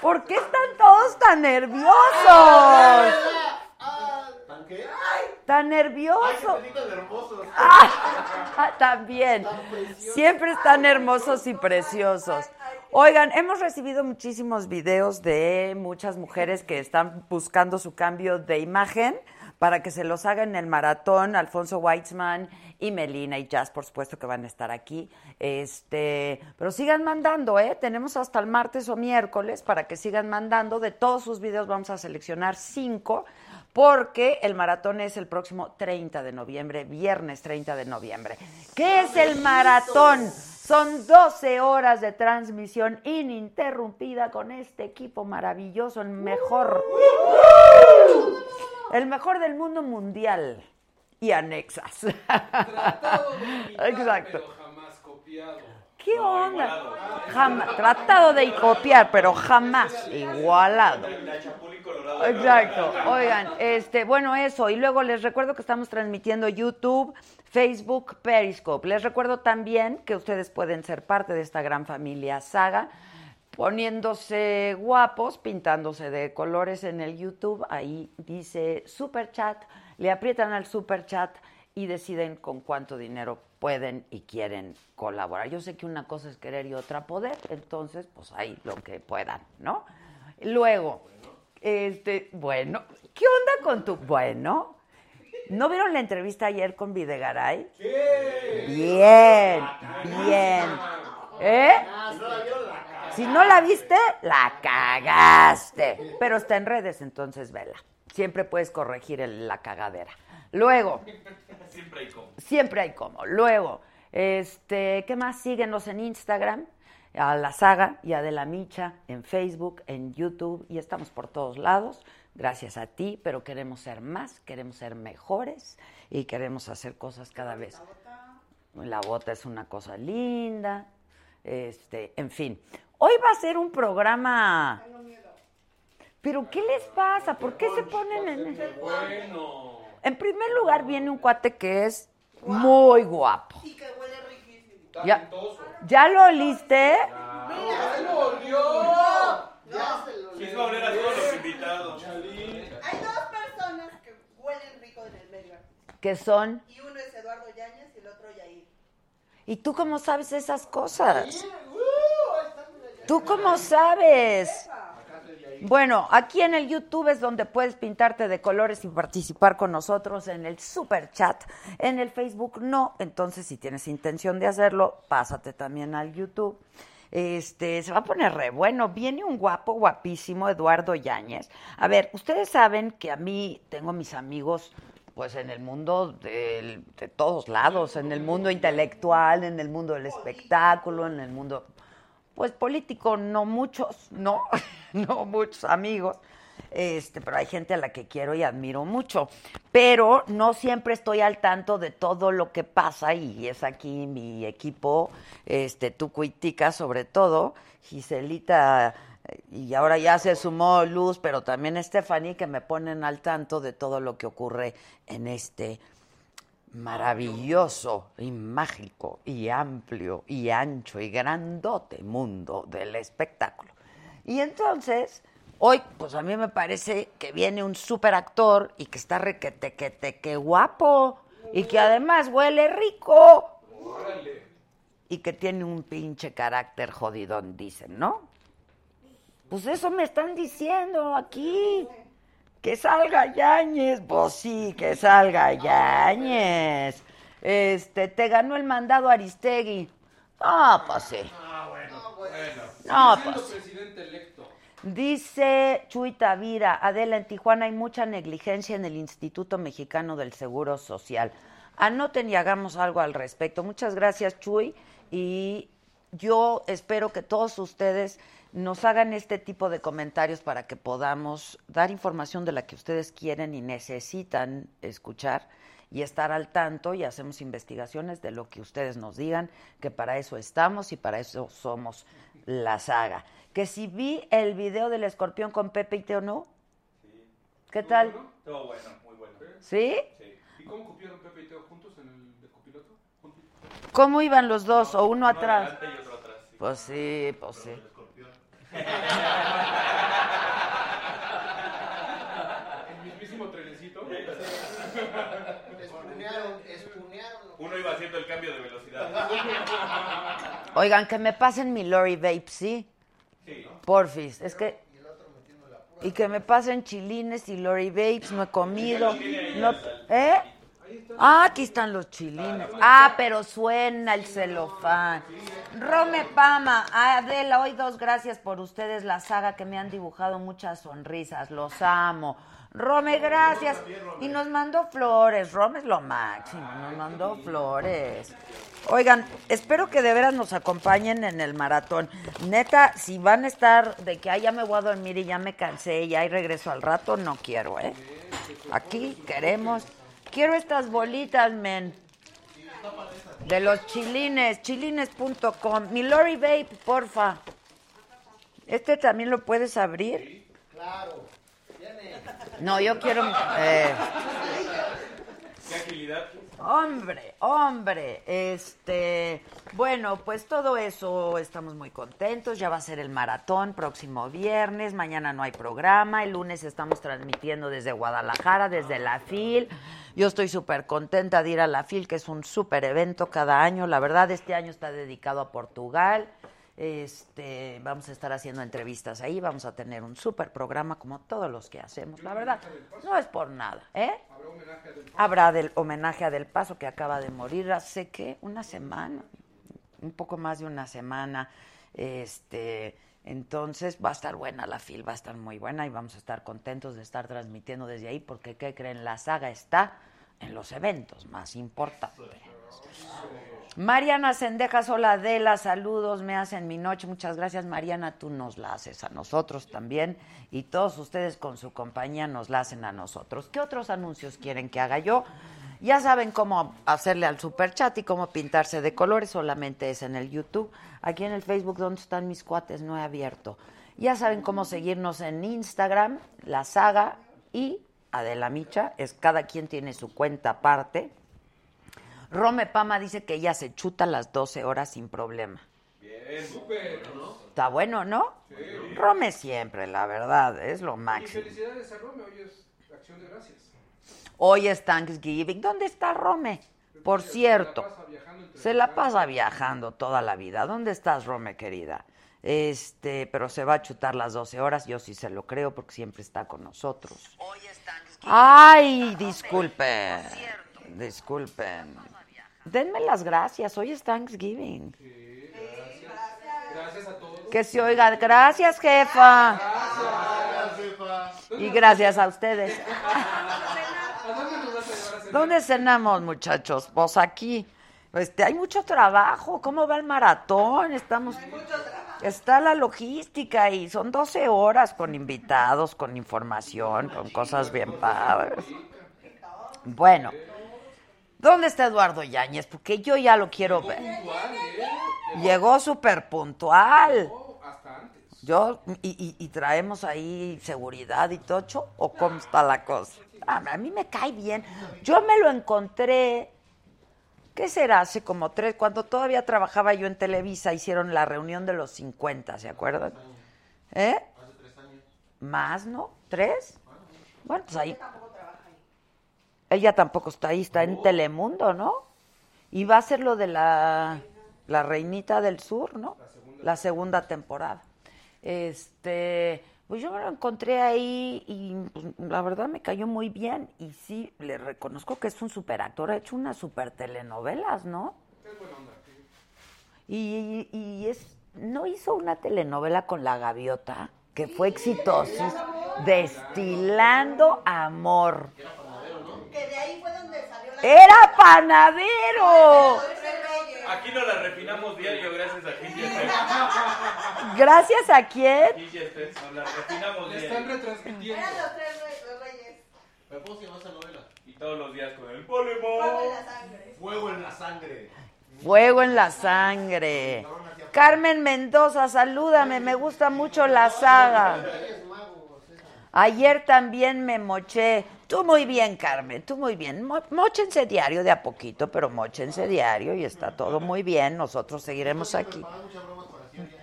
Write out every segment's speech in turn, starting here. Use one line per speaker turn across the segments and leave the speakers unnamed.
¿Por qué están todos tan nerviosos?
¿Tan qué?
Tan
¡Ay, qué
nerviosos.
pelitos hermosos!
Ah, también. Siempre están hermosos y preciosos. Oigan, hemos recibido muchísimos videos de muchas mujeres que están buscando su cambio de imagen para que se los haga en el maratón. Alfonso Weitzman y Melina y Jazz, por supuesto, que van a estar aquí. Este, pero sigan mandando, ¿eh? Tenemos hasta el martes o miércoles para que sigan mandando. De todos sus videos vamos a seleccionar cinco porque el maratón es el próximo 30 de noviembre, viernes 30 de noviembre. ¿Qué es el maratón? Son 12 horas de transmisión ininterrumpida con este equipo maravilloso, el mejor, el mejor del mundo mundial y anexas. Exacto. ¿Qué onda? Jamás, tratado de copiar, pero jamás igualado. Exacto. Oigan, este, bueno, eso. Y luego les recuerdo que estamos transmitiendo YouTube, Facebook, Periscope. Les recuerdo también que ustedes pueden ser parte de esta gran familia saga poniéndose guapos, pintándose de colores en el YouTube. Ahí dice super chat, le aprietan al super chat y deciden con cuánto dinero pueden y quieren colaborar. Yo sé que una cosa es querer y otra poder, entonces pues ahí lo que puedan, ¿no? Luego, este, bueno, ¿qué onda con tu bueno? ¿No vieron la entrevista ayer con Videgaray? Bien, bien. ¿Eh? Si no la viste, la cagaste. Pero está en redes, entonces vela. Siempre puedes corregir el- la cagadera. Luego, siempre hay como. Luego, este, ¿qué más? Síguenos en Instagram, a la saga y a De la Micha, en Facebook, en YouTube, y estamos por todos lados. Gracias a ti, pero queremos ser más, queremos ser mejores y queremos hacer cosas cada vez. La bota es una cosa linda. Este, en fin. Hoy va a ser un programa. Pero ¿qué les pasa? ¿Por qué se ponen en En primer lugar viene un cuate que es muy guapo. Y que huele riquísimo. Ya, ¿Ya lo oliste?
Mismo hablar a todos los invitados.
Hay dos personas que huelen rico en el medio.
Que son.
Y uno es Eduardo Yáñez y el otro Yair.
¿Y tú cómo sabes esas cosas? uh, ¿Tú cómo sabes? Bueno, aquí en el YouTube es donde puedes pintarte de colores y participar con nosotros en el super chat. En el Facebook no, entonces si tienes intención de hacerlo, pásate también al YouTube. Este, se va a poner re bueno. Viene un guapo, guapísimo Eduardo Yáñez. A ver, ustedes saben que a mí tengo mis amigos pues en el mundo del- de todos lados, en el mundo intelectual, en el mundo del espectáculo, en el mundo pues político no muchos, no, no muchos amigos. Este, pero hay gente a la que quiero y admiro mucho. Pero no siempre estoy al tanto de todo lo que pasa y es aquí mi equipo, este, Tucuitica sobre todo, Giselita eh, y ahora ya se sumó Luz, pero también Stephanie que me ponen al tanto de todo lo que ocurre en este maravilloso y mágico y amplio y ancho y grandote mundo del espectáculo. Y entonces, hoy, pues a mí me parece que viene un súper actor y que está requete, que, te, que guapo y que además huele rico. Y que tiene un pinche carácter jodidón, dicen, ¿no? Pues eso me están diciendo aquí. Que salga Yañez, vos sí, que salga Yañez. Este, te ganó el mandado Aristegui. Ah, pues sí. No, pues.
presidente electo.
Dice Chuita Vira, Adela, en Tijuana hay mucha negligencia en el Instituto Mexicano del Seguro Social. Anoten y hagamos algo al respecto. Muchas gracias, Chuy, y yo espero que todos ustedes nos hagan este tipo de comentarios para que podamos dar información de la que ustedes quieren y necesitan escuchar y estar al tanto y hacemos investigaciones de lo que ustedes nos digan, que para eso estamos y para eso somos la saga. Que si vi el video del escorpión con Pepe y Teo, ¿no? ¿Qué tal?
Todo bueno, muy bueno.
¿Sí?
Sí. ¿Y cómo copiaron Pepe y Teo juntos en el de copiloto? Juntos.
¿Cómo iban los dos? ¿O uno atrás?
adelante y otro atrás. sí.
Pues sí, pues sí.
El mismísimo trenecito. pues,
Espunearon, espunearon.
Uno iba haciendo el cambio de velocidad.
Oigan, que me pasen mi Lori Vape, ¿sí?
Sí, ¿no?
Porfis, es que... Y que me pasen chilines y Lori Babes, no he comido. No, ¿Eh? Ah, aquí están los chilines. Ah, pero suena el celofán. Rome Pama, Adela, hoy dos gracias por ustedes, la saga que me han dibujado muchas sonrisas, los amo. Rome, gracias. Y nos mandó flores, Rome es lo máximo, nos mandó flores. Oigan, espero que de veras nos acompañen en el maratón. Neta, si van a estar de que, ay, ya me voy a dormir y ya me cansé y ahí regreso al rato, no quiero, ¿eh? Aquí queremos. Quiero estas bolitas, men. De los chilines, chilines.com. Mi Lori Vape, porfa. ¿Este también lo puedes abrir? Claro. No, yo quiero... eh,
qué agilidad.
Hombre, hombre, este, bueno, pues todo eso estamos muy contentos, ya va a ser el maratón próximo viernes, mañana no hay programa, el lunes estamos transmitiendo desde Guadalajara, desde la FIL. Yo estoy súper contenta de ir a la FIL, que es un súper evento cada año, la verdad este año está dedicado a Portugal. Este, vamos a estar haciendo entrevistas ahí, vamos a tener un súper programa como todos los que hacemos, la verdad. No es por nada, ¿eh? Habrá del homenaje a Del Paso que acaba de morir hace que una semana, un poco más de una semana. Este, entonces va a estar buena la fil, va a estar muy buena y vamos a estar contentos de estar transmitiendo desde ahí porque qué creen, la saga está en los eventos más importantes. Mariana Sendejas, hola Adela, saludos, me hacen mi noche, muchas gracias Mariana, tú nos la haces a nosotros también y todos ustedes con su compañía nos la hacen a nosotros. ¿Qué otros anuncios quieren que haga yo? Ya saben cómo hacerle al superchat y cómo pintarse de colores, solamente es en el YouTube. Aquí en el Facebook, ¿dónde están mis cuates? No he abierto. Ya saben cómo seguirnos en Instagram, La Saga y Adela Micha, es cada quien tiene su cuenta aparte. Rome Pama dice que ella se chuta las 12 horas sin problema.
Bien, súper.
Está bueno, ¿no? Rome siempre, la verdad, es lo
Y
máximo.
felicidades a Rome, hoy es acción de gracias.
Hoy es Thanksgiving. ¿Dónde está Rome? Por cierto,
Pasa viajando entre
se la pasa viajando toda la vida. ¿Dónde estás, Rome, querida? Este, pero se va a chutar las 12 horas, yo sí se lo creo porque siempre está con nosotros. Ay, disculpen. Disculpen. Denme las gracias, hoy es Thanksgiving.
Gracias a todos.
Que se oiga, gracias jefa. Y gracias a ustedes.
¿A dónde nos vas a llevar a cenar?
¿Dónde cenamos, muchachos? Pues aquí. Este, hay mucho trabajo. ¿Cómo va el maratón? Estamos. Está la logística y son 12 horas con invitados, con información, con cosas bien padres. Bueno, ¿dónde está Eduardo Yáñez? Porque yo ya lo quiero ver.
Igual, ¿eh?
Llegó súper puntual.
O hasta antes.
Yo, y, y- y traemos ahí seguridad y tocho, o cómo está la cosa. A, a mí me cae bien. Yo me lo encontré ¿Qué será? Hace como tres, cuando todavía trabajaba yo en Televisa, hicieron la reunión de los 50, ¿se acuerdan?
Ah.
¿Eh? Más, ¿no? ¿Tres?
Ah,
Bueno, pues ahí. Ella tampoco está ahí, está en Telemundo, ¿no? Y va a ser lo de la, la Reinita del Sur, ¿no? La segunda temporada. Este, pues yo me lo encontré ahí y pues, la verdad me cayó muy bien. Y sí, le reconozco que es un superactor, ha hecho unas super telenovelas, ¿no? Y, y es, no hizo una telenovela con la gaviota, que fue exitosa, destilando amor.
Que de ahí fue donde salió la.
¡Era panadero!
Aquí no la refinamos diario, gracias a Gigi
Gracias a quién.
Stetson. La refinamos diario.
retransmitiendo.
Eran los tres reyes, los reyes.
¿Me puedo llevar esa novela?
Y todos los días con el
Fuego en
polvo.
la sangre.
Fuego en la sangre.
Fuego en la sangre. Carmen Mendoza, salúdame, me gusta mucho la saga. Ayer también me moché. Tú muy bien, Carmen, tú muy bien. Mo- Móchense diario de a poquito, pero móchense diario y está todo muy bien. Nosotros seguiremos aquí.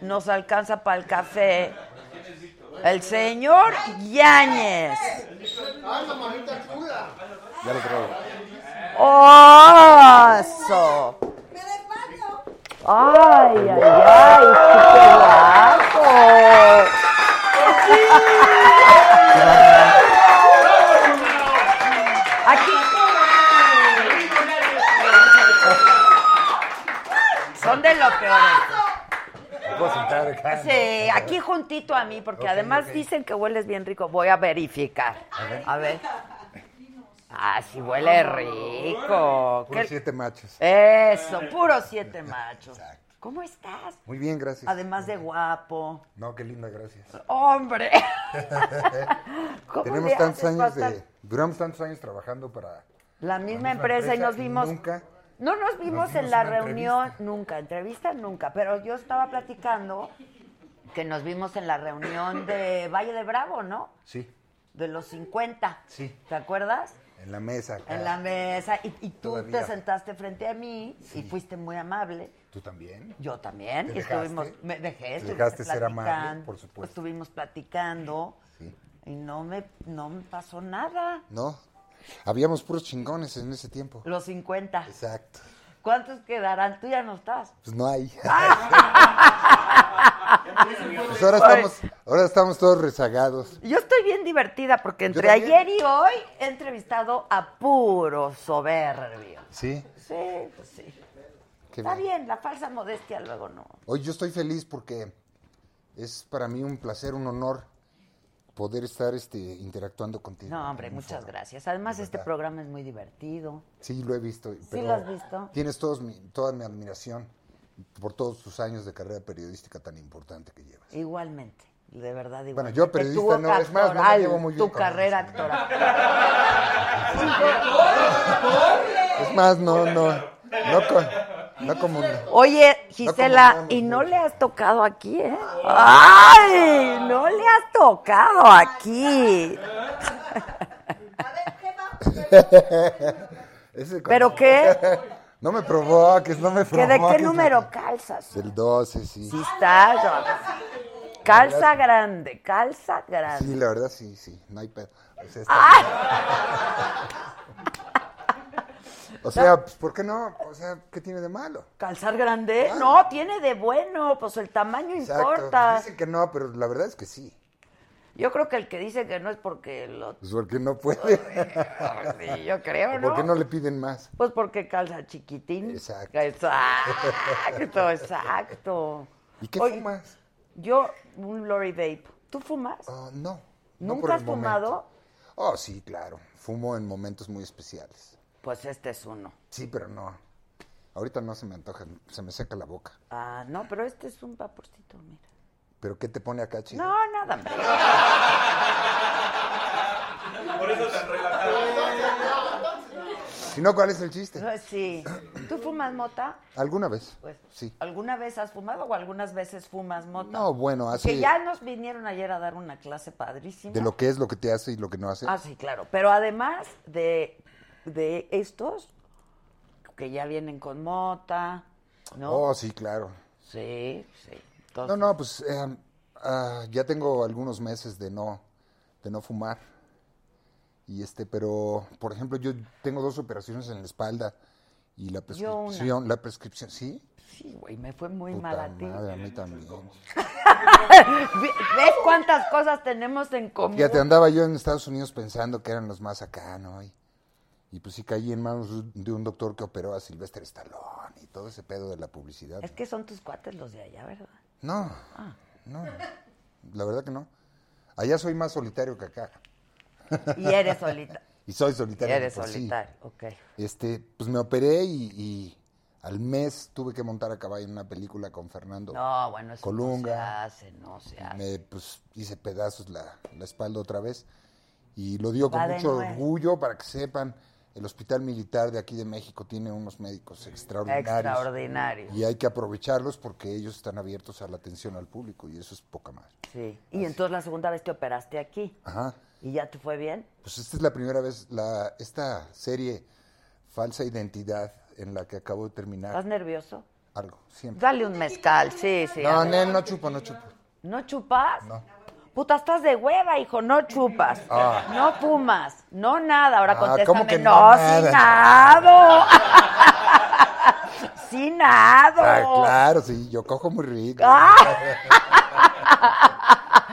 Nos alcanza para el café. El señor Yáñez.
¡Ay, la manita chula!
Ya lo traigo.
¡Oh, ¡Oso!
¡Me desmayo!
¡Ay, ay, ay! ¡Qué guapo! Aquí. Son de lo peor.
Puedo
Ah,
sentar acá.
Sí, aquí juntito a mí, porque además dicen que hueles bien rico. Voy a verificar. A ver. Ah, sí huele rico.
Puros
¿Qué-
siete machos.
Eh, Eso, puro siete machos. ¿Cómo estás?
Muy bien, gracias.
Además de guapo.
No, qué linda, gracias.
¡Hombre! ¿Cómo le
Tenemos
haces
tantos años
para
de...
estar-
Duramos tantos años trabajando para...
La misma
misma
empresa y
empresa
nos
y
vimos...
nunca
no nos vimos
nos
en
dimos
la
una
reunión,
entrevista.
nunca, entrevista nunca, pero yo estaba platicando que nos vimos en la reunión de Valle de Bravo, ¿no?
Sí,
De los 50.
Sí.
¿Te acuerdas?
en la mesa acá.
En la mesa. Y, y tú
Todavía.
te sentaste frente a mí y fuiste muy amable.
¿Tú también?
Yo también.
¿Te
y estuvimos,
dejaste?
me dejé,
¿Te
estuvimos
dejaste ser amable?
platicando, pues,
Por supuesto.
Estuvimos platicando
Sí.
y no me, no me pasó nada.
No, habíamos puros chingones en ese tiempo.
Los 50.
Exacto.
¿Cuántos quedarán? Tú ya no estás.
Pues no hay.
Ah.
pues ahora
Ay.
estamos, ahora estamos todos rezagados.
Yo estoy bien divertida porque entre
también.
ayer y hoy he entrevistado a puro soberbio.
Sí,
Sí, pues sí.
qué
Está bien, la falsa modestia luego no.
Hoy yo estoy feliz porque es para mí un placer, un honor poder estar este, interactuando contigo.
No, hombre,
en un
muchas
foro.
gracias. Además,
De
este
verdad.
programa es muy divertido.
Sí, lo he visto. pero
lo has visto?
Tienes todos mi- toda mi admiración por todos tus años de carrera periodística tan importante que llevas.
Igualmente, de verdad igual.
Bueno, yo
Te
periodista
tuvo
no, es más, no me
actoral
llevo muy bien
Tu
con
carrera
ellos.
actoral.
Es más, no, no, no, co- no como...
Oye, Gisela,
No como
y no
monos,
le has tocado aquí, ¿eh? ¡Ay! No le has tocado aquí.
A ver, jefa.
Ese como-
¿Pero qué?
No me provoques, no me
¿Que
provoques.
¿De qué número calzas?
Del 12, sí.
Sí estás. ¿no? Calza grande, calza grande.
Sí, la verdad, sí, sí. No hay pedo. O sea, está
Ah.
bien. O sea, pues, ¿por qué no? O sea, ¿qué tiene de malo?
¿Calzar
Ah.
grande? No, tiene de bueno, pues el tamaño importa.
Dicen que no, pero la verdad es que sí.
Yo creo que el que dice que no es porque lo...
Pues porque no puede.
Sí, yo creo, ¿no?
¿Por qué no le piden más?
Pues porque calza chiquitín.
Exacto.
Exacto, exacto.
¿Y qué
Oye,
fumas?
Yo, un Lori Vape. ¿Tú fumas?
Ah, no. no
¿Nunca
por el
has fumado?
momento. Oh, sí, claro. Fumo en momentos muy especiales.
Pues este es uno.
Sí, pero no. Ahorita no se me antoja, se me seca la boca.
Ah, no, pero este es un vaporcito, mira.
¿Pero qué te pone acá, chido?
No, nada más.
Por eso tan relajado.
Si no, ¿cuál es el chiste?
No, sí. ¿Tú fumas mota?
¿Alguna vez?
Pues,
Sí.
¿Alguna vez has fumado o algunas veces fumas mota?
No, bueno, hace
Que ya nos vinieron ayer a dar una clase padrísima.
de lo que es, lo que te hace y lo que no hace.
Ah, sí, claro. Pero además de, de estos, que ya vienen con mota, ¿no?
Oh, sí, claro.
Sí, sí.
No,
Entonces,
no, pues eh, ah, ya tengo algunos meses de no, de no fumar. Y este, pero, por ejemplo, yo tengo dos operaciones en la espalda y la
Yo una.
prescripción, la prescripción, ¿sí?
sí, güey, me fue muy
Puta
mal a ti.
madre, a mí también.
Ve- ¿Ves cuántas cosas tenemos en común?
Fíjate, andaba yo en Estados Unidos pensando que eran los más acá, ¿no? Y, y pues sí caí en manos de un doctor que operó a Sylvester Stallone y todo ese pedo de la publicidad.
Es que Ah. son tus cuates los de allá, ¿verdad?
No, no, la verdad que no. Allá soy más solitario que acá.
Y eres solita.
Y soy
y
solitario. de
eres
por pues, sí.
solitario, ok.
Este, pues me operé y, y al mes tuve que montar a caballo en una película con Fernando.
No, bueno, eso
Colunga.
no se hace, no se hace.
Me pues, hice pedazos la, la espalda otra vez. Y lo digo con
Va de
mucho
nuevo.
orgullo para que sepan, el Hospital Militar de aquí de México tiene unos médicos extraordinarios.
Extraordinario.
Y hay que aprovecharlos porque ellos están abiertos a la atención al público y eso es poca madre.
Sí. Y entonces la segunda vez te operaste aquí.
Ajá.
¿Y ya te fue bien?
Pues esta es la primera vez, la, esta serie Falsa Identidad en la que acabo de
¿Estás
terminar
nervioso?
algo, siempre.
Dale un mezcal, sí, sí.
No,
a ver.
Nel, no chupo, no chupo.
¿No chupas?
No.
Puta, estás de hueva, hijo, no chupas.
Ah.
No fumas, no nada. Ahora
Ah,
contéstame,
¿cómo que
no,
no
sin
nada?
nado. sin nado.
Ah, claro, sí, yo cojo muy rico.
Ah,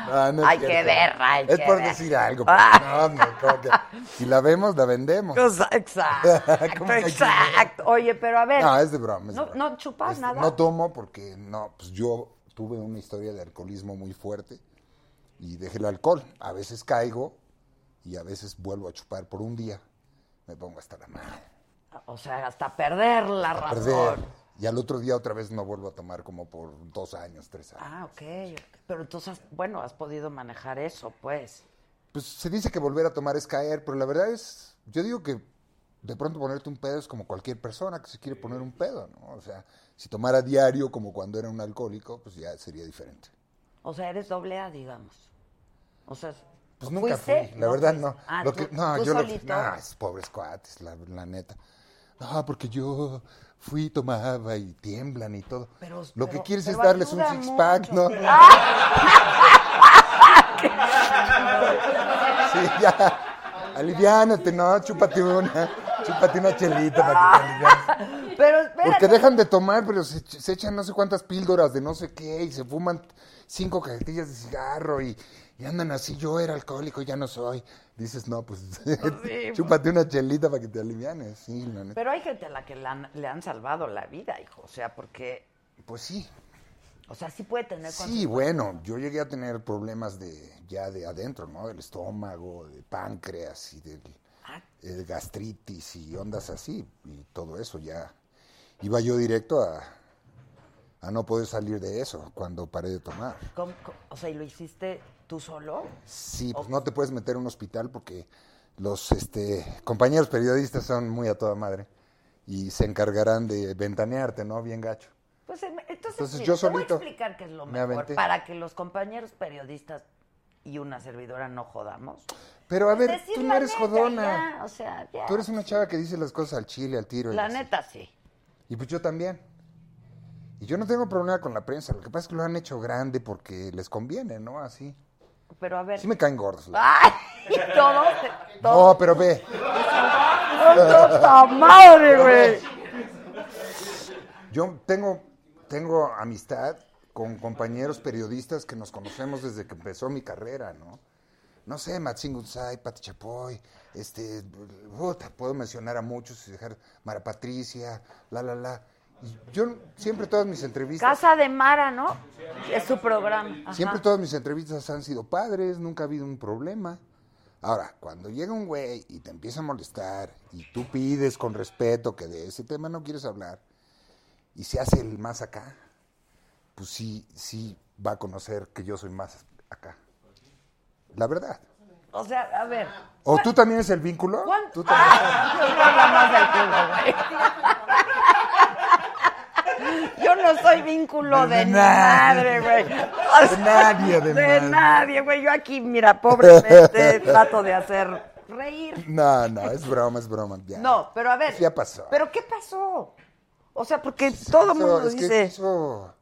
No, no es
Hay que
cierto.
ver, hay
Es
que
por
ver.
decir algo. pero
Ah.
no, no, ¿cómo que? Si la vemos, la vendemos.
Cosa- Exacto,
¿Cómo que
exacto. Oye, pero a ver.
No, es de broma. es de
¿No-
broma.
no chupas
Este,
nada?
No tomo porque no, pues yo tuve una historia de alcoholismo muy fuerte y dejé el alcohol. A veces caigo y a veces vuelvo a chupar por un día. Me pongo hasta la madre.
O sea, hasta perder la
a
razón.
perder. Y al otro día otra vez no vuelvo a tomar como por dos años, tres años.
Ah, ok. Pero entonces, bueno, has podido manejar eso, pues.
Pues se dice que volver a tomar es caer, pero la verdad es, yo digo que de pronto ponerte un pedo es como cualquier persona que se quiere poner un pedo, ¿no? O sea, si tomara diario como cuando era un alcohólico, pues ya sería diferente.
O sea, eres doble A, digamos. O sea,
Pues nunca
¿fuiste?
fui, la verdad
fuiste.
no.
Ah,
Lo
tú-
que- no,
tú
yo lo-
solito.
no, es pobres cuates, la, la neta. No, porque yo fui, tomaba y tiemblan y todo.
Pero-
lo
pero-
que quieres
pero
es darles un
ayuda
six-pack, ¿no?
mucho.
Sí, ya. Aliviánate, ¿no? Chúpate una, chúpate una chelita para que te alivianes.
Pero espérate.
Porque dejan de tomar, pero se, ch- se echan no sé cuántas píldoras de no sé qué y se fuman cinco cajetillas de cigarro y, y andan así, yo era alcohólico, ya no soy. Dices, no, pues chúpate una chelita para que te alivianes. Sí, la neta.
Pero hay gente a la que la han- le han salvado la vida, hijo. O sea, porque.
Pues sí.
O sea, sí puede tener.
Sí, bueno, yo llegué a tener problemas de ya de adentro, ¿no? Del estómago, de páncreas y del
Ah.
el gastritis y ondas así y todo eso ya. Iba yo directo a, a no poder salir de eso cuando paré de tomar.
¿Cómo- cómo- o sea, ¿y lo hiciste tú solo?
Sí, pues no te puedes meter a un hospital porque los este, compañeros periodistas son muy a toda madre y se encargarán de ventanearte, ¿no? Bien gacho.
Pues em- entonces,
Entonces,
mira,
yo
te voy a
solito
explicar qué es lo
me
mejor
aventé.
para que los compañeros periodistas y una servidora no jodamos.
Pero a
Pues
ver,
decir
tú no
la
eres
neta,
jodona.
ya, o sea, ya.
Tú eres una chava que dice las cosas al chile, al tiro. y
La
así.
neta, sí.
Y pues yo también. Y yo no tengo problema con la prensa. Lo que pasa es que lo han hecho grande porque les conviene, ¿no? Así.
Pero a ver.
Sí me caen gordos. la-
¡Ay! Todos. Todos.
No, pero ve.
¡Puta madre, güey!
Yo tengo, tengo amistad con compañeros periodistas que nos conocemos desde que empezó mi carrera, ¿no? No sé, Matzín Gunzay, Pati Chapoy, este, puta, puedo mencionar a muchos y dejar Mara Patricia, la, la, la. Y yo siempre todas mis entrevistas,
Casa de Mara, ¿no? Es su programa. Ajá.
siempre todas mis entrevistas han sido padres, nunca ha habido un problema. Ahora, cuando llega un güey y te empieza a molestar y tú pides con respeto que de ese tema no quieres hablar, y se hace el más acá, pues sí, sí va a conocer que yo soy más acá. La verdad.
O sea, a ver.
¿O tú también es el vínculo?
¿cuán-
Tú también.
¡Ah! Yo no hablo más del culo, güey. Yo no soy vínculo de,
De
ni madre,
nadie.
güey.
De nadie, de
De
madre.
nadie, güey. Yo aquí, mira, pobremente trato de hacer reír.
No, no, es broma, es broma. ya.
No, pero a ver.
Ya pasó.
¿Pero qué pasó? O sea, porque todo el
Eso-
mundo
es que
dice que,
eso-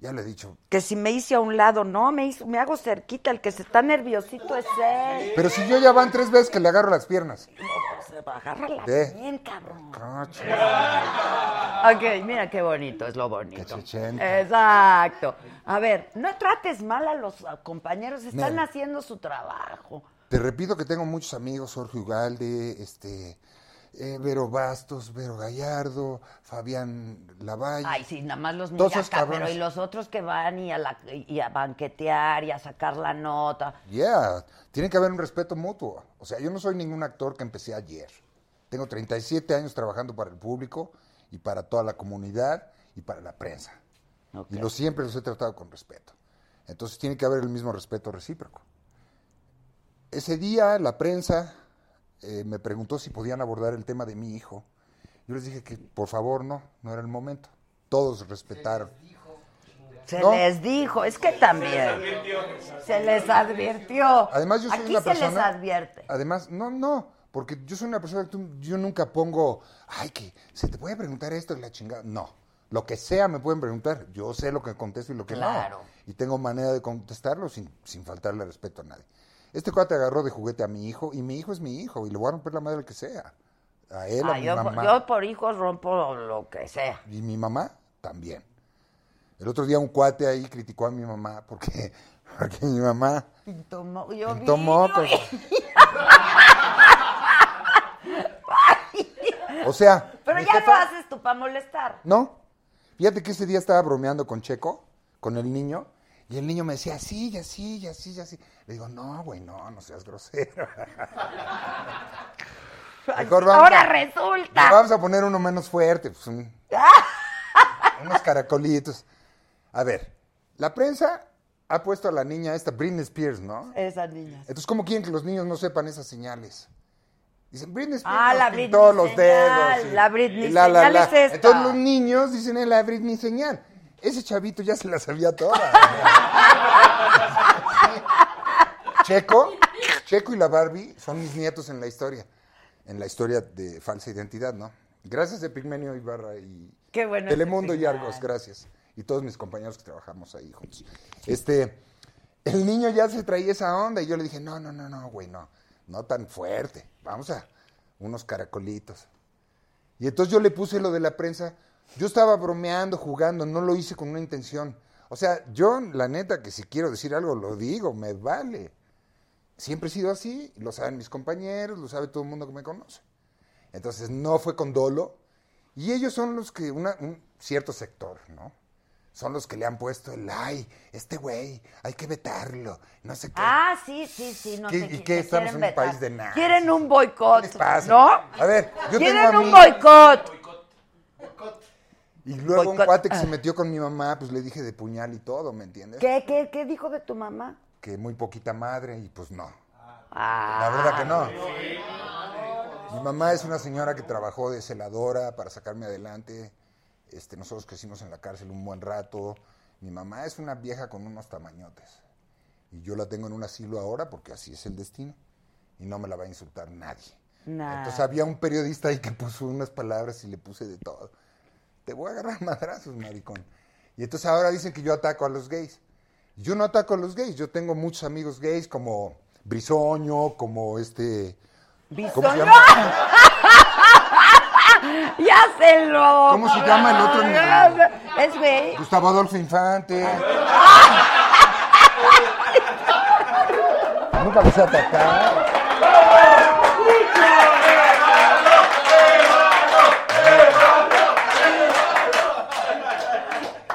ya lo he dicho.
si me hice a un lado, no, me, hizo- me hago cerquita. El que se está nerviosito es él.
Pero si yo ya van tres veces que le agarro las piernas.
Se va a agarrarla
¿Qué?
bien, cabrón.
Cacho.
Ok, mira qué bonito, es lo bonito.
Cachachenta.
Exacto. A ver, no trates mal a los a, compañeros, están
Mira.
haciendo su trabajo.
Te repito que tengo muchos amigos, Jorge Ugalde, este, eh, Vero Bastos, Vero Gallardo, Fabián Lavalle.
Ay, sí, nada más los
Todos
mira
esos
acá, pero
cabrones.
y los otros que van y a, la, y a banquetear y a sacar la nota.
Yeah, tiene que haber un respeto mutuo. O sea, yo no soy ningún actor que empecé ayer. Tengo 37 años trabajando para el público y para toda la comunidad y para la prensa.
Ok.
Y los siempre los he tratado con respeto. Entonces tiene que haber el mismo respeto recíproco. Ese día la prensa eh, me preguntó si podían abordar el tema de mi hijo. Yo les dije que por favor no, no era el momento. Todos respetaron.
Se
¿No?
les dijo, es que también. Se les advirtió.
Además, yo soy
Aquí
una
se
persona.
les advierte.
Además, no, no, porque yo soy una persona que tú- yo nunca pongo, ay, que se te puede preguntar esto y la chingada. No, lo que sea me pueden preguntar. Yo sé lo que contesto y lo que
Claro.
no. Y tengo manera de contestarlo sin, sin faltarle respeto a nadie. Este cuate agarró de juguete a mi hijo y mi hijo es mi hijo y le voy a romper la madre al que sea. A él, a
Ah,
mi
yo, por-
mamá.
yo por hijos rompo lo que sea.
Y mi mamá también. El otro día un cuate ahí criticó a mi mamá porque, porque mi mamá
Pintó mo- yo vi-
pintó mocos. O sea,
Pero
mi
ya lo
jefa-
haces tú para molestar.
No. Fíjate que ese día estaba bromeando con Checo, con el niño, y el niño me decía, sí, ya sí, ya sí, ya sí. Le digo, no, güey, no, no seas grosero. Mejor vamos
Ahora
a-
resulta.
le vamos a poner uno menos fuerte, pues un- unos caracolitos. A ver, la prensa ha puesto a la niña esta, Britney Spears, ¿no?
Esas niñas.
Entonces, ¿cómo quieren que los niños no sepan esas señales? Dicen, Britney Spears
Ah,
nos
la
pintó
Britney
los
señal,
dedos. y-
la Britney
y
señal es esta.
Entonces los niños dicen, "Es la Britney señal. Ese chavito ya se la sabía toda. Checo, Checo y la Barbie son mis nietos en la historia. En la historia de falsa identidad, ¿no? Gracias de Pigmenio Ibarra y
Qué bueno
Telemundo
ese
y Argos, gracias. Y todos mis compañeros que trabajamos ahí juntos. Este, el niño ya se traía esa onda y yo le dije, no, no, no, no, güey, no, no tan fuerte. Vamos a unos caracolitos. Y entonces yo le puse lo de la prensa. Yo estaba bromeando, jugando, no lo hice con una intención. O sea, yo, la neta, que si quiero decir algo, lo digo, me vale. Siempre he sido así, lo saben mis compañeros, lo sabe todo el mundo que me conoce. Entonces, no fue con dolo. Y ellos son los que, una- un cierto sector, ¿no? Son los que le han puesto el, ay, este güey, hay que vetarlo, no sé qué.
Ah, sí, sí, sí. No
¿Qué-
te
y
qui-
qué,
te
estamos
quieren
en un
vetar.
país de nazis?
Quieren un
¿Qué
boicot.
les pasa?
¿No?
A ver, yo
Quieren
tengo a
un
mí-
boicot.
Y luego un
Boicot.
cuate que se metió con mi mamá, pues le dije de puñal y todo, ¿me entiendes?
Ah. ¿Qué, qué, ¿Qué dijo de tu mamá?
Que muy poquita madre y pues no.
Ah.
La verdad que no. Mi mamá es una señora que trabajó de celadora para sacarme adelante. Este, nosotros crecimos en la cárcel un buen rato. Mi mamá es una vieja con unos tamañotes. Y yo la tengo en un asilo ahora porque así es el destino. Y no me la va a insultar nadie.
Nah.
Entonces había un periodista ahí que puso unas palabras y le puse de todo. Te voy a agarrar madrazos, maricón. Y entonces ahora dicen que yo ataco a los gays. Yo no ataco a los gays. Yo tengo muchos amigos gays como Brisoño, como este... ¿Cómo se
¡Bisoño!
llama?
¡Ya se lo!
¿Cómo se llama el otro niño?
Es güey.
Gustavo Adolfo Infante. Nunca los he atacado.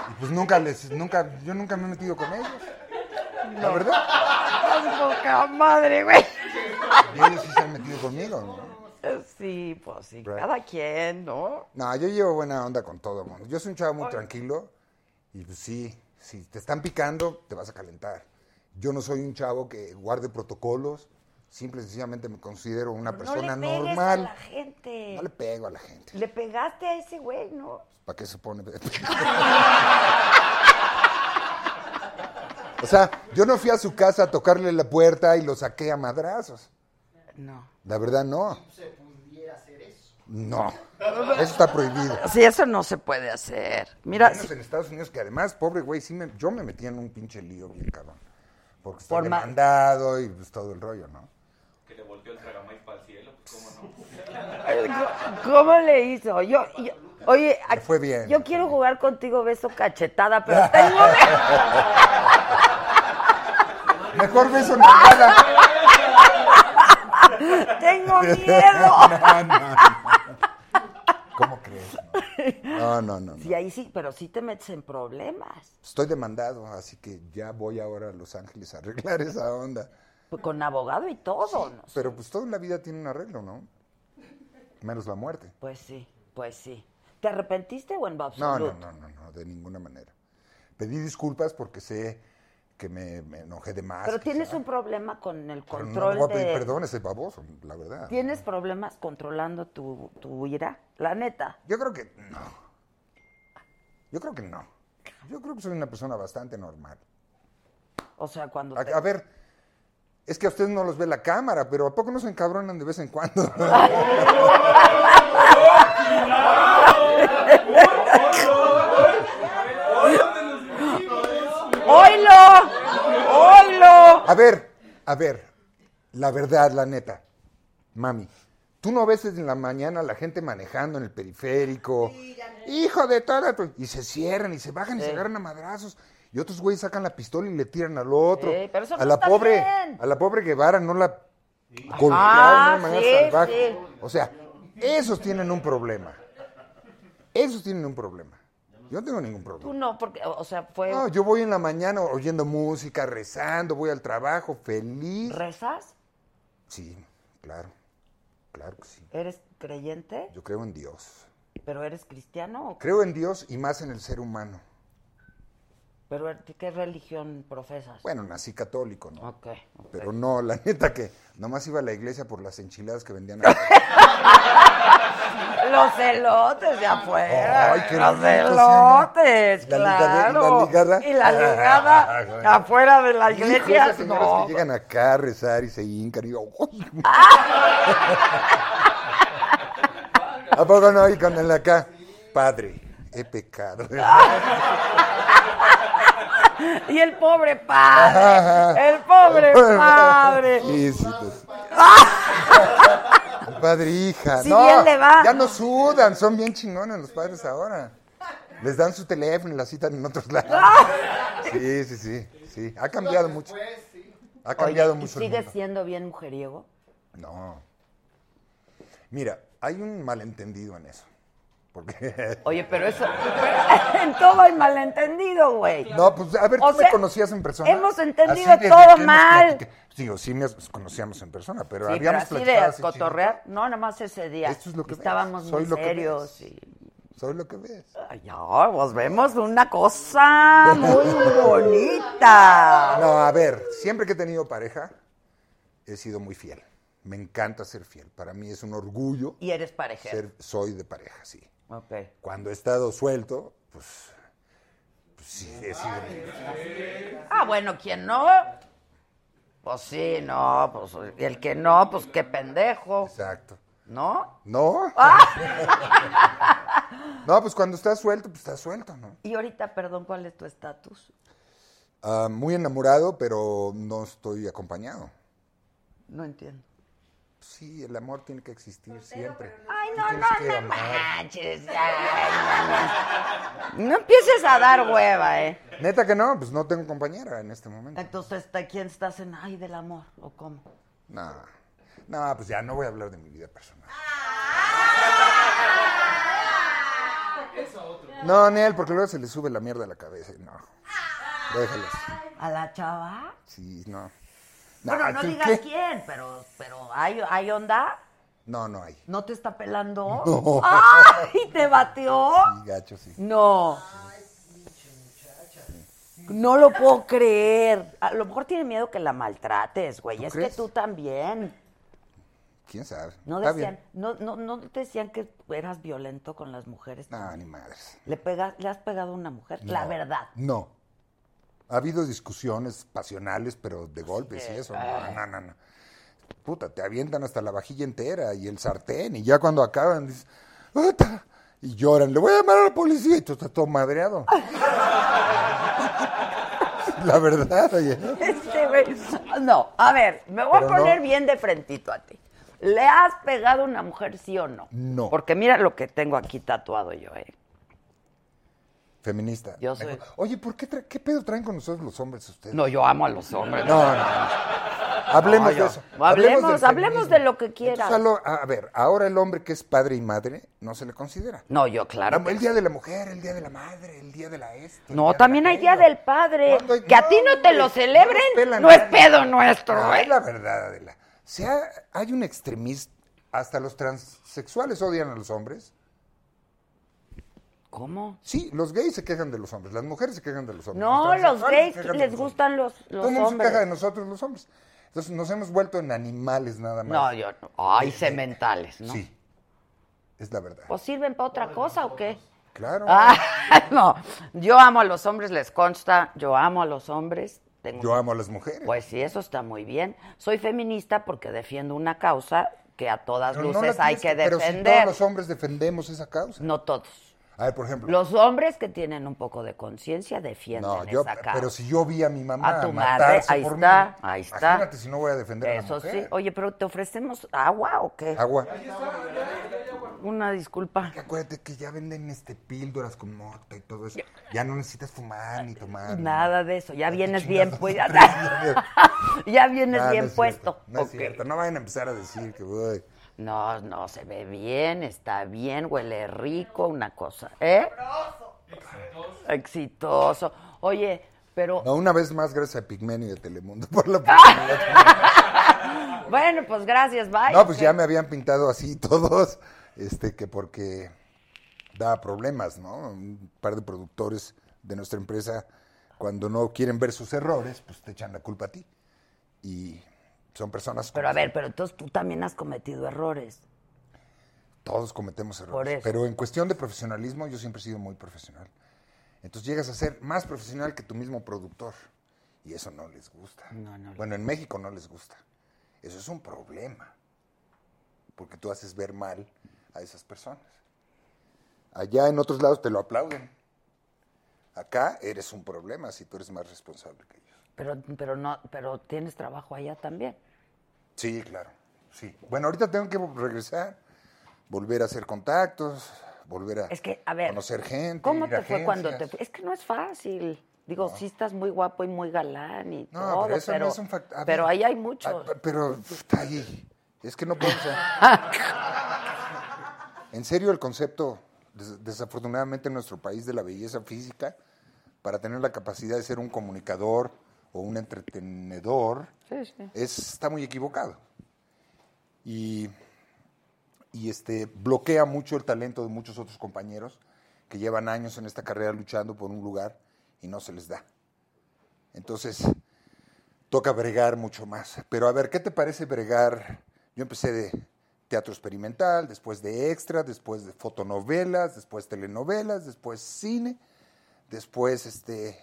Y Pues nunca les, nunca, yo nunca me he metido con ellos. La verdad.
¡Poca madre, güey!
Y ellos sí se han metido conmigo, ¿no?
Sí, pues sí.
Right.
Cada quien, ¿no?
No, yo llevo buena onda con todo el mundo. Yo soy un chavo muy tranquilo y pues sí, si te están picando, te vas a calentar. Yo no soy un chavo que guarde protocolos, simple y sencillamente me considero una persona
no le pegues
normal.
a la gente.
No le pego a la gente.
Le pegaste a ese güey, ¿no?
¿Para qué se pone? o sea, yo no fui a su casa a tocarle la puerta y lo saqué a madrazos.
No.
La verdad, no. Se pudiera hacer eso. No. Eso está prohibido.
Sí, eso no se puede hacer. Mira,
Menos
sí,
en Estados Unidos, que además, pobre güey, sí me- yo me metí en un pinche lío bien cabrón. Porque está
Por ma-
demandado y pues, todo el rollo, ¿no?
Que le volteó el tragamay para el cielo, pues cómo no.
¿cómo le hizo? Yo, yo- oye,
Le fue bien.
yo quiero jugar contigo beso cachetada, pero tengo
Mejor beso nada.
Tengo miedo.
¿Cómo crees? No, no, no. no,
Sí,
no.
ahí sí, pero sí te metes en problemas.
Estoy demandado, así que ya voy ahora a Los Ángeles a arreglar esa onda.
Pues Con abogado y todo. ¿no?
Pero pues toda la vida tiene un arreglo, ¿no? Menos la muerte.
Pues sí, pues sí. ¿Te arrepentiste o en
No,
absoluto?
no, no, no, no, de ninguna manera. Pedí disculpas porque sé que me, me enojé de más.
Pero
quizá,
tienes un problema con el
pero no
control
voy a
de...
pedir perdón a ese baboso, la verdad.
¿Tienes problemas controlando tu, tu ira? La neta.
Yo creo que no. Yo creo que no. Yo creo que soy una persona bastante normal.
O sea, cuando
A,
te...
a ver, es que a ustedes no los ve la cámara, pero ¿a poco no se encabronan de vez en cuando?
¡Oilo! ¡Oilo!
A ver, a ver, la verdad, la neta, mami, tú no ves en la mañana a la gente manejando en el periférico, hijo de toda tu-", y se cierran y se bajan y se agarran a madrazos. Y otros güeyes sacan la pistola y le tiran al otro.
Sí, pero eso
a
no
la
está
pobre,
bien.
a la pobre Guevara no la golpearon
Ah,
de una manera
sí,
salvaje.
sí.
O sea, esos tienen un problema. Esos tienen un problema. Yo no tengo ningún problema.
Tú no, porque, o sea, fue...
No, yo voy en la mañana oyendo música, rezando, voy al trabajo, feliz.
¿Rezas?
Sí, claro, claro que sí.
¿Eres creyente?
Yo creo en Dios.
¿Pero eres cristiano? o qué?
Creo en Dios y más en el ser humano.
¿Pero qué religión profesas?
Bueno, nací católico, ¿no?
Ok, ok.
Pero no, la neta que nomás iba a la iglesia por las enchiladas que vendían. acá.
Los elotes de afuera.
Ay, qué
los
rico,
elotes,
sí, ¿no? La
claro.
ligade- y la ligada.
Y la ligada afuera de la
Hijo, esas
iglesia.
señoras
No.
que llegan acá a rezar y se hincan y yo, "Uy". ¿A poco no? Y con el acá, padre, he pecado.
Y el pobre padre. El pobre
Bueno,
padre.
Sí, sí, pues. El Padre, hija.
Si
no,
bien le va.
Ya no sudan, son bien chingones los padres ahora. Les dan su teléfono y la citan en otros lados. Sí, sí, sí, sí. Ha cambiado mucho. Ha cambiado
¿Y
mucho. el
sigues
mundo.
siendo bien mujeriego?
No. Mira, hay un malentendido en eso. Porque.
Oye, pero eso. en todo hay malentendido, güey.
No, pues a ver,
O
tú
sea,
me conocías en persona.
hemos entendido
Así de- de
todo
que hemos
mal.
platicado. Digo, sí, nos conocíamos en persona, pero
Sí, pero
habíamos
así de
platicado así chido.
cotorrear, no, nada más ese día.
Esto es lo que ves,
Estábamos
soy
muy
lo que
serios.
ves.
y-
Soy lo que ves.
Ay, no, pues vemos una cosa muy bonita.
No, a ver, siempre que he tenido pareja, he sido muy fiel. Me encanta ser fiel. Para mí es un orgullo
Y eres parejero.
ser, soy de pareja, sí.
Ok.
Cuando he estado suelto, pues, pues sí, he sido.
Ah, bueno, ¿quién no? Pues sí, no, pues el que no, pues qué pendejo,
Exacto.
¿no?
¿No?
Ah.
No, pues cuando estás suelto, pues estás suelto, ¿no?
Y ahorita, perdón, ¿cuál es tu estatus?
Ah, muy enamorado, pero no estoy acompañado.
No entiendo.
Sí, el amor tiene que existir siempre.
Ay,
Tú
no,
tienes que
no, no
amar.
manches. ay, no, no. No empieces a dar hueva, ¿eh?
Neta que no, pues no tengo compañera en este momento.
Entonces, ¿de quién estás en ay del amor o cómo?
No, no, pues ya no voy a hablar de mi vida personal. No, Nel, porque luego se le sube la mierda a la cabeza. No, déjalas.
¿A la
Ah,
chava?
Sí, no.
bueno, no
¿tú
digas
qué?
quién, pero, pero ¿hay, ¿hay onda?
No, no hay.
¿No te está pelando?
No.
¡Ay, te bateó!
Sí, gacho, sí.
No. No lo puedo creer. A lo mejor tiene miedo que la maltrates, güey.
¿Tú
Es que
crees?
tú también.
¿Quién sabe?
No
Está
decían,
bien.
no, no, no decían que eras violento con las mujeres.
No, ni madres.
¿Le, pega- ¿Le has pegado a una mujer? La
No,
verdad.
No.
Ah.
Ha habido discusiones pasionales, pero de golpes y eso. No, no, no. no. puta, te avientan hasta la vajilla entera y el sartén, y ya cuando acaban, dices, "Puta", y lloran, le voy a llamar a la policía, y tú estás todo madreado. la verdad, oye.
Este güey. No, a ver, me voy
Pero
a
no.
poner bien de frentito a ti. ¿Le has pegado a una mujer, sí o no?
No.
Porque mira lo que tengo aquí tatuado yo, ¿eh?
Feminista.
Yo soy-
Oye, ¿por qué, tra- qué pedo traen con nosotros los hombres ustedes?
No, yo amo a los hombres.
No, no, no. Hablemos
No, yo-
de eso.
Hablemos,
del
hablemos
feminismo.
de lo que quieras.
Entonces, a, lo- a ver, ahora el hombre que es padre y madre no se le considera.
No, yo, claro.
La-
que
el día de la mujer, el día de la madre, el día de la esto. el
No,
día
también
de
hay día
aquello.
del padre.
¿Cuándo hay-
Que a ti no te
hombre,
lo
no nos pela
celebren, no es
nadie.
pedo nuestro,
No,
¿eh?
es la verdad, Adela. Si ha- hay un extremista, hasta los transexuales odian a los hombres.
¿Cómo?
Sí, los gays se quejan de los hombres, las mujeres se quejan de los hombres.
No, los
transexuales se
gays
quejan de
les
los
gustan los,
hombres.
los
Todo el mundo se
hombres.
queja de nosotros los hombres. Entonces nos hemos vuelto en animales nada más. Este,
No, yo no. Ay, cementales, ¿no?
Sí, es la verdad.
¿O sirven para otra cosa o qué?
Claro.
Ah, no. Yo amo a los hombres, les consta. Yo amo a los hombres. Tengo-
Yo amo a las mujeres.
Pues sí, eso está muy bien. Soy feminista porque defiendo una causa que a todas
Pero no
luces
la
hay que
tienes Pero si
defender.
todos los hombres defendemos esa causa.
No todos.
A ver, por ejemplo.
Los hombres que tienen un poco de conciencia defienden
no, yo,
esa causa.
pero si yo vi a mi mamá
A tu madre,
matarse
ahí
por
está,
mí,
ahí está.
Imagínate si no voy a defender a la
Eso
mujer.
sí. Oye, pero ¿te ofrecemos agua o qué?
Agua.
Una disculpa.
Que Acuérdate que ya venden este píldoras con morta y todo eso. Ya no necesitas fumar ni tomar. ni
Nada de eso. Ya
te
vienes
chingas
bien
dos,
pues.
tres días.
ya vienes
Ah, no
bien
es cierto,
puesto.
No es
Ok.
cierto, no vayan a empezar a decir que voy.
No, no, se ve bien, está bien, huele rico, una cosa, ¿eh? Exitoso. Exitoso. Oye, pero...
No, una vez más, gracias a Pigmenio de Telemundo por la oportunidad.
Bueno, pues gracias, bye.
No, pues
¿ok?
ya me habían pintado así todos, este, que porque daba problemas, ¿no? Un par de productores de nuestra empresa, cuando no quieren ver sus errores, pues te echan la culpa a ti. Y son personas
Pero a
como-
ver, pero entonces tú también has cometido errores.
Todos cometemos errores.
Por eso.
Pero en cuestión de profesionalismo, yo siempre he sido muy profesional. Entonces llegas a ser más profesional que tu mismo productor. Y eso no les gusta.
No, no les
bueno, en México no les gusta. Eso es un problema. Porque tú haces ver mal a esas personas. Allá en otros lados te lo aplauden. Acá eres un problema si tú eres más responsable que ellos.
Pero, pero no, pero tienes trabajo allá también.
Sí, claro. Sí. Bueno, ahorita tengo que regresar, volver a hacer contactos, volver a,
Es que, a ver.
conocer gente.
¿Cómo
ir
te
a
fue cuando te
agencias.
fue? Es que no es fácil. Digo, sí estás muy guapo y muy galán y
No,
todo,
pero eso
pero,
no es un factor.
pero ahí hay mucho.
pero está ahí. Es que no podemos. a- en serio, el concepto, des- desafortunadamente en nuestro país, de la belleza física, para tener la capacidad de ser un comunicador o un entretenedor, es- está muy equivocado. Y, y, este, bloquea mucho el talento de muchos otros compañeros que llevan años en esta carrera luchando por un lugar y no se les da. Entonces, toca bregar mucho más. Pero a ver, ¿qué te parece bregar? Yo empecé de teatro experimental, después de extra, después de fotonovelas, después telenovelas, después cine, después este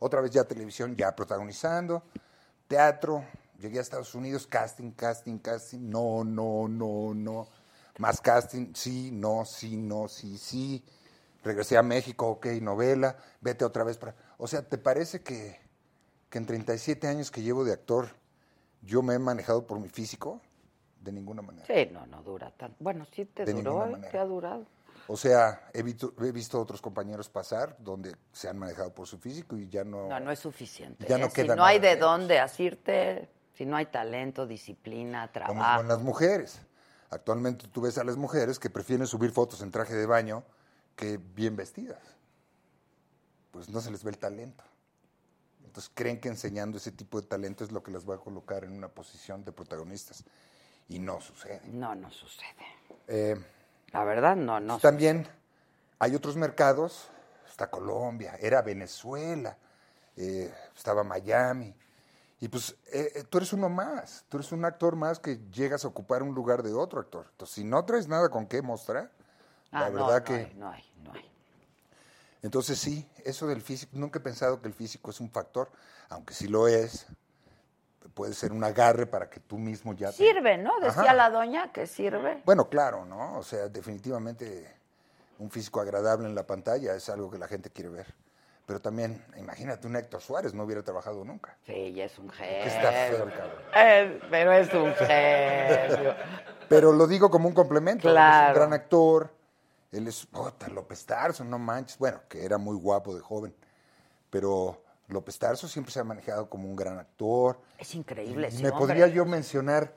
otra vez ya televisión, ya protagonizando, teatro, llegué a Estados Unidos, casting, casting, casting, no, no, no, no. Más casting, sí, no, sí, no, sí, sí. Regresé a México, ok, novela, vete otra vez para. O sea, ¿te parece que que en 37 años que llevo de actor, yo me he manejado por mi físico? De ninguna manera.
Sí, no, no dura tanto. Bueno, sí te
De
duró,
ninguna
¿eh?
manera.
te ha durado.
O sea, he visto, he visto otros compañeros pasar donde se han manejado por su físico y ya no...
No, no es suficiente.
Ya no
¿eh? si
queda
no hay
nada
de
de
dónde asirte, si no hay talento, disciplina,
Lo mismo
trabajo.
en las mujeres. Actualmente tú ves a las mujeres que prefieren subir fotos en traje de baño que bien vestidas. Pues no se les ve el talento. Entonces creen que enseñando ese tipo de talento es lo que las va a colocar en una posición de protagonistas. Y no sucede.
No, no sucede.
Eh,
La verdad, no, no.
Pues También hay otros mercados, está Colombia, era Venezuela, eh, estaba Miami. Y pues eh, eh, tú eres uno más, tú eres un actor más que llegas a ocupar un lugar de otro actor. Entonces, si no traes nada con qué mostrar,
Ah,
la
no,
verdad
no
que...
hay, no hay, no hay.
Entonces sí, eso del físico, nunca he pensado que el físico es un factor, aunque sí lo es, puede ser un agarre para que tú mismo ya... te-
Sirve, ¿no? Decía
Ajá.
la doña que sirve.
Bueno, claro, ¿no? O sea, definitivamente un físico agradable en la pantalla es algo que la gente quiere ver. Pero también, imagínate, un Héctor Suárez no hubiera trabajado nunca.
Sí, ella es un genio.
Que está feo el cabrón.
Eh, pero es un genio.
Pero lo digo como un complemento. Él
Claro.
es un gran actor. Él es, puta, López Tarso, no manches. Bueno, que era muy guapo de joven. Pero López Tarso siempre se ha manejado como un gran actor.
Es increíble.
Y
ese
me
hombre.
podría yo mencionar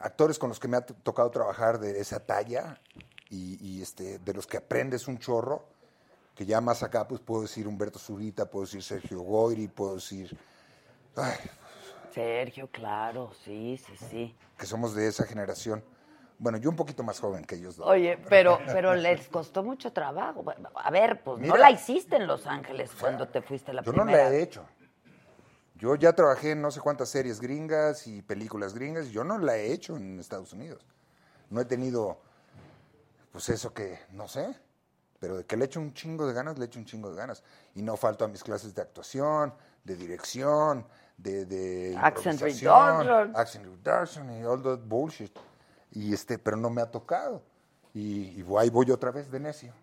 actores con los que me ha t- tocado trabajar de esa talla y, y, este, de los que aprendes un chorro, que ya más acá pues puedo decir Humberto Zurita, puedo decir Sergio Goyri, puedo decir ay,
Sergio, claro, sí, sí, sí.
que somos de esa generación. Bueno, yo un poquito más joven que ellos dos.
Oye, pero, pero les costó mucho trabajo. Bueno, A ver, pues no
Mira.
la hiciste en Los Ángeles cuando te fuiste la
yo
primera.
no la he hecho. Yo ya trabajé en no sé cuántas series gringas y películas gringas. y Yo no la he hecho en Estados Unidos. No he tenido, pues eso que, no sé. Pero de que le echo un chingo de ganas, le echo un chingo de ganas. Y no falto a mis clases de actuación, de dirección, de, de
Accent
improvisación,
reduction.
Accent reduction y all that bullshit. Y este, pero no me ha tocado. Y, y ahí voy otra vez de necio.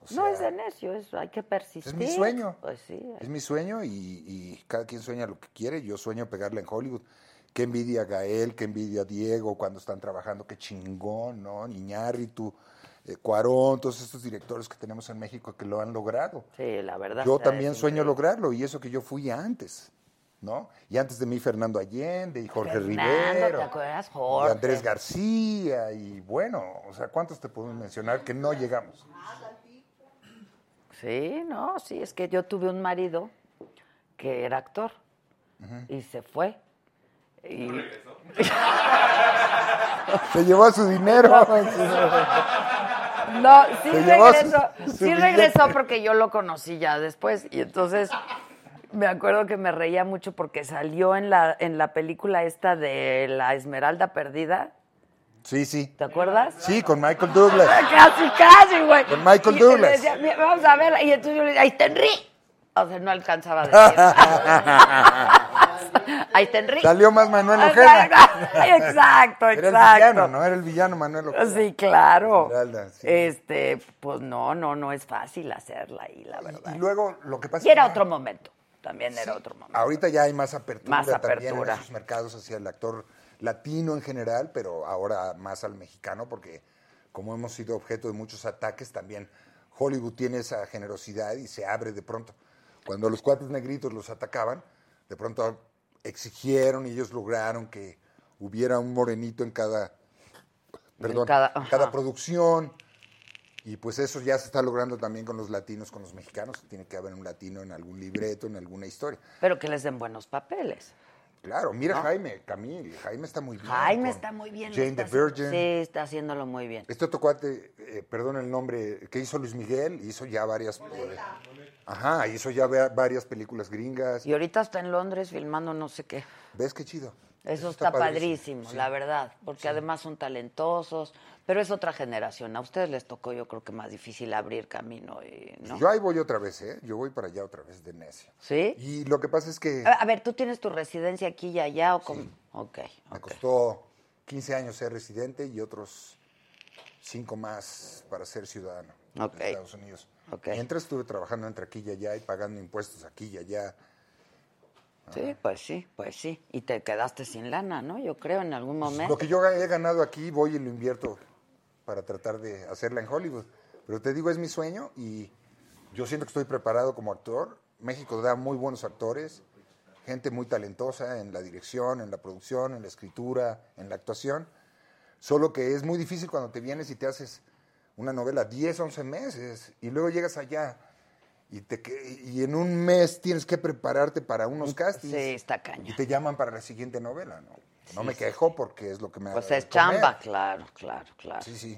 O
No
sea,
es de necio, es- hay que persistir.
es mi sueño.
Pues sí.
Es mi sueño y, y cada quien sueña lo que quiere. Yo sueño pegarla en Hollywood. Qué envidia a Gael, qué envidia a Diego cuando están trabajando, qué chingón, ¿no? Iñárritu, eh, Cuarón, todos estos directores que tenemos en México que lo han logrado.
Sí, la verdad.
Yo
está,
también
es
sueño
increíble.
lograrlo y eso que yo fui antes, ¿no? Y antes de mí Fernando Allende y Jorge
Fernando,
Rivero.
¿te acuerdas? Jorge.
Y Andrés García y bueno, o sea, ¿cuántos te puedo mencionar que no llegamos?
Sí, no, sí, es que yo tuve un marido que era actor y se fue. Y
Se llevó su dinero.
No, sí
Se llevó
regresó,
su- su
sí
billete.
regresó porque yo lo conocí ya después y entonces me acuerdo que me reía mucho porque salió en la en la película esta de La Esmeralda Perdida,
Sí, sí.
¿te acuerdas?
Sí, con Michael Douglas.
Casi, casi, güey.
Con Michael
Y
Douglas.
le decía, "Mira, vamos a ver. Y entonces yo le decía, ahí está Henry. O sea, no alcanzaba a decir. ahí está Henry.
Salió más Manuel Ojeda.
Exacto, exacto.
Era el villano, ¿no? Era el villano Manuel Ojeda.
Sí, claro.
Esmeralda, sí.
Este, pues no, no, no es fácil hacerla ahí, la verdad.
Y luego lo que pasa
Y era
es que-
otro momento, también era otro momento.
Ahorita ya hay más apertura,
Más
también en
apertura.
esos mercados hacia el actor latino en general, pero ahora más al mexicano, porque como hemos sido objeto de muchos ataques, también Hollywood tiene esa generosidad y se abre de pronto. Cuando los cuates negritos los atacaban, de pronto exigieron y ellos lograron que hubiera un morenito en cada, perdón,
cada-
en cada
ajá.
producción. Y pues eso ya se está logrando también con los latinos, con los mexicanos. Tiene que haber un latino en algún libreto, en alguna historia.
Pero que les den buenos papeles.
Claro, mira Jaime, Camil, Jaime está muy bien.
Jaime
con
está muy bien. lo
Jane the
está haciendo.
Virgin.
Sí, está haciéndolo muy bien.
Este otro cuate, eh, perdón el nombre, que hizo Luis Miguel, hizo ya varias. eh, Ajá, hizo ya va- varias películas gringas.
Y ahorita está en Londres filmando no sé qué.
¿Ves qué chido?
Eso está, padrísimo, la verdad, porque además son talentosos, pero es otra generación. A ustedes les tocó, yo creo que más difícil abrir camino, y, ¿no?
Yo ahí voy otra vez, ¿eh? Yo voy para allá otra vez de necio.
¿Sí?
Y lo que pasa es que
A a ver, ¿tú tienes tu residencia aquí y allá o cómo? Ok,
me
ok.
costó 15 años ser residente y otros 5 más para ser ciudadano
Ok.
de Estados Unidos.
Ok.
Mientras estuve trabajando entre aquí y allá y pagando impuestos aquí y allá.
Sí, pues sí, pues sí. Y te quedaste sin lana, ¿no? Yo creo en algún momento.
Pues, Lo que yo he ganado aquí voy y lo invierto para tratar de hacerla en Hollywood. Pero te digo, es mi sueño y yo siento que estoy preparado como actor. México da muy buenos actores, gente muy talentosa en la dirección, en la producción, en la escritura, en la actuación. Solo que es muy difícil cuando te vienes y te haces una novela 10, 11 meses y luego llegas allá y, te, que- y en un mes tienes que prepararte para unos castings.
Sí, está
Y
caña.
te llaman para la siguiente novela, ¿no? No me quejo porque es lo que me ha
Pues
dado
es
de comer.
chamba, claro, claro, claro.
Sí, sí.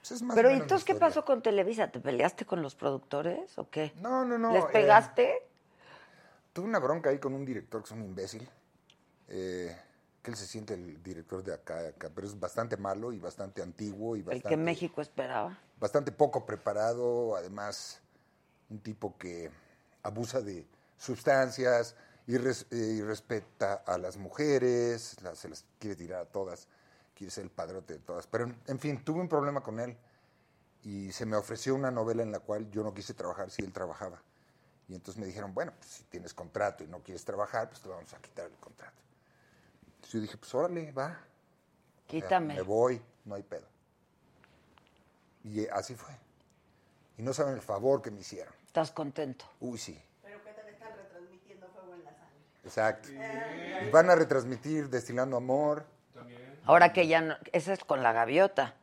Pues es más
Pero
o
¿y
menos mi
entonces qué
historia.
pasó con Televisa? ¿Te peleaste con los productores o qué?
No, no, no,
¿Les
eh,
pegaste?
Tuve una bronca ahí con un director que es un imbécil. eh, que él se siente el director de acá, de acá, pero es bastante malo y bastante antiguo y
El
bastante,
que México esperaba.
bastante poco preparado. Además, un tipo que abusa de sustancias y, res- eh, y respeta a las mujeres, las- se las quiere tirar a todas, quiere ser el padrote de todas. Pero, en- en fin, tuve un problema con él y se me ofreció una novela en la cual yo no quise trabajar si él trabajaba. Y entonces me dijeron, bueno, pues si tienes contrato y no quieres trabajar, pues te vamos a quitar el contrato. Entonces yo dije, pues órale, va. O sea,
Quítame.
me voy, no hay pedo. Y eh, así fue. Y no saben el favor que me hicieron.
Estás contento.
Uy, sí.
Pero ¿qué tal están retransmitiendo fuego en la sangre?
Exacto. Y van a retransmitir Destilando Amor.
Ahora que ya no. Esa es con la gaviota.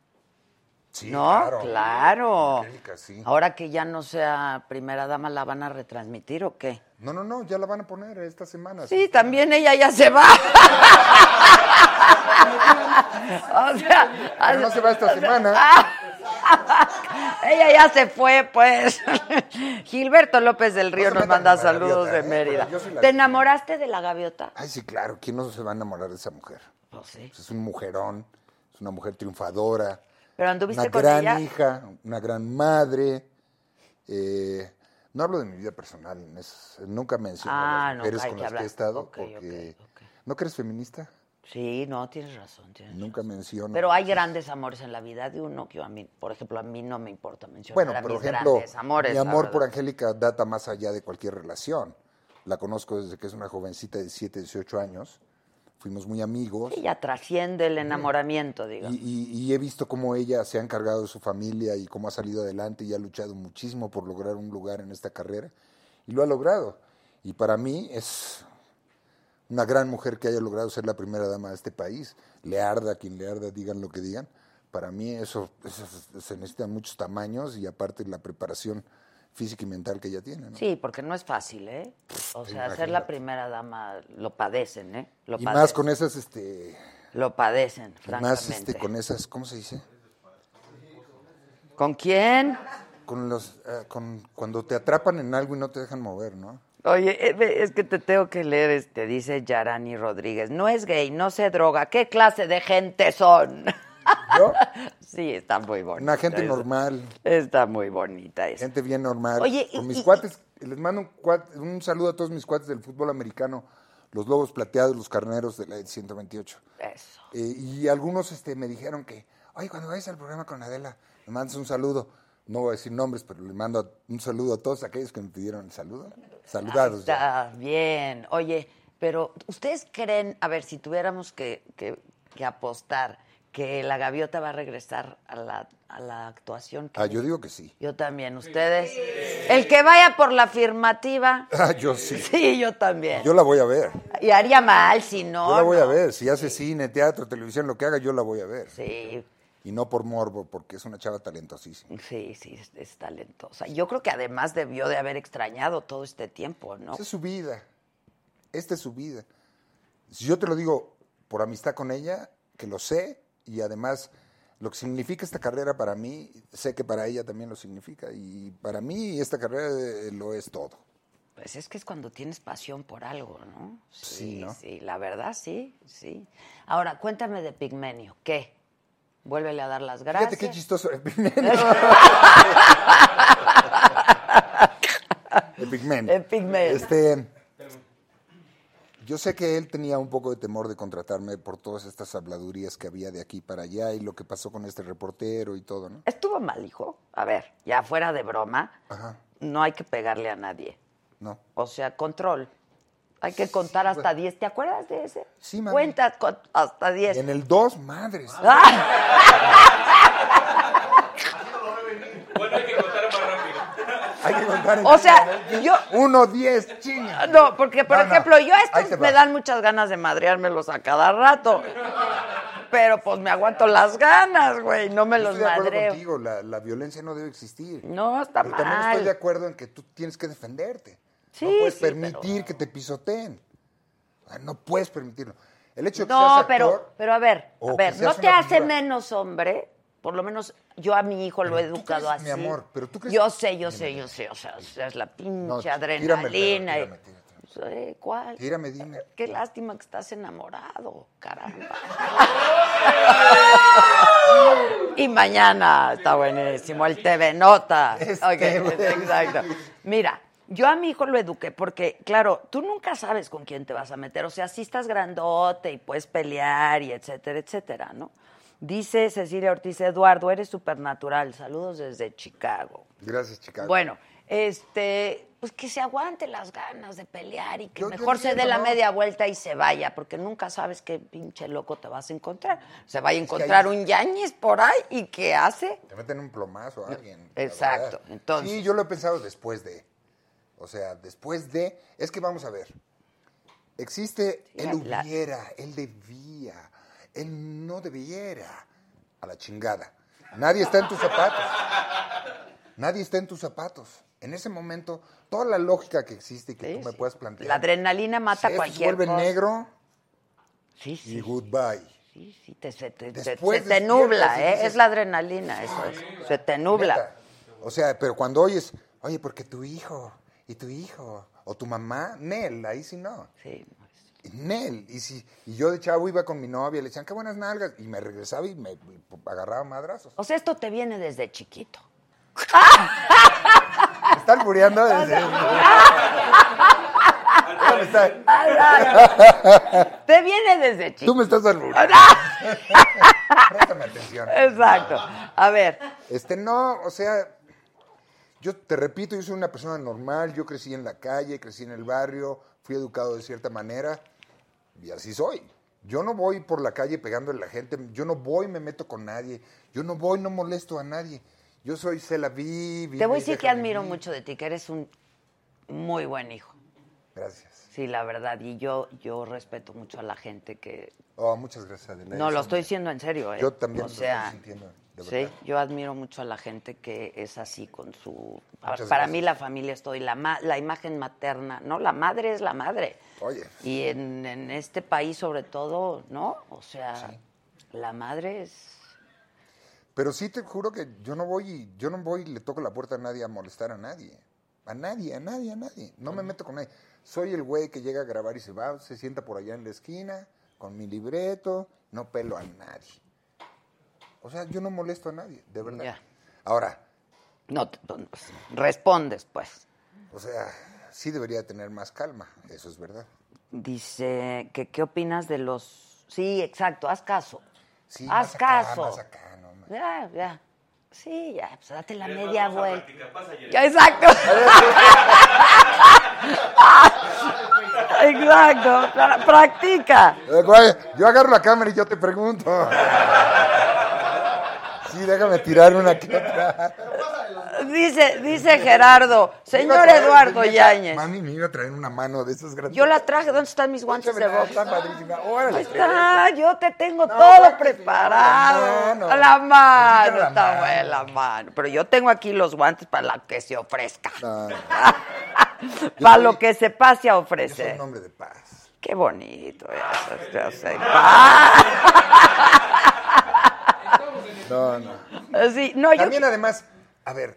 Sí,
no, claro. Ah.
Angélica, sí.
Ahora que ya no sea primera dama, ¿la van a retransmitir o qué?
No, no, no, ya la van a poner esta semana.
Sí, también ella ya se va. o sea,
Pero no se va
Ah.
esta semana.
ella ya se fue, pues. Gilberto López del Río
se
nos
metan
manda
con la
saludos
gaviota,
de
¿eh?
Mérida.
Yo sí la
¿Te
vi.
enamoraste de la gaviota?
Ay, sí, claro, ¿quién no se va a enamorar de esa mujer?
Pues sí.
Pues es un mujerón, es una mujer triunfadora.
Pero anduviste
una
con
gran
ella.
hija, una gran madre. Eh, no hablo de mi vida personal, es- nunca menciono
Ah,
a las
no,
mujeres
hay
con
que
las que
hablar.
he estado.
Ok, ok,
porque-
ok.
¿No que eres feminista?
Sí, no, tienes razón. tienes
Nunca menciono.
Pero hay grandes amores en la vida de uno que a mí, por ejemplo, a mí no me importa mencionar
Bueno,
a
por
mis
ejemplo,
grandes amores.
mi
la
amor por
verdad.
Angélica data más allá de cualquier relación. La conozco desde que es una jovencita de 17, 18 años. Fuimos muy amigos.
Sí, ya trasciende el enamoramiento, digo.
Y, y- y he visto cómo ella se ha encargado de su familia y cómo ha salido adelante y ha luchado muchísimo por lograr un lugar en esta carrera. Y lo ha logrado. Y para mí es una gran mujer que haya logrado ser la primera dama de este país. Le arda a quien le arda, digan lo que digan. Para mí eso, eso es- se necesitan muchos tamaños y aparte la preparación física y mental que ella tiene. ¿no?
Sí, porque no es fácil, ¿eh? O sea, ser la
imagínate.
primera dama lo padecen, ¿eh? Lo
y
padecen.
más con esas, este,
Lo padecen,
más
francamente.
este, con e-, esas, ¿cómo se dice?
¿Con quién?
Con los, ah, con, cuando te atrapan en algo y no te dejan mover, ¿no?
Oye, eh, ve, es que te tengo que leer, este, dice Yarani Rodríguez. No es gay, no se droga. ¿Qué clase de gente son?
¿Yo?
sí, está muy bonita.
Una gente
esa.
normal,
Está muy bonita esa.
gente bien normal.
Oye, y-
con mis
y-
cuates, les mando un, cuat- un saludo a todos mis cuates del fútbol americano, los Lobos Plateados, los Carneros de la 128.
Eso.
Eh, y algunos este, me dijeron que, oye, cuando vayas al programa con Adela, me mandas un saludo. No voy a decir nombres, pero les mando un saludo a todos aquellos que me pidieron el saludo. Saludados. ya.
Está bien. Oye, pero ¿ustedes creen, a ver, si tuviéramos que, que- que apostar que la gaviota va a regresar a la, a la actuación?
Ah, yo digo que sí.
Yo también, ¿ustedes? El que vaya por la afirmativa.
Ah, yo sí.
Sí, yo también.
Yo la voy a ver.
Y haría mal si no.
Yo la voy a
no.
ver. Si hace cine, teatro, televisión, lo que haga, yo la voy a ver.
Sí,
Y no por morbo, porque es una chava talentosísima.
sí, sí, es, es talentosa. Yo creo que además debió de haber extrañado todo este tiempo, ¿no?
Esa es su vida. Esta es su vida. Si yo te lo digo por amistad con ella, que lo sé, y además lo que significa esta carrera para mí, sé que para ella también lo significa. Y para mí esta carrera eh, lo es todo.
Pues es que es cuando tienes pasión por algo, ¿no?
Sí, ¿no?
sí, la verdad, sí, sí. Ahora, cuéntame de Pigmenio, ¿qué? Vuélvele a dar las gracias.
Fíjate qué chistoso. El Pigmen.
El Pigmen.
Este, yo sé que él tenía un poco de temor de contratarme por todas estas habladurías que había de aquí para allá y lo que pasó con este reportero y todo, ¿no?
Estuvo mal, hijo. A ver, ya fuera de broma,
Ajá.
no hay que pegarle a nadie.
No.
O sea, control. Hay que contar hasta 10. ¿Te acuerdas de ese?
Sí, mami.
Cuentas con- hasta 10.
En el 2, madres.
Ah.
Bueno, hay que contar más rápido.
Hay que contar en
O sea, yo...
1, 10, chinga.
Ah, No, porque, por
No, no.
ejemplo, yo a
Ahí te
estos
va.
me dan muchas ganas de madreármelos a cada rato. Pero pues me aguanto las ganas, güey. No me
Yo
los
estoy de acuerdo
madreo.
contigo, la, la violencia no debe existir.
No, está
Pero también estoy de
mal.
acuerdo en que tú tienes que defenderte.
Sí,
no puedes
sí,
permitir
pero-
que te pisoteen. O sea, no puedes permitirlo. El hecho de que
No,
seas
pero,
actor,
pero a ver,
o
a
que
ver, no
seas
te
una
hace
diva.
menos hombre. Por lo menos yo a mi hijo lo he
Pero tú
educado
crees,
así.
mi amor, pero tú crees-
Yo sé, yo sé, yo sé. O sea, o sea, es la
No,
pinche
tí-
adrenalina.
tírame,
y-
tírame, tírame.
Sí, ¿Cuál?
Tírame, dime.
Qué lástima que estás enamorado, caramba. y mañana está buenísimo el TV Nota.
Este
Ok,
güey.
exacto. Mira, Yo a mi hijo lo eduqué porque, claro, tú nunca sabes con quién te vas a meter. O sea, si estás grandote y puedes pelear y etcétera, etcétera, ¿no? Dice Cecilia Ortiz, Eduardo, eres supernatural. Saludos desde Chicago.
Gracias, Chicago.
Bueno, este, pues que se aguante las ganas de pelear y que
Yo- yo
mejor se dé
entiendo,
la
¿no?
media vuelta y se vaya, porque nunca sabes qué pinche loco te vas a encontrar. Se vaya a encontrar un yañez por ahí y ¿qué hace?
Te meten un plomazo a alguien. la
Exacto,
verdad.
entonces-
Sí, yo lo he pensado después de. O sea, después de. Es que vamos a ver. Existe el
la-
hubiera, el debía, el no debiera. A la chingada. Nadie está en tus zapatos. Nadie está en tus zapatos. En ese momento, toda la lógica que existe y que
Sí,
tú me
sí.
puedas plantear.
La adrenalina mata
se
cualquier
vuelve
cosa.
negro
Sí,
y
sí,
goodbye.
sí, sí, te, se te, te-
Después
se te
despiertas y
nubla, ¿eh?
dices-
Es la adrenalina, eso es. Se te nubla.
Neta. O sea, pero cuando oyes, oye, porque tu hijo y tu hijo o tu mamá, Nel, ahí sí no.
Sí,
Nel. Y, si, y yo de chavo iba con mi novia, le decían, qué buenas nalgas. Y me regresaba y me y agarraba madrazos.
O sea, esto te viene desde chiquito.
Me está albureando desde. Me está-
Te viene desde
Tú
chiquito.
me estás albureando. Préstame atención.
Exacto. A ver,
Este, no, o sea, yo te repito, yo soy una persona normal, yo crecí en la calle, crecí en el barrio, fui educado de cierta manera y así soy. Yo no voy por la calle pegándole a la gente, yo no voy, me meto con nadie, yo no voy, no molesto a nadie. Yo soy Cela Vivi.
te voy a decir que admiro mucho de ti, que eres un muy buen hijo.
Gracias.
Sí, la verdad. Y yo, yo respeto mucho a la gente que.
Oh, muchas gracias, Adelaide.
No, lo
Eso
estoy
me-
diciendo en serio, ¿eh?
Yo también
O
lo
sea,
estoy sintiendo, de
sí,
verdad.
yo admiro mucho a la gente que es así con su. Para
Muchas
mí,
gracias.
la familia es todo y la, ma- la imagen materna, ¿no? La madre es la madre.
Oye.
Y en, en este país, sobre todo, ¿no? O sea, la madre es.
Pero sí te juro que yo no voy y yo no voy y le toco la puerta a nadie a molestar a nadie. A nadie, a nadie, a nadie. No me meto con nadie. Soy el güey que llega a grabar y se va, se sienta por allá en la esquina con mi libreto, no pelo a nadie. O sea, yo no molesto a nadie, de verdad.
Ya.
Ahora,
No, te- pues, respondes, pues.
o sea, sí debería tener más calma, eso es verdad.
Dice que qué opinas de los. Sí, exacto, haz caso.
Sí,
haz
más acá,
caso.
más acá, no más.
Ya, ya. Sí, ya, pues date la
Les
media
vamos a
vuelta.
platicar, pasa, Jeremy.
Ya, exacto. exacto, pra- practica.
Eh, güey, yo agarro la cámara y yo te pregunto. Sí, déjame tirar una que otra.
Dice, dice Gerardo,
Iba a
señor
traer-
Eduardo
iba a-
Yáñez.
Mami me iba a traer una mano de esas grandes.
Yo la traje, ¿dónde están mis guantes de
Está
box?
padrísima.
Ahí
Órale. ah,
está, yo te tengo
claro
todo
que sí,
preparado.
la mano.
A la mano,
Necesito Pues, la
está
mano.
buena la mano. Pero yo tengo aquí los guantes para la que se ofrezca.
No,
para
soy-
lo que se pase a
yo soy
ofrecer.
un hombre de paz.
Qué bonito. eso, yo sé. ¡Ah!
No, no.
Sí, no, yo,
También, además, a ver.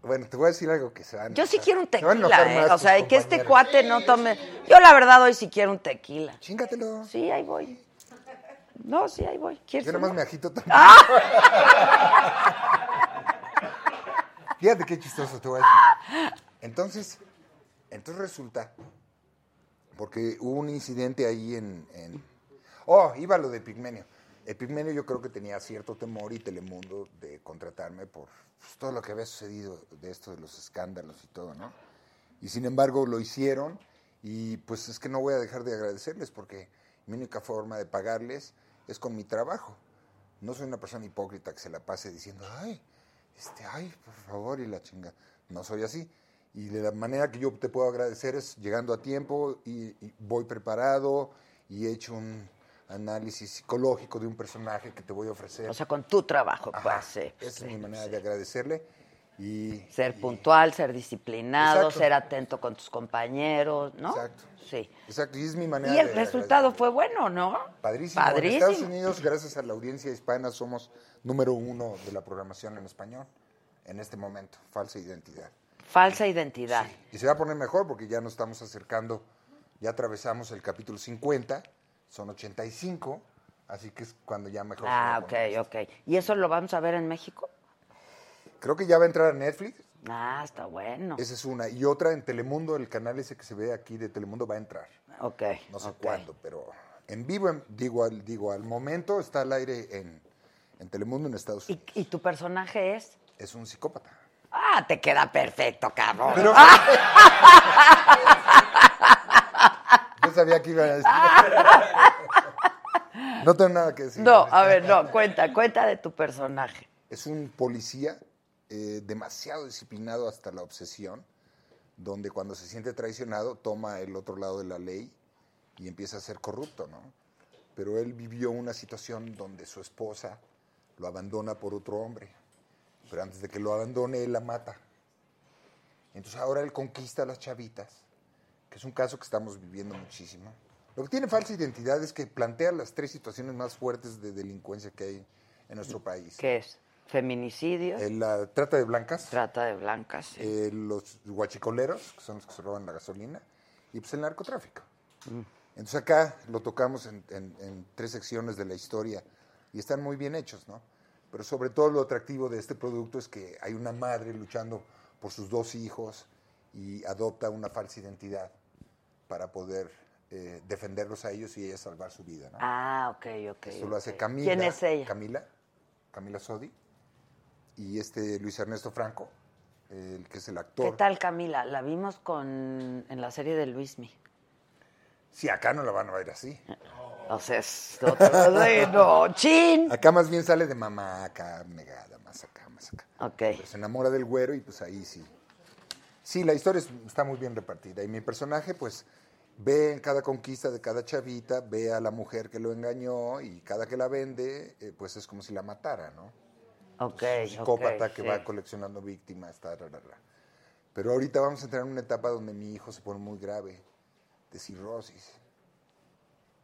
Bueno, te voy a decir algo que se van a
yo sí
enojar.
quiero un
Se van a
tequila,
enojar
¿eh?
más
O
tus
sea, que este
compañeros.
cuate no tome. Yo la verdad hoy sí quiero un tequila.
Chingatelo.
Sí, ahí voy. No, sí, ahí voy. ¿Quieres
Yo nomás
uno?
me agito también. Fíjate qué chistoso te voy a decir. Entonces, entonces resulta, porque hubo un incidente ahí en, en- Oh, iba lo de Pigmenio. Pigmenio yo creo que tenía cierto temor y Telemundo de contratarme por pues, todo lo que había sucedido de esto, de los escándalos y todo, ¿no? Y sin embargo lo hicieron y pues es que no voy a dejar de agradecerles porque mi única forma de pagarles es con mi trabajo. No soy una persona hipócrita que se la pase diciendo, ay, este, ay, por favor, y la chinga. No soy así. Y de la manera que yo te puedo agradecer es llegando a tiempo y, y voy preparado y he hecho un análisis psicológico de un personaje que te voy a ofrecer.
O sea, con tu trabajo,
Ajá,
pues. sí,
Esa
sí,
es mi manera
sí.
de agradecerle. Y,
Ser
y-
puntual, ser disciplinado,
Exacto.
ser atento con tus compañeros, ¿no?
Exacto.
Sí.
Exacto, y es mi manera
Y
de
el resultado
agradecerle.
fue bueno, ¿no?
Padrísimo. En Estados Unidos, gracias a la audiencia hispana, somos número uno de la programación en español en este momento. Falsa identidad.
Falsa identidad.
Y se va a poner mejor porque ya nos estamos acercando, ya atravesamos el capítulo 50, son 85, así que es cuando ya mejor. se va
Ah,
a poner.
ok, ok. ¿Y eso lo vamos a ver en México?
Creo que ya va a entrar a Netflix.
Ah, está bueno.
Esa es una. Y otra en Telemundo, el canal ese que se ve aquí de Telemundo va a entrar.
Ok.
No sé
ok.
cuándo, pero en vivo, en- digo, al, digo, al momento está al aire en, en Telemundo en Estados
¿Y,
Unidos.
y tu personaje es?
Es un psicópata.
Ah, te queda perfecto, cabrón.
Pero- Yo sabía que iba a decir. No tengo nada que decir.
no, a ver, no, cuenta, cuenta de tu personaje.
Es un policía eh, demasiado disciplinado hasta la obsesión, donde cuando se siente traicionado toma el otro lado de la ley y empieza a ser corrupto, ¿no? Pero él vivió una situación donde su esposa lo abandona por otro hombre, pero antes de que lo abandone él la mata. Entonces ahora él conquista a las chavitas, que es un caso que estamos viviendo muchísimo. Lo que tiene falsa identidad es que plantea las tres situaciones más fuertes de delincuencia que hay en nuestro país.
¿Qué es? Feminicidio,
Eh, la trata de blancas,
trata de blancas. sí.
eh, los guachicoleros, que son los que se roban la gasolina, y pues el narcotráfico.
Mm.
Entonces acá lo tocamos en, en- en tres secciones de la historia y están muy bien hechos, ¿no? Pero sobre todo lo atractivo de este producto es que hay una madre luchando por sus dos hijos y adopta una falsa identidad para poder eh, defenderlos a ellos y ella salvar su vida, ¿no?
Ah, ok, ok.
Eso lo hace
ok.
Camila.
Este, ¿Quién es ella?
Camila. Camila Sodi. Y este Luis Ernesto Franco, el que es el actor.
¿Qué tal, Camila? La vimos con en la serie de Luismi.
Sí, acá no la van a ver así.
O sea, es otro- sí, no, chin.
Acá más bien sale de mamá, acá negada, más acá, más acá.
Ok.
Pero se enamora del güero y pues ahí sí. Sí, la historia es- está muy bien repartida. Y mi personaje, pues, ve en cada conquista de cada chavita, ve a la mujer que lo engañó y cada que la vende, eh, pues es como si la matara, ¿no?
Ok,
un psicópata
ok,
que
sí.
va coleccionando víctimas, ta, ra, ra, ra. Pero ahorita vamos a entrar en una etapa donde mi hijo se pone muy grave de cirrosis.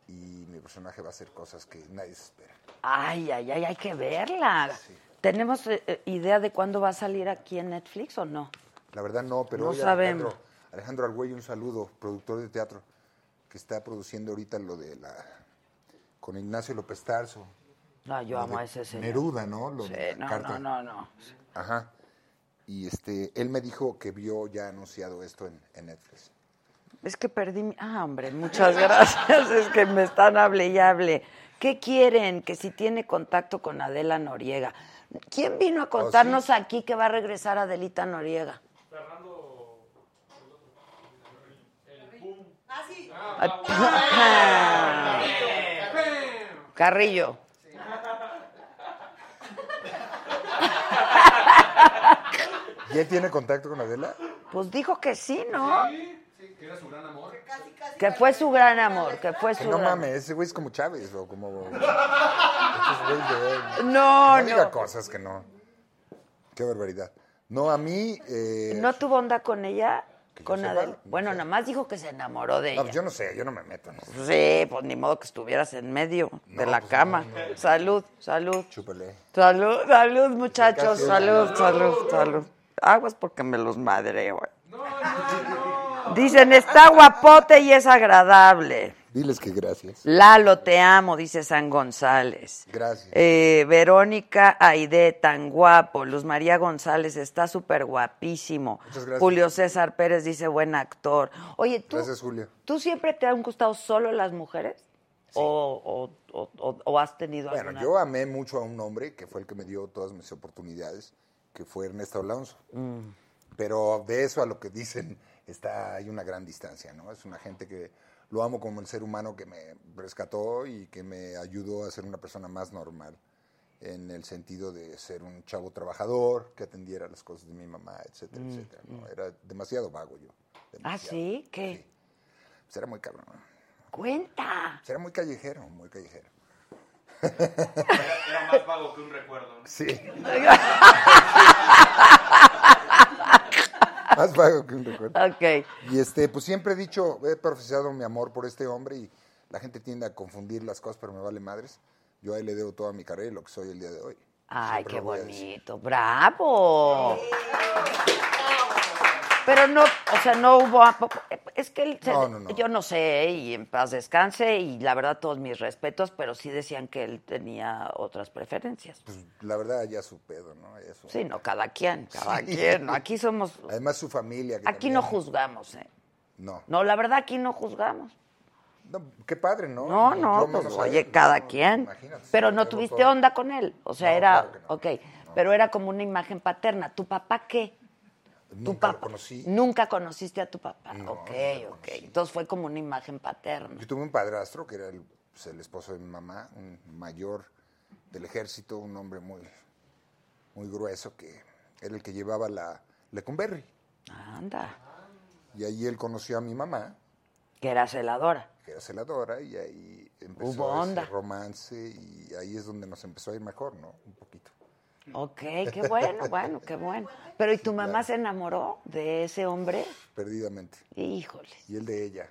Y mi personaje va a hacer cosas que nadie se espera.
Ay, ay, ay, hay que verla. ¿Tenemos eh, eh, idea de cuándo va a salir aquí en Netflix o no?
La verdad no, pero
No
hoy
sabemos.
Alejandro, Alejandro Argüello, un saludo, productor de teatro, que está produciendo ahorita lo de la... con Ignacio López Tarso.
No, yo
lo
amo
de
a ese señor.
Neruda, ¿no? Lo
Sí,
de la
no,
carta.
no, no, no.
Ajá. Y este, él me dijo que vio ya anunciado esto en, en Netflix.
Es que perdí mi... Ah, hombre, muchas gracias. Es que me están hable y hable. ¿Qué quieren? Que si tiene contacto con Adela Noriega. ¿Quién
Oh,
vino a contarnos aquí que va a regresar Adelita Noriega?
Ah, sí.
Ah. Carrillo.
¿Y él tiene contacto con Adela?
Pues dijo que sí, ¿no?
Casi, casi.
Que fue su gran amor, que fue
Que
su
no
gran
mames, ese güey es como Chávez o como. Estos güeyes de-
No,
no diga
no.
cosas que no. Qué barbaridad. No, a mí. eh,
¿No tuvo onda con ella?
Que yo
Con
sepa,
Adel.
no
Bueno,
sé.
nada más dijo que se enamoró de
no, pues
ella.
yo no sé, yo no me meto en eso.
Sí, pues ni modo que estuvieras en medio de
No,
la
pues,
cama.
no, no.
Salud, salud.
Chúpale.
Salud, salud, muchachos.
Casi.
Salud, salud, salud. Aguas porque me los madreo. eh. Dicen, está guapote y es agradable.
Diles que gracias.
Lalo, te amo, dice San González.
Gracias.
Eh, Verónica Aide, tan guapo. Luz María González, está súper guapísimo.
Muchas gracias.
Julio César Pérez dice, buen actor. Oye, tú,
Gracias, Julio.
¿tú siempre te han gustado solo las mujeres? O, o- o- o- o has tenido
Bueno,
alguna?
yo amé mucho a un hombre que fue el que me dio todas mis oportunidades, que fue Ernesto Alonso.
Mm.
Pero de eso a lo que dicen está hay una gran distancia, ¿no? Es una gente que lo amo como el ser humano que me rescató y que me ayudó a ser una persona más normal en el sentido de ser un chavo trabajador que atendiera las cosas de mi mamá, etcétera, etcétera. ¿no? Era demasiado vago yo.
Mm, ¿Ah,
demasiado.
sí? ¿Qué?
Pues era muy cabrón. ¿no?
Cuenta.
Pues Era muy callejero, muy callejero.
Era, era más vago que un recuerdo. ¿no?
Sí. Más vago que un recuerdo.
Ok.
Y este, pues siempre he dicho, he profesado mi amor por este hombre y la gente tiende a confundir las cosas, pero me vale madres. Yo a él le debo toda mi carrera y lo que soy el día de hoy.
Ay,
Siempre
qué
lo voy a decir.
bonito. Bravo. Pero no, o sea, no hubo. Es que él se-
No, no, no.
yo no sé, y en paz descanse, y la verdad, todos mis respetos, pero sí decían que él tenía otras preferencias.
Pues, la verdad, ya su pedo, ¿no? Ya su-
Sí, no, cada quien, cada
Sí.
quien. Aquí somos.
Además, su familia. que
Aquí
también-
no juzgamos, ¿eh?
No.
No, la verdad, aquí no juzgamos.
No, Qué padre, ¿no?
No,
Yo
no,
menos
pues
a él,
oye,
no,
cada
no,
quien.
imagínate,
Pero
si
no
tengo
tuviste
todo.
onda con él. O sea,
No,
era.
claro que no.
Ok, pero era como una imagen paterna. ¿Tu papá qué? tu
Nunca lo
papá.
conocí.
Nunca conociste a tu papá.
No,
ok,
nunca
ok.
lo conocí.
Entonces fue como una imagen paterna.
Yo tuve un padrastro que era el, pues, el esposo de mi mamá, un mayor del ejército, un hombre muy, muy grueso que era el que llevaba la Lecumberri.
Anda.
Y ahí él conoció a mi mamá,
Que era celadora.
que era celadora, y ahí empezó
Hubo
ese
onda.
romance y ahí es donde nos empezó a ir mejor, ¿no? Un poquito.
Ok, qué bueno, bueno, qué bueno. Pero ¿y tu mamá se enamoró de ese hombre?
Perdidamente.
Híjole.
Y el de ella.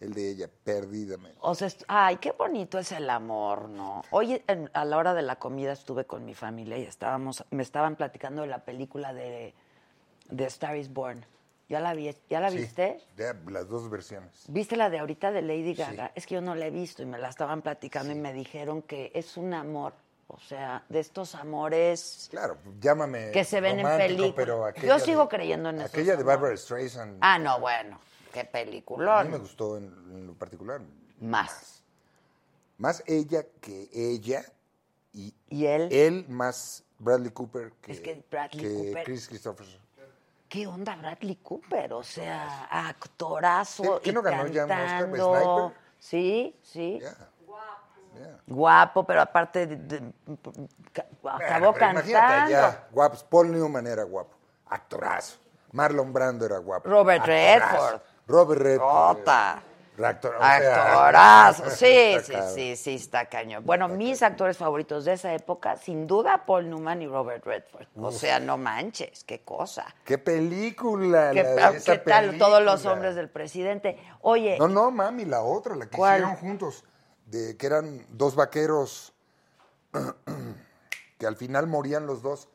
El de ella, perdidamente.
O sea, est- ay, qué bonito es el amor, ¿no? Hoy en- a la hora de la comida estuve con mi familia y estábamos, me estaban platicando de la película de, de Star is Born. ¿Ya la, vi, ¿Ya la
Sí,
viste?
ya, las dos versiones.
¿Viste la de ahorita de Lady
Sí.
Gaga? Es que yo no la he visto y me la estaban platicando y me dijeron que es un amor, o sea, de estos amores...
Claro, llámame.
Que se ven en
romántico,
película.
pero
Yo
aquella
sigo creyendo en esos
Aquella de
amores.
Barbara Streisand.
Ah, no, bueno, qué
A mí me
peliculón.
gustó en, en lo particular.
Más.
Más ella que ella y
Y él,
él más Bradley Cooper que,
Es que Bradley
que
Cooper-
Chris Christopherson.
¿qué onda Bradley Cooper? O sea, actorazo.
¿Qué- qué
y
no ganó ya un Oscar?
cantando.
¿Sniper?
Sí, sí.
Ya. ya.
Guapo, pero aparte de- de- ca- acabó
Bueno, pero imagínate
cantando.
allá, guapos. Paul Newman era guapo. Actorazo. Marlon Brando era guapo.
Robert
actorazo.
Redford.
Robert Redford.
Ota.
era actor- o sea,
Actorazo. Sí,
está
sí,
cabrón.
sí, sí, está cañón. Bueno, mis actores favoritos de esa época, sin duda, Paul Newman y Robert Redford. O sea, no manches, qué cosa.
¡Qué película!
¿Qué,
la de esa
qué tal todos los
película!
hombres del presidente? Oye,
No, no, mami, la otra, la que
Eh, ¿Cuál?
hicieron juntos, de que eran dos vaqueros que al final morían los dos,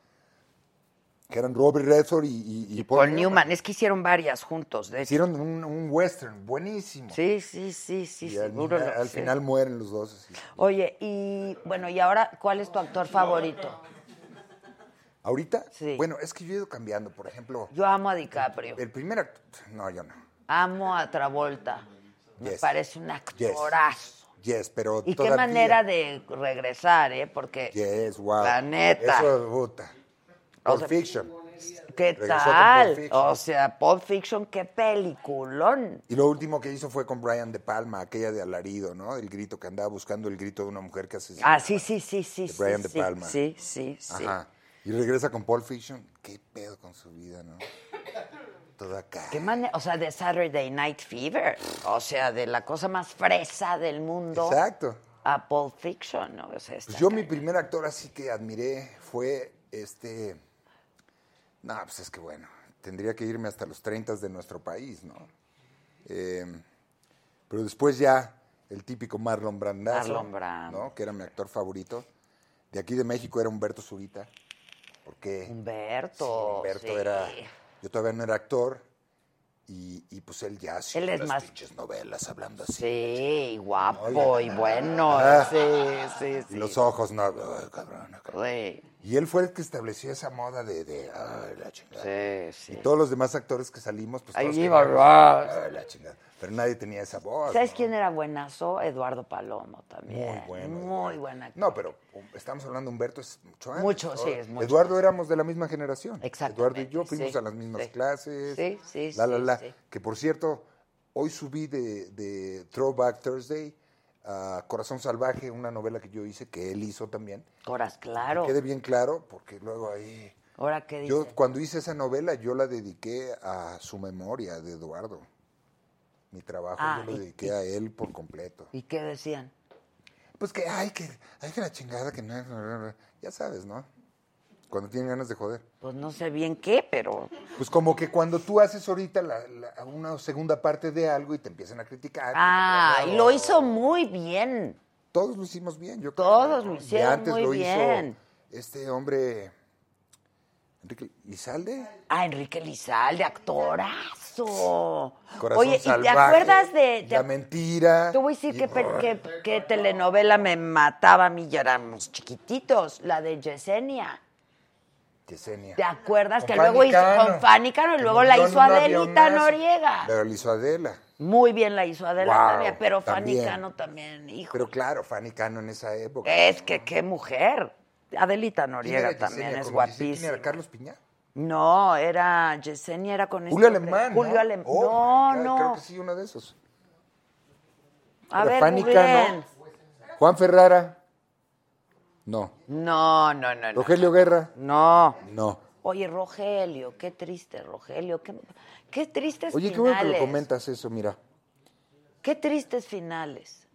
que eran Robert Redford y, y- y
Paul Newman, es que hicieron varias juntos, de hecho.
Hicieron un, un western buenísimo.
Sí, sí, sí, sí,
y al,
seguro.
final,
lo-
al
sí.
final mueren los dos. así.
Oye, y bueno, y ahora, ¿cuál es tu actor favorito?
¿Ahorita?
Sí.
Bueno, es que yo he ido cambiando, por ejemplo,
Yo amo a DiCaprio,
el primer acto... No, yo no.
amo a Travolta. Me
Yes.
parece un
Yes.
actorazo.
Yes, pero
Y qué
todavía-
manera de regresar, ¿eh? Porque,
Yes, wow.
La neta.
Eso, puta.
O
Pulp
sea,
Fiction.
¿qué
Regresó con Pulp
tal?
Fiction.
O sea, Pulp Fiction, qué peliculón.
Y lo último que hizo fue con Brian De Palma, aquella de alarido, ¿no? El grito que andaba buscando el grito de una mujer que hace.
Ah, sí, sí, sí, sí.
De
sí,
Brian De
sí,
Palma.
Sí, sí, sí.
Ajá. Y regresa con Paul Fiction. Qué pedo con su vida, ¿no? Todo acá.
¿Qué manera? O sea, de Saturday Night Fever. O sea, de la cosa más fresa del mundo.
Exacto.
A Pulp Fiction, ¿no? O sea, está
Pues yo, mi
cañón.
primer actor así que admiré fue este. No, pues es que bueno, tendría que irme hasta los 30 de nuestro país, ¿no? Eh, pero después ya el típico Marlon Brandazo,
Marlon Brando.
¿no? Que era mi actor favorito. De aquí de México era Humberto Zurita. Porque sí,
Humberto.
Humberto
sí.
era. Yo todavía no era actor. Y, y, pues él ya hacía
Él es
las
más-
pinches novelas hablando así.
Sí, y guapo
Oye.
y bueno.
Ah.
Sí, sí, sí.
Y los ojos, no. ay, cabrón, cabrón.
Sí,
Y él fue el que estableció esa moda de, de, ay, la chingada.
sí,
Y
sí.
todos los demás actores que salimos, pues
Ahí
todos
iba,
queríamos,
ah.
"Ay, la chingada". Pero nadie tenía esa voz.
¿Sabes
¿no?
quién era buenazo? Eduardo Palomo también.
Muy bueno.
Muy
Eduardo.
buen actor.
No, pero um, estamos hablando, Humberto es mucho antes.
Mucho, sí,
Ahora,
es mucho
Eduardo
antes.
éramos de la misma generación.
Exactamente,
Eduardo y yo fuimos
sí,
a las mismas
sí.
clases.
Sí, sí,
la, La,
sí,
la,
sí.
Que por cierto, hoy subí de, de Throwback Thursday a Corazón Salvaje, una novela que yo hice, que él hizo también.
Coras, claro.
Que quede bien claro, porque luego ahí...
Ahora, ¿qué dice?
Yo cuando hice esa novela, yo la dediqué a su memoria de Eduardo. Mi trabajo
Ah,
yo lo
y-
dediqué a él por completo.
¿Y qué decían?
Pues que, ay, que, ay, que la chingada, que no, ya sabes, ¿no? Cuando tienen ganas de joder.
Pues no sé bien qué, pero
Pues como que cuando tú haces ahorita la- la- una segunda parte de algo y te empiezan a criticar. que
Ah,
te-
y lo hizo muy bien.
Todos lo hicimos bien, yo creo.
Todos lo
Y
hicieron
antes
muy
lo
bien.
hizo este hombre, Enrique Lizalde.
Ah, Enrique Lizalde, actorazo.
Corazón
Oye, ¿y te
salvaje,
acuerdas de...?
La
Te,
mentira.
te voy a decir
y-
que, per- que- que telenovela me mataba a mí, ya éramos chiquititos, la de Yesenia.
Yesenia.
¿Te acuerdas
Con
que
Fanny
luego hizo
Cano.
con Fanny Cano y
Que
luego
nos
la
dio en
hizo
un
Adelita
avionazo.
Noriega?
Pero la hizo Adela.
Muy bien la hizo Adela
Wow,
Noriega, pero Fanny
también.
Cano también, hijo.
Pero claro, Fanny Cano en esa época.
es que qué mujer. Adelita
¿Quién era
Eh, Noriega también
Yesenia?
es
Como dice, ¿quién
guapísima.
era Carlos Piña?
No, era Yesenia, era con
Julio
este hombre.
Alemán.
Julio
¿no?
Alemán.
Oh, my
no, no.
God, Creo que sí, uno de esos.
A
Pero
ver,
Fanny
googleen.
Juan Ferrara. No.
No, no, no, no.
Rogelio Guerra.
No.
No.
Oye, Rogelio, qué triste, Rogelio. Qué, qué tristes
Oye,
finales.
qué bueno que lo comentas eso, mira.
Qué tristes finales.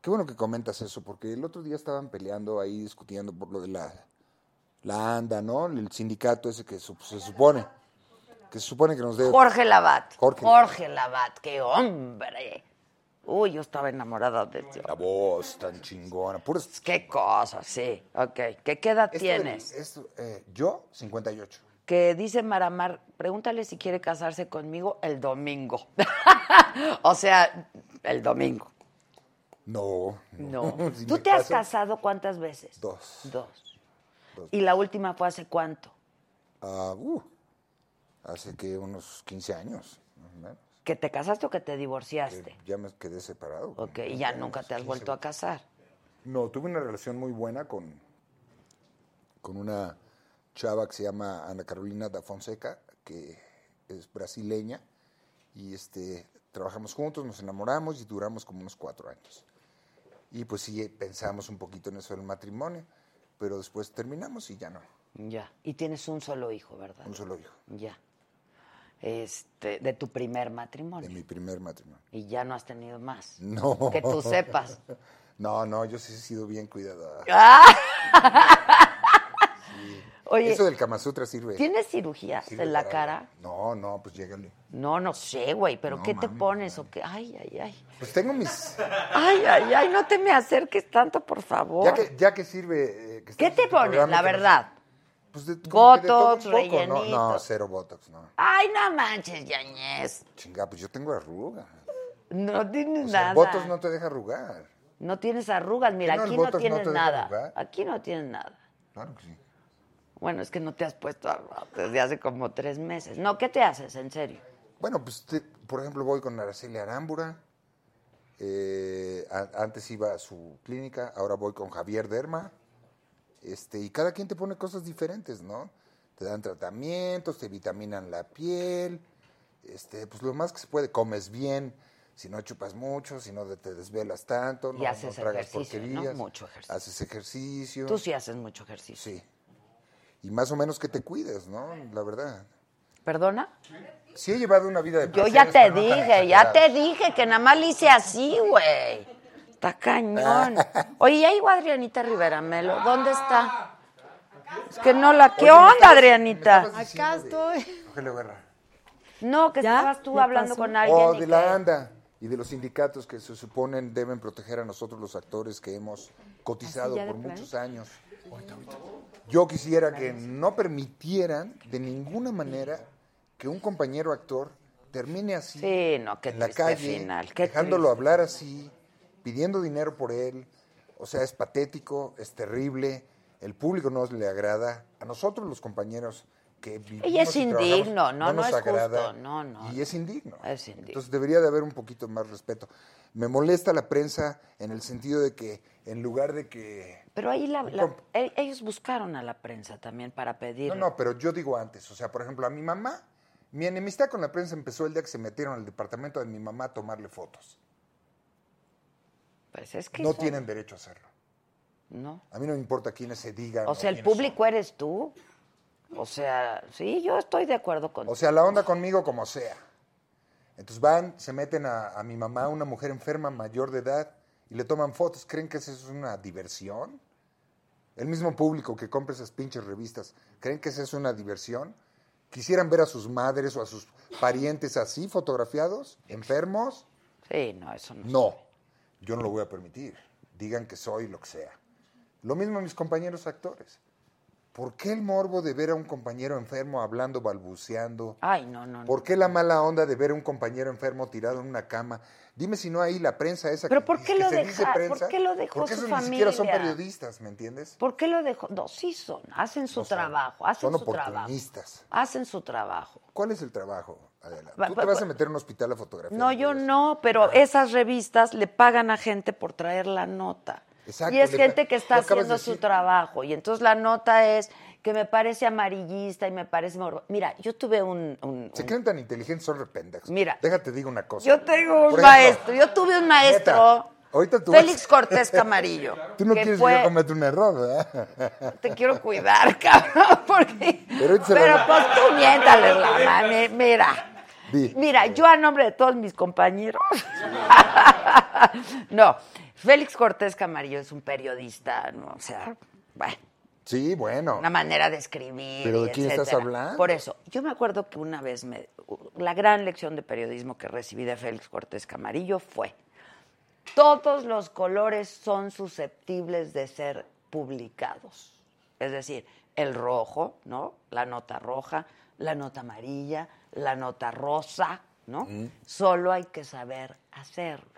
Qué bueno que comentas eso, porque el otro día estaban peleando ahí, discutiendo por lo de la, la ANDA, ¿no? El sindicato ese que su- se supone, que se supone que nos debe...
Jorge Lavat. Jorge,
Jorge.
Lavat, qué hombre. Uy, yo estaba enamorada de ti.
La voz tan chingona, puras...
Qué cosa, sí. Ok, ¿qué, qué edad
Esto del-
tienes?
esto, eh, yo, 58.
que dice Maramar, pregúntale si quiere casarse conmigo el domingo. o sea, el domingo.
No.
No.
Si
¿Tú
me
te has
caso,
casado cuántas veces?
Dos.
Dos.
Dos.
¿Y la última fue hace cuánto?
ah, uh, hace que unos 15 años. más o menos,
¿Que te casaste o que te
que
divorciaste?
Ya me quedé separado.
Ok, y ya nunca te has vuelto a casar.
No, tuve una relación muy buena con, con una chava que se llama Ana Carolina da Fonseca, que es brasileña, y este trabajamos juntos, nos enamoramos y duramos como unos cuatro años. Y pues sí, eh, pensamos un poquito en eso del matrimonio, pero después terminamos y ya no,
Ya. Y tienes un solo hijo, ¿verdad?
un solo hijo
Ya. Este, de tu primer matrimonio.
de mi primer matrimonio.
Y ya no has tenido más.
No.
Que tú sepas. Ah,
No, no, yo sí he sido bien cuidada.
Oye,
Eso del Kama Sutra sirve.
¿tienes cirugías
sirve
en la
para-
cara?
No, no, pues llégale.
No, no sé, güey, pero
No,
¿qué te
mami,
pones o qué? Ay, ay, ay.
Pues tengo mis...
Ay, ay, ay, no te me acerques tanto, por favor.
Ya que, ya que sirve. eh, que
Oh. ¿Qué
estamos
te
en tu
pones,
programa,
la
que nos-
verdad?
pues de- como que de todo
Botox,
un poco, ¿no? No,
rellenito.
cero botox, no.
Ay, no manches, Yañez.
Chinga, pues yo tengo arrugas.
No tienes
O sea,
nada.
el botox no te deja arrugar.
No tienes arrugas, mira,
no, el
aquí no
Botox no
tienes
te deja
nada.
arrugar?
Aquí no tienes nada.
Claro que sí.
Bueno, es que no te has puesto arrugas desde hace como tres meses. No, ¿qué te haces, en serio?
Bueno, pues te- por ejemplo, voy con Araceli Arámbura. eh, a- antes iba a su clínica, ahora voy con Javier Derma. Este, y cada quien te pone cosas diferentes, ¿no? Te dan tratamientos, te vitaminan la piel. Este, pues lo más que se puede, comes bien. Si no chupas mucho, si no de- te desvelas tanto,
Y
no, no
haces
tragas
ejercicio, ¿no?
porquerías,
Mucho ejercicio.
Haces ejercicio.
Tú sí haces mucho ejercicio.
Sí. Y más o menos que te cuides, ¿no? La verdad.
¿Perdona?
Ah, Sí he llevado una vida de
Yo
placeres,
ya te
pero no tan
dije, ya
exagerados.
te dije que nada más le hice así, güey. Está cañón.
Ah.
Oye, ¿ya llegó Adrianita Rivera Melo? ¿Dónde está? Es que no la... ¿Qué
Oye, me
onda,
estabas- me
Adrianita?
estabas
Acá
diciendo de
estoy.
Rogelio Guerra.
No, que
¿Ya?
estabas tú
¿Ya
hablando
pasó?
con
O
alguien. y
de la
que-
ANDA y de los sindicatos que se suponen deben proteger a nosotros los actores que hemos cotizado
¿Así ya de
por
plano?
muchos años. Yo quisiera que no permitieran de ninguna manera que un compañero actor termine así
Sí, no, qué
en la
triste
calle,
final. Qué
dejándolo
triste.
hablar así, pidiendo dinero por él. O sea, es patético, es terrible, el público no le agrada. A nosotros los compañeros que vivimos
es
y trabajamos,
indigno, no, no
nos
es justo,
agrada,
no, no,
Y es indigno.
es indigno.
Entonces debería de haber un poquito más respeto. Me molesta la prensa en el sentido de que en lugar de que...
Pero ahí la- la-
Com-
e- ellos buscaron a la prensa también para pedir.
No, no, pero yo digo antes, o sea, por ejemplo, a mi mamá, mi enemistad con la prensa empezó el día que se metieron al departamento de mi mamá a tomarle fotos.
Pues es que
No
son-
tienen derecho a hacerlo.
No.
A mí no me importa quiénes se digan.
O sea, el
quiénes
público eres tú. O sea, sí, yo estoy de acuerdo
son.
con
O sea, la onda conmigo como sea. Entonces van, se meten a, a mi mamá, una mujer enferma mayor de edad, y le toman fotos. ¿Creen que eso es una diversión? El mismo público que compra esas pinches revistas, ¿creen que eso es una diversión? ¿Quisieran ver a sus madres o a sus parientes así, fotografiados, enfermos?
Sí, no, eso no.
No, yo no lo voy a permitir. Digan que soy lo que sea. Lo mismo mis compañeros actores. ¿Por qué el morbo de ver a un compañero enfermo hablando, balbuceando?
Ay, no, Ah, no, no.
¿Por qué la mala onda de ver a un compañero enfermo tirado en una cama? Dime si no ahí la prensa esa
Pero
que,
¿por
dice
qué
que
lo
se
deja-
dice
por
prensa.
qué lo dejó
Porque
su
esos ni siquiera son
familia?
periodistas, ¿me entiendes?
¿Por qué lo dejó? No, sí son, hacen su
No son.
trabajo, hacen
Son
su trabajo.
oportunistas.
Hacen su trabajo.
¿Cuál es el trabajo, Adela?
Va-
¿Tú
va-
te vas
va-
a meter en un hospital a fotografiar?
No, yo
videos?
no,
Ah.
pero esas revistas le pagan a gente por traer la nota.
Exacto,
y es
le
gente
pa-
que está
lo acabas de
haciendo su
decir.
trabajo. Y entonces la nota es que me parece amarillista y me parece... morbo- Mira, yo tuve un... un-
Se
un-
creen tan inteligentes, son rependejos.
Mira.
Déjate, digo una cosa.
yo tengo un
Por ejemplo,
maestro, yo tuve un maestro,
neta, ahorita tú
Félix
vas-
Cortés Camarillo.
Tú no
que
quieres
fue-
que yo cometa un error, ¿verdad?
te quiero cuidar, cabrón, porque...
Pero
Pero,
échale la-
pues tú miéntales la mami, mira.
Di.
Mira, yo a nombre de todos mis compañeros... no, Félix Cortés Camarillo es un periodista, ¿no? o sea, bueno,
Sí, bueno.
una manera de escribir.
Pero
y
¿de quién estás
etcétera.
hablando?
Por eso, yo me acuerdo que una vez me... La gran lección de periodismo que recibí de Félix Cortés Camarillo fue... Todos los colores son susceptibles de ser publicados. Es decir, el rojo, ¿no? La nota roja, la nota amarilla, la nota rosa, ¿no?
Mm.
Solo hay que saber hacerlo.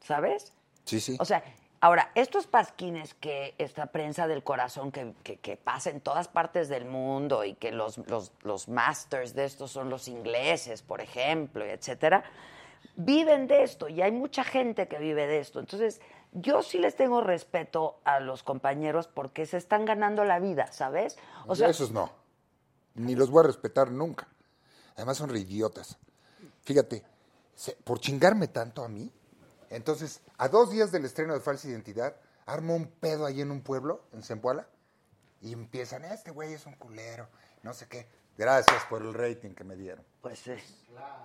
¿Sabes?
Sí, sí.
O sea, ahora, estos pasquines que esta prensa del corazón que, que- que pasa en todas partes del mundo y que los, los, los masters de estos son los ingleses, por ejemplo, y etcétera, viven de esto y hay mucha gente que vive de esto. Entonces, yo sí les tengo respeto a los compañeros porque se están ganando la vida, ¿sabes? O sea,
esos no. Ni los voy a respetar nunca. Además son reidiotas. Fíjate, se- por chingarme tanto a mí, entonces, a dos días del estreno de Falsa Identidad, armo un pedo ahí en un pueblo, en Zempoala, y empiezan, este güey es un culero, no sé qué. Gracias por el rating que me dieron.
pues sí,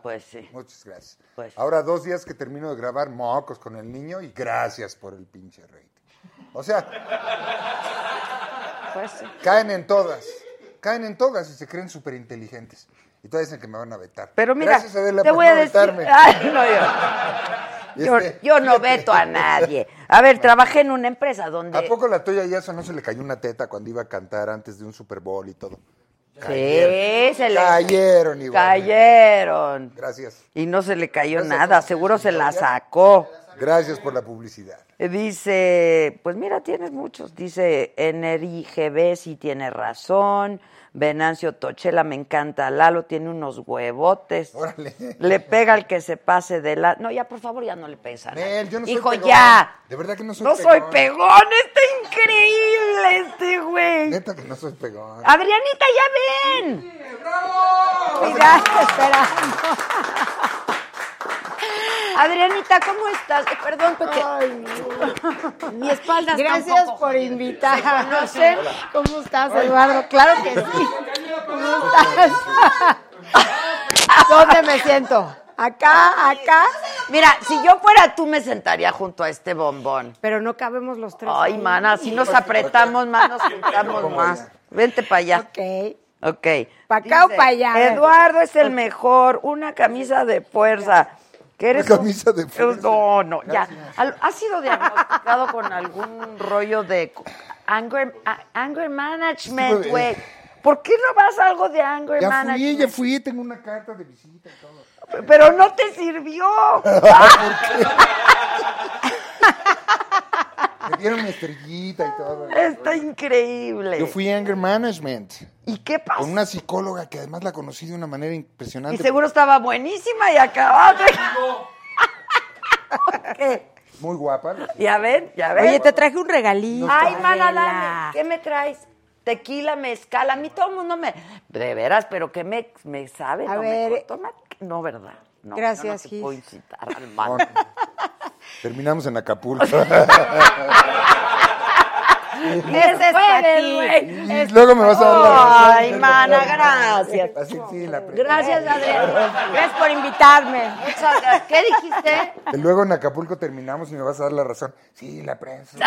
pues sí.
Muchas gracias.
Pues-
Ahora, dos días que termino de grabar mocos con el niño y gracias por el pinche rating. O sea,
Pues sí.
caen en todas. Caen en todas y se creen súper inteligentes. Y todavía dicen que me van a vetar.
Pero mira,
Gracias, Adela,
te
por
voy a
no
decir...
vetarme.
Ay, no, yo... Yo,
Este,
yo no
fíjate.
veto a nadie. A ver, trabajé en una empresa donde...
¿A poco la tuya ya no se le cayó una teta cuando iba a cantar antes de un Super Bowl y todo?
Sí, se le
Cayeron igual.
cayeron.
Gracias.
Y no se le cayó
Gracias,
nada,
gracias.
seguro se la sacó.
Gracias por la publicidad.
Dice, pues mira, tienes muchos. Dice, NRIGB sí tiene razón. Venancio Tochela, me encanta. Lalo tiene unos huevotes.
Órale.
Le pega al que se pase de la... No, ya, por favor, ya no le pesa.
Nel, yo no soy
Hijo,
pegón.
ya.
De verdad que no soy
No
pegón.
soy pegón, está increíble este güey.
Neta que no soy pegón.
Adrianita, ya ven. Cuidado, esperando. Adrianita, ¿cómo estás? Eh, Perdón, porque mi espalda está
Gracias
un poco
por
jodida.
invitar.
No sé.
¿Cómo estás, Eduardo? Claro que sí. ¿Cómo estás? ¿Dónde me siento? Acá, acá.
Mira, si yo fuera tú me sentaría junto a este bombón.
Pero no cabemos los tres.
Ay,
ahí.
mana, si nos apretamos más, nos juntamos más. Vente para allá.
Ok.
Ok.
Pa' acá o
Dice,
pa' allá.
Eduardo es el mejor, una camisa de fuerza. Que eres
Una camisa de fuerza.
No, no, ya. Al- ¿Has sido diagnosticado con algún rollo de co- anger, a- anger management,
Sí, eh.
güey? ¿Por qué no vas a algo de anger
Ya fui,
management?
ya fui, tengo una carta de visita y todo.
Pero no te sirvió.
Me dieron una estrellita y todo.
Está increíble.
Yo fui Anger Management
¿Y qué pasó?
con una psicóloga que además la conocí de una manera impresionante.
Y seguro estaba buenísima y acabaste. ¿Qué?
Pues, Muy guapa. la
Ya ven, ya ven.
Oye, te traje un regalito.
Ay, mana,
Adela.
dame. ¿Qué me traes? Tequila, mezcal. A mí todo el mundo me. De veras, pero ¿qué me, me sabe?
A
no me
ver,
puedo tomar. No, ¿verdad? No,
gracias,
yo no te
Gis.
puedo incitar al
No,
mal.
no. Terminamos en Acapulco.
Ese es
para
jueves,
ti.
güey.
y luego me vas a dar la razón.
Ay, mana, gracias.
Así sí, la pre-
Gracias, Adriana. Gracias por invitarme.
Muchas gracias. ¿Qué dijiste?
Que luego en Acapulco terminamos y me vas a dar la razón. Sí, la prensa.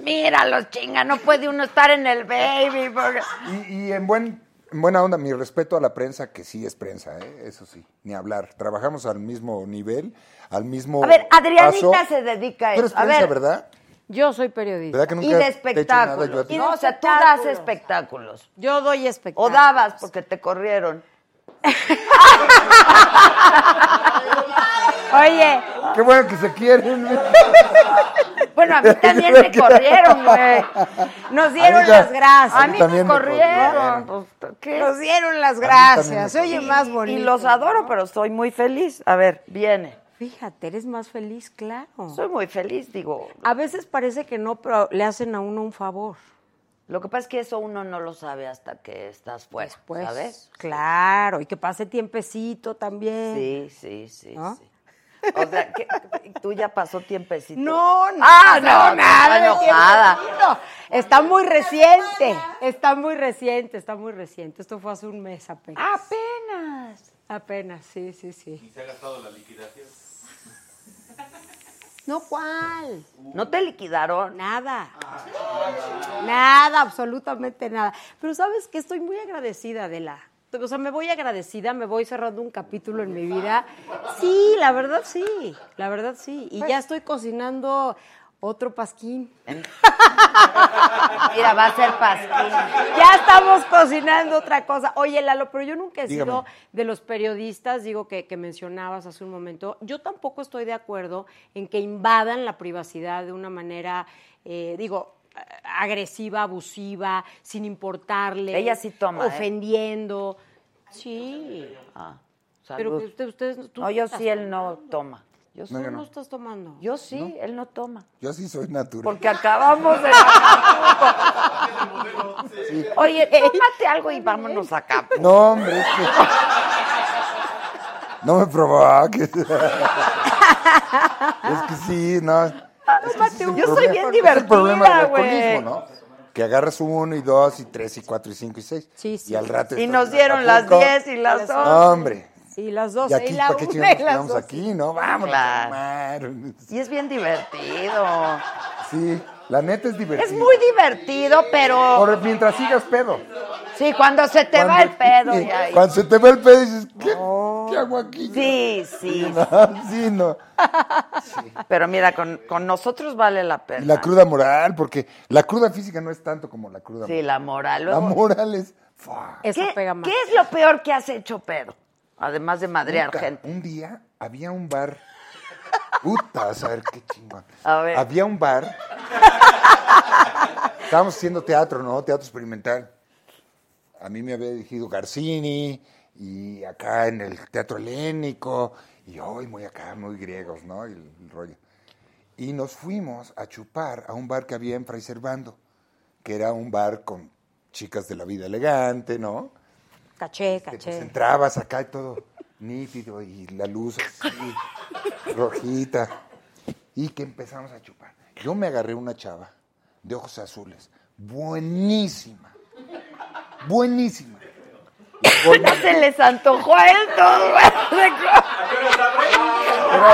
Mira, los chinga, no puede uno estar en el baby. porque-
Y, y en buen en buena onda, mi respeto a la prensa, que sí es prensa, ¿eh? eso sí, ni hablar. Trabajamos al mismo nivel, al mismo.
A ver, Adrianita
paso.
se dedica a
Tú eres
eso. A
prensa,
ver.
¿verdad?
Yo soy periodista.
¿Verdad que nunca
y de
te he hecho nada yo a
espectáculos.
ti?
Y
No,
de
o sea, tú das
espectáculos.
espectáculos.
Yo doy
O
espectáculos.
dabas porque te corrieron.
Oye,
Qué bueno que se quieren.
Bueno, a mí también me corrieron, güey.
nos dieron
Amiga,
las gracias.
A
A mí
mí me
también me
corrieron.
corrieron.
pues, ¿qué?
Nos dieron las
también me
gracias. Se oye
corrieron.
más bonito.
Y los adoro, pero soy muy feliz. A ver, viene.
Fíjate, eres más feliz, claro.
Soy muy feliz, digo.
A veces parece que no, pero le hacen a uno un favor.
Lo que pasa es que eso uno no lo sabe hasta que estás fuera,
Después,
Pues, ¿sabes?
Pues, Claro, y que pase tiempecito también.
Sí, sí, sí,
¿No?
sí. O sea, que tú ya pasó tiempecito.
No, no.
Ah,
no,
no, nada.
nada. de
enojada.
tiempecito. Está muy reciente. Está muy reciente, está muy reciente. Esto fue hace un mes apenas.
Apenas.
Apenas, sí, sí, sí.
Se ha gastado la liquidación.
No, ¿cuál?
¿No te liquidaron?
Nada. Nada, absolutamente nada. Pero sabes que estoy muy agradecida de la. O sea, me voy agradecida, me voy cerrando un capítulo en mi vida. Sí, la verdad sí, la verdad sí. Y ya estoy cocinando otro pasquín.
Mira, va a ser pasquín.
Ya estamos cocinando otra cosa. Oye, Lalo, pero yo nunca he sido
Dígame.
de los periodistas, digo, que, que mencionabas hace un momento. Yo tampoco estoy de acuerdo en que invadan la privacidad de una manera, eh, digo, a- agresiva, abusiva, sin importarle.
Ella sí toma, ¿eh?
Ofendiendo. Sí.
Ah,
Pero
salud.
que ustedes, ustedes- tú
no, yo
estás
sí, él no
tomando.
toma.
Yo
No,
no,
yo no.
estás tomando.
Yo sí, él no toma.
Yo sí soy natural.
Porque acabamos de... Oye, tómate algo y vámonos acá.
No, hombre, es que. No me provoques. es que sí, no. Es que ese es el
Yo soy
problema.
bien
Es el problema del
divertida,
alcoholismo, ¿no? Que agarras uno y dos y tres y cuatro y cinco y seis.
Sí, sí.
Y al rato.
Y
estás
nos
en
dieron las
Acapulco.
10 y las 11.
No, hombre.
Y las dos,
Y aquí,
y la
¿para qué chingados
una y
nos
las
quedamos
dos.
aquí, no? Vamos
Claro.
a tomar.
Y es bien divertido.
Sí, la neta es divertido.
Es muy divertido, pero
Por- mientras sigas pedo.
sí, cuando se te va el pedo.
sí,
ya-
Cuando se te va el pedo dices, ¿qué, qué hago aquí?
Sí, sí,
No, sí, no.
pero mira, con, con nosotros vale la
Y
pena.
la cruda moral, porque la cruda física no es tanto como la cruda
Sí, la moral.
moral. La
Luego,
moral es. fuck,
Esa
¿qué,
pega más.
qué es lo peor que has hecho, pedo? Además de madrear
puta.
gente.
Un día había un bar. Puta, vas a ver qué chingón.
A ver.
Había un bar. Estábamos haciendo teatro, ¿no? Teatro experimental. A mí me había dirigido Garcini y acá en el Teatro Helénico y hoy muy acá, muy griegos, ¿no? Y el, el rollo. Y nos fuimos a chupar a un bar que había en Fray Servando, que era un bar con chicas de la vida elegante, ¿no?
Caché,
Te
caché.
este, pues, entrabas acá y todo nítido y la luz así, rojita. Y que empezamos a chupar. Yo me agarré una chava de ojos azules, buenísima, buenísima.
Ya se les antojó a él todo.
Pero,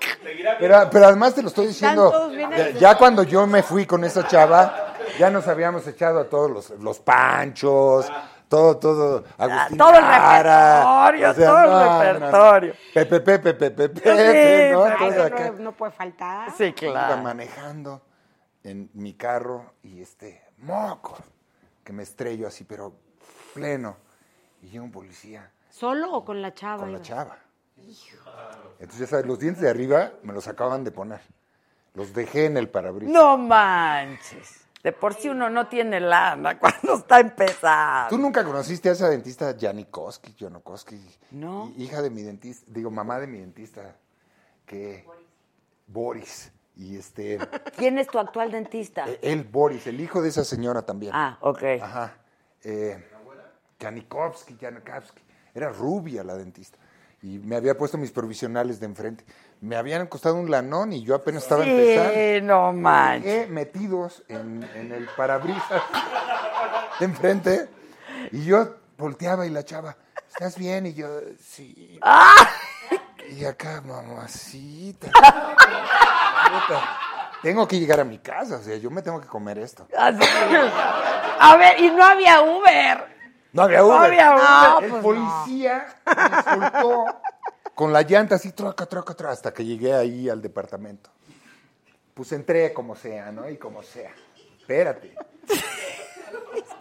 pero- pero- pero además te lo estoy diciendo,
todos bien
ya, ya cuando yo me fui con esa chava, ya nos habíamos echado a todos los, los panchos, todo, todo, Agustín
Ah, todo el
Lara,
repertorio, todo el repertorio.
Pepe, Pepe, Pepe, Pepe, ¿no?
Ay,
Todos
eso
acá.
no, no puede faltar.
Sí,
Iba
claro.
manejando en mi carro y este moco, que me estrello así, pero pleno. Y llega un policía
¿Solo o con la chava?
con la
ibas?
chava. Entonces, ya sabes, los dientes de arriba me los acaban de poner. Los dejé en el parabrisas.
No manches. De por sí uno no tiene lana cuando está empezando.
¿Tú nunca conociste a esa dentista Janikoski, Janikoski?
No.
Hi- Hija de mi dentista, digo, mamá de mi dentista, que... Boris. Y este,
¿Quién es tu actual dentista?
eh, el Boris, el hijo de esa señora también.
Ah, ok.
Ajá. Eh, Janikovsky, Janikovsky. Era rubia la dentista. Y me había puesto mis provisionales de enfrente. Me habían costado un lanón y yo apenas estaba empezando. Eh.
Sí, no manches.
Llegué metidos en, en el parabrisas de enfrente. Y yo volteaba y la chava, ¿estás bien? Y yo, sí. Y acá, mamacita. Puta, Tengo que llegar a
Ah,
mi casa, o sea, yo me tengo que comer esto.
Así. A ver, y no había Uber.
No había Uber.
No había Uber.
El
No, pues
policía me soltó con la llanta así, troca, troca, troca, hasta que llegué ahí al departamento. Pues entré como sea, ¿no? Y como sea. Espérate.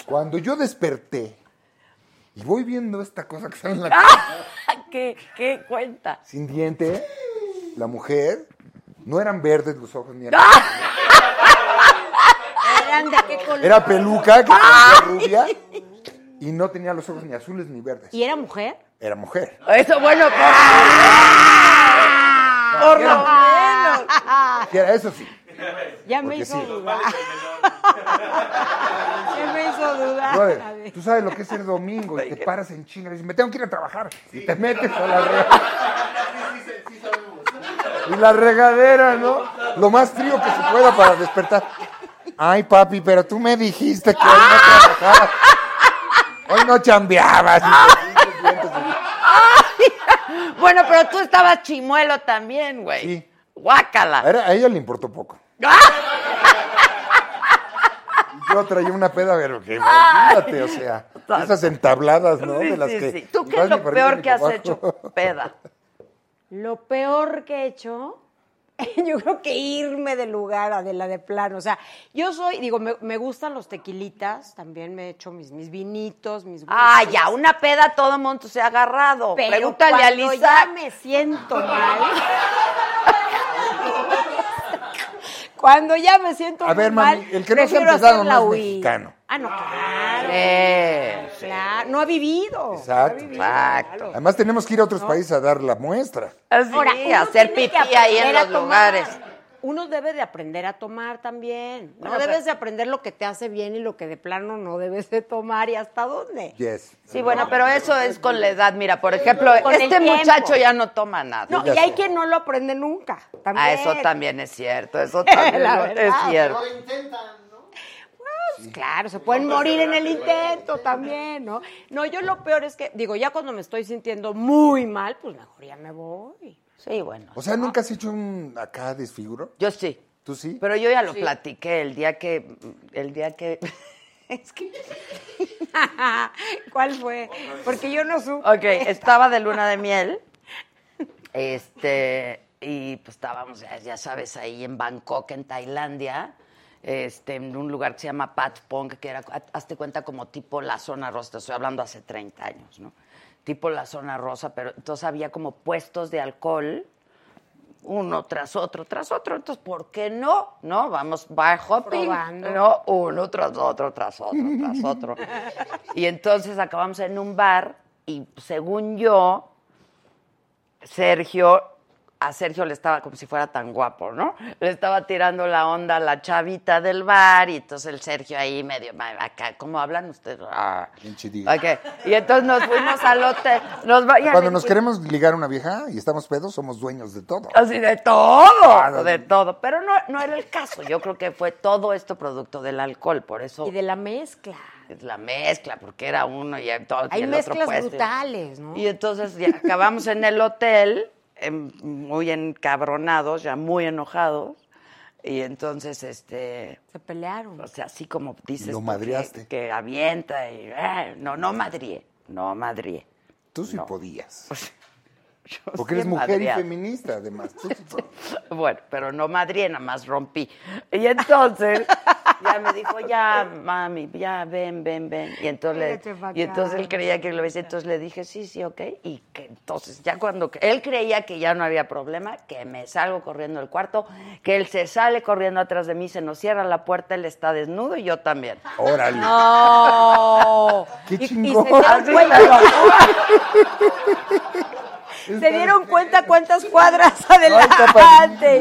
Cuando yo desperté y voy viendo esta cosa que está en la
¿Qué, ¿Qué cuenta?
sin diente, la mujer, no eran verdes los ojos ni eran.
Eh, Eran de qué color.
Era peluca, que parecía rubia, y no tenía los ojos ni azules ni verdes.
¿Y era mujer?
Era mujer.
Eso, bueno, pues, por, por lo menos.
Sí, era eso sí.
Ya me
Porque
hizo
sí.
dudar. ya me hizo dudar. A
Brother,
ver.
tú sabes lo que es el domingo y te paras en chinga y dices, me tengo que ir a trabajar. Y te metes a la regadera. Y la regadera, ¿no? Lo más frío que se pueda para despertar. Ay, papi, pero tú me dijiste que hoy no trabajabas. Hoy no chambeabas.
Bueno, pero tú estabas chimuelo también, güey.
Sí.
Guácala.
Era- a ella le importó poco. Y Yo traía una peda, pero que imagínate, o sea, esas entabladas, ¿no?
Sí,
De las
sí,
que
sí. ¿Tú qué
vas
es
ni
lo
para arriba
peor
ni
que
para
has
abajo.
hecho? Peda.
Lo peor que he hecho, yo creo que irme del lugar, Adela, de plano. O sea, yo soy, digo, me, me gustan los tequilitas, también me he hecho mis, mis vinitos, mis
Ah,
whiskies.
ya, una peda todo mundo se ha agarrado.
Pero
Pregúntale a
cuando
Lisa.
ya me siento mal. cuando ya me siento
A ver,
muy
mami,
mal,
el que no se ha
prefiero
empezado
hacer
no
la
es
huida.
mexicano.
Ah, no, claro.
Eh, sí.
Claro, no ha vivido.
Exacto.
Exacto.
Además tenemos que ir a otros países a dar la muestra.
Así,
Ahora, uno
hacer
tiene que
pipí ahí en
aprender a
los
tomar.
lugares.
Uno debe de aprender a tomar también. No,
Bueno,
debes
pero-
de aprender lo que te hace bien y lo que de plano no debes de tomar y hasta dónde.
Yes.
Sí, bueno, pero eso es con la edad. Mira, por ejemplo,
Con el
este
tiempo.
muchacho ya no toma nada.
No, y hay quien no lo aprende nunca. También.
Ah, eso también es cierto, eso también
La
lo- es
verdad.
cierto.
Lo intentan, ¿no?
Pues Claro, se pueden morir en el intento también, ¿no? No, yo lo peor es que, digo, ya cuando me estoy sintiendo muy mal, pues mejor ya me voy.
Sí, bueno.
O sea, ¿nunca has hecho un acá desfiguro?
Yo sí.
¿Tú sí?
Pero yo ya lo platiqué el día que. El día que. es que.
¿Cuál fue? Porque yo no supe.
Ok, estaba de luna de miel. Este. Y pues estábamos, ya, ya sabes, ahí en Bangkok, en Tailandia. Este, en un lugar que se llama Pat Pong, que era, ha- hazte cuenta, como tipo la zona rosa. Te estoy hablando hace 30 años, ¿no? Tipo la zona rosa, pero entonces había como puestos de alcohol. uno tras otro, tras otro. Entonces, ¿por qué no? ¿No? Vamos bar hopping,
Probando.
¿no? Uno tras otro, tras otro, tras otro. y entonces acabamos en un bar y según yo, Sergio, a Sergio le estaba como si fuera tan guapo, ¿no? Le estaba tirando la onda a la chavita del bar y entonces el Sergio ahí medio, "Ma- acá, ¿cómo hablan ustedes? Ah.
Bien chidillo.
Ok, Y entonces nos fuimos al hotel. Nos va- ya
Cuando
me
nos
fui-
pues
queremos ligar a una vieja y estamos pedos, somos dueños de todo.
Así de todo,
Ah,
no.
de todo. Pero no, no era el caso. Yo creo que fue todo esto producto del alcohol, por eso
Y de la mezcla.
es la mezcla, porque era uno y entonces
Hay
el otro
mezclas
puesto.
brutales, ¿no?
Y entonces ya acabamos en el hotel, em, muy encabronados, ya muy enojados. Y entonces, este,
Se pelearon.
o sea, así como dices
Lo
tú que-
madreaste.
Que, avienta y ah, no, no madrié, no madrié.
Tú sí
No.
podías.
Yo
Porque
sí
eres mujer
madreaba.
y feminista, además. Tú sí podías.
Bueno, pero no madrié, nada más rompí. Y entonces ya me dijo, ya, mami, ya, ven, ven, ven. Y entonces,
Vete pa'
y entonces él
acá.
creía que lo hice, entonces le dije, sí, sí, ok. Y que entonces ya cuando que- él creía que ya no había problema, que me salgo corriendo del cuarto, que él se sale corriendo atrás de mí, se nos cierra la puerta, él está desnudo y yo también.
Órale.
¡No!
Qué
Oh. Y- y se
chingón.
dieron
Así
cuenta-
Está-
Se dieron cuenta cuántas cuadras
está
adelante.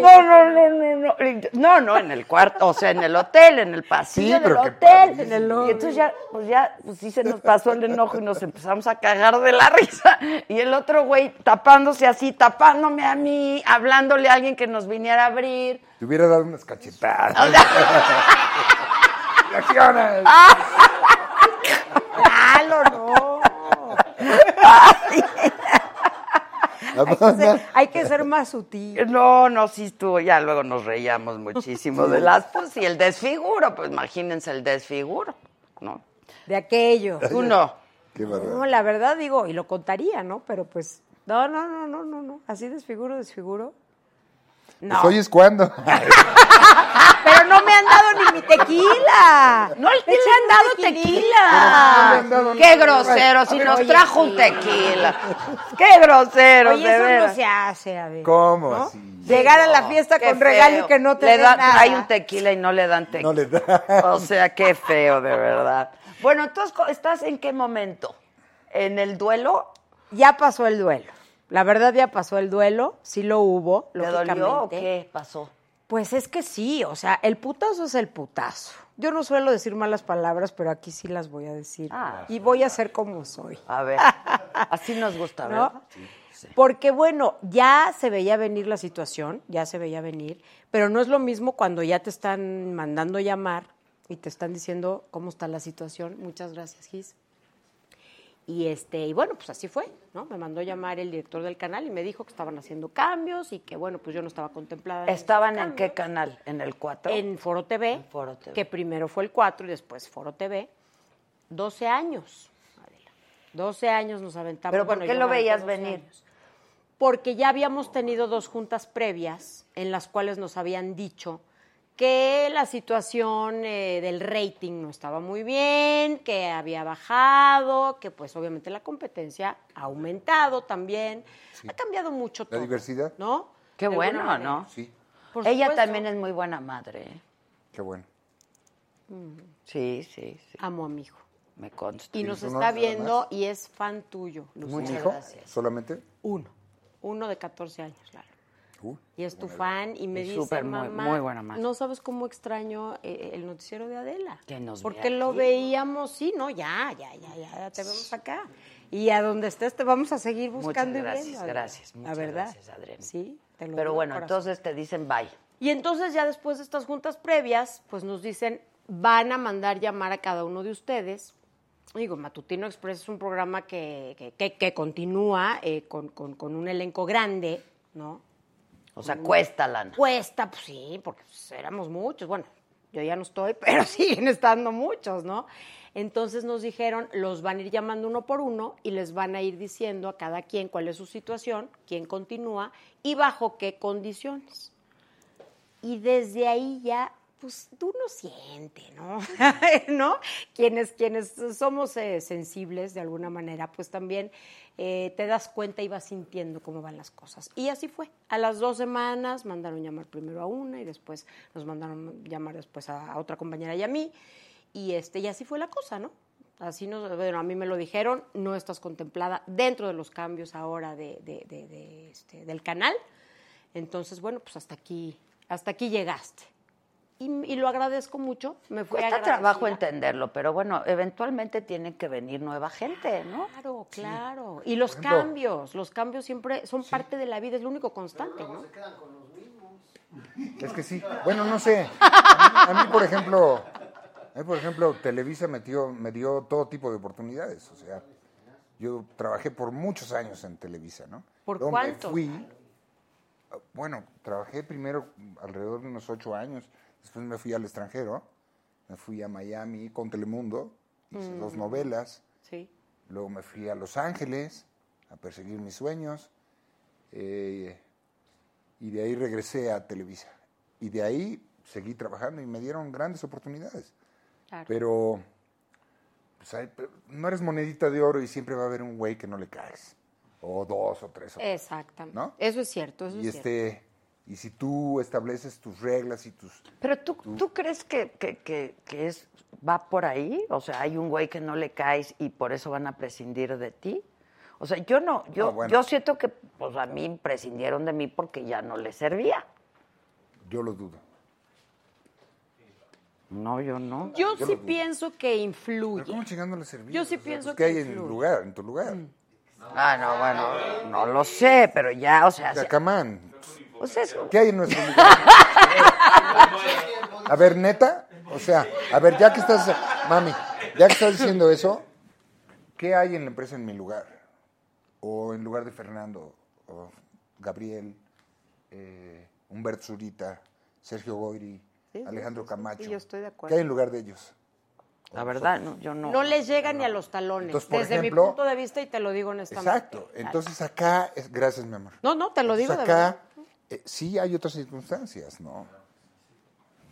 No, no, no, no, no. No, no, en el cuarto, o sea, en el hotel, en el pasillo
Sí,
del
pero qué
hotel.
padrísimo.
En el y entonces ya, pues ya, pues sí se nos pasó el enojo y nos empezamos a cagar de la risa. Y el otro güey tapándose así, tapándome a mí, hablándole a alguien que nos viniera a abrir.
Te hubiera dado unas cachetadas. Reacciones.
Ah, Malo, no. pues,
Amanda,
Hay que ser más sutil.
No, no, sí estuvo, ya luego nos reíamos muchísimo de las, pues, y el desfiguro, pues imagínense el desfiguro, ¿no?
De aquello.
Tú no.
Qué barbaridad.
No, la verdad digo, y lo contaría, ¿no? Pero pues, no, no, no, no, no, no. Así desfiguro, desfiguro. No.
Pues hoy es cuando.
Pero no me han dado ni mi tequila.
No le
Échenme
han dado
tequila.
tequila. Qué grosero, si nos trajo un tequila. Qué grosero,
Oye,
de
eso
veras.
no se hace, a ver.
¿Cómo así?
Llegar a la
No,
fiesta
qué
con
feo.
regalo y que no te
Le
den
dan-
nada.
Hay un tequila y no le dan tequila.
No le da.
O sea, qué feo, de verdad. Bueno, entonces, co- ¿estás en qué momento? ¿En el duelo?
Ya pasó el duelo. La verdad ya pasó el duelo, sí lo hubo,
¿Te dolió o
lógicamente.
qué pasó?
Pues es que sí, o sea, el putazo es el putazo. Yo no suelo decir malas palabras, pero aquí sí las voy a decir.
Ah.
y voy a ser como soy.
A ver, así nos gusta,
¿no?
¿verdad?
Porque bueno, ya se veía venir la situación, ya se veía venir, pero no es lo mismo cuando ya te están mandando llamar y te están diciendo cómo está la situación. Muchas gracias, Gis. Y este, y bueno, pues así fue, ¿no? Me mandó llamar el director del canal y me dijo que estaban haciendo cambios y que bueno, pues yo no estaba contemplada. en esos
¿Estaban en
cambios.
qué canal? ¿En el 4?
En Foro TV,
En Foro TV.
que primero fue el 4 y después Foro TV. 12 años, Adela. 12 años nos aventamos.
¿Pero por qué
yo
lo
me aventé
veías
12
venir?
años. Porque ya habíamos tenido dos juntas previas en las cuales nos habían dicho que la situación eh, del rating no estaba muy bien, que había bajado, que pues obviamente la competencia ha aumentado también. Ha cambiado mucho
La
todo.
diversidad.
¿No?
Qué
De alguna
bueno,
manera.
¿no?
Sí,
Por
Ella
supuesto.
también es muy buena madre. ¿eh?
qué bueno.
Sí, sí, sí.
Amo a mi hijo.
Me consta.
Y nos
no,
está
nada
viendo
más.
y es fan tuyo, Lucía.
¿Un
Muchas
hijo?
gracias.
¿Solamente?
Uno. Uno de 14 años, claro.
Uh,
Y es tu fan y me
Y
dice,
súper, muy-
mamá,
muy buena madre".
no sabes cómo extraño eh, el noticiero de Adela.
Que nos
Porque
vea
lo
aquí.
veíamos, sí, no, ya, ya, ya, ya, ya te vemos acá. Y a donde estés te vamos a seguir buscando
Muchas gracias,
y viendo. Adela.
gracias,
La
muchas
verdad.
gracias, Adriana.
Sí, te lo digo
Pero
de
bueno,
corazón.
entonces te dicen bye.
Y entonces ya después de estas juntas previas, pues nos dicen, van a mandar llamar a cada uno de ustedes. Digo, Matutino Express es un programa que, que, que- que continúa eh, con, con- con un elenco grande, ¿no?
O sea, cuesta lana.
Cuesta, pues sí, porque pues, éramos muchos. Bueno, yo ya no estoy, pero siguen estando muchos, ¿no? Entonces nos dijeron, los van a ir llamando uno por uno y les van a ir diciendo a cada quien cuál es su situación, quién continúa y bajo qué condiciones. Y desde ahí ya, pues tú no siente, ¿no? ¿No? Quienes, quienes somos eh, sensibles de alguna manera, pues también eh, te das cuenta y vas sintiendo cómo van las cosas. Y así fue. A las dos semanas mandaron llamar primero a una y después nos mandaron llamar después a, a otra compañera y a mí. Y, este, y así fue la cosa, ¿no? Así nos, bueno, a mí me lo dijeron, no estás contemplada dentro de los cambios ahora de, de- de- de, este, del canal. Entonces, bueno, pues hasta aquí, hasta aquí llegaste. Y, y lo agradezco mucho. Me fue
Cuesta trabajo entenderlo, pero bueno, eventualmente tiene que venir nueva gente, ¿no?
Claro, claro. Y los
ejemplo-
cambios, los cambios siempre son parte de la vida, es lo único constante, ¿no?
Es que sí. Bueno, no sé. A mí, a mí, por ejemplo, a mí, por ejemplo, Televisa metió, me dio todo tipo de oportunidades. O sea, yo trabajé por muchos años en Televisa, ¿no?
¿Por
Luego
cuánto?
Me fui. Bueno, trabajé primero alrededor de unos ocho años. Después me fui al extranjero. Me fui a Miami con Telemundo. Hice dos
Mm.
novelas.
Sí.
Luego me fui a Los Ángeles a perseguir mis sueños. eh, y de ahí regresé a Televisa. Y de ahí seguí trabajando y me dieron grandes oportunidades.
Claro.
Pero pues, hay- pero no eres monedita de oro y siempre va a haber un güey que no le caes. O dos o tres. o-
Exactamente.
¿No?
Eso es cierto, eso
y,
es cierto.
este, y si tú estableces tus reglas y tus...
Pero tú, ¿tú crees que, que- que- que es, va por ahí, o sea, hay un güey que no le caes y por eso van a prescindir de ti. O sea, yo no, yo,
No, bueno.
yo siento que pues, a mí prescindieron de mí porque ya no les servía.
Yo lo dudo.
No, yo no.
Yo,
Yo
sí
lo-
pienso que influye.
¿Pero cómo chingando le servía?
Yo sí
O sea,
pienso
pues,
que Mm.
¿qué hay en tu
influye.
lugar, en tu lugar?
Ah, no, bueno, no lo sé, pero ya, o sea,
O sea,
si-
camán,
pues eso.
¿Qué hay en nuestro lugar? A ver, neta, o sea, a ver, ya que estás, mami, ya que estás diciendo eso, ¿qué hay en la empresa en mi lugar? O en lugar de Fernando, o Gabriel, eh, Humberto Zurita, Sergio Goyri, Alejandro Camacho.
yo estoy de acuerdo.
¿Qué hay en lugar de ellos?
La verdad, no, yo no.
No les llega ni a los talones.
Entonces, por
desde
ejemplo-
mi punto de vista y te lo digo honestamente.
Exacto. Entonces acá, es- gracias, mi amor.
No, no, te lo digo de
Entonces,
verdad.
Pues acá eh, sí hay otras circunstancias, ¿no?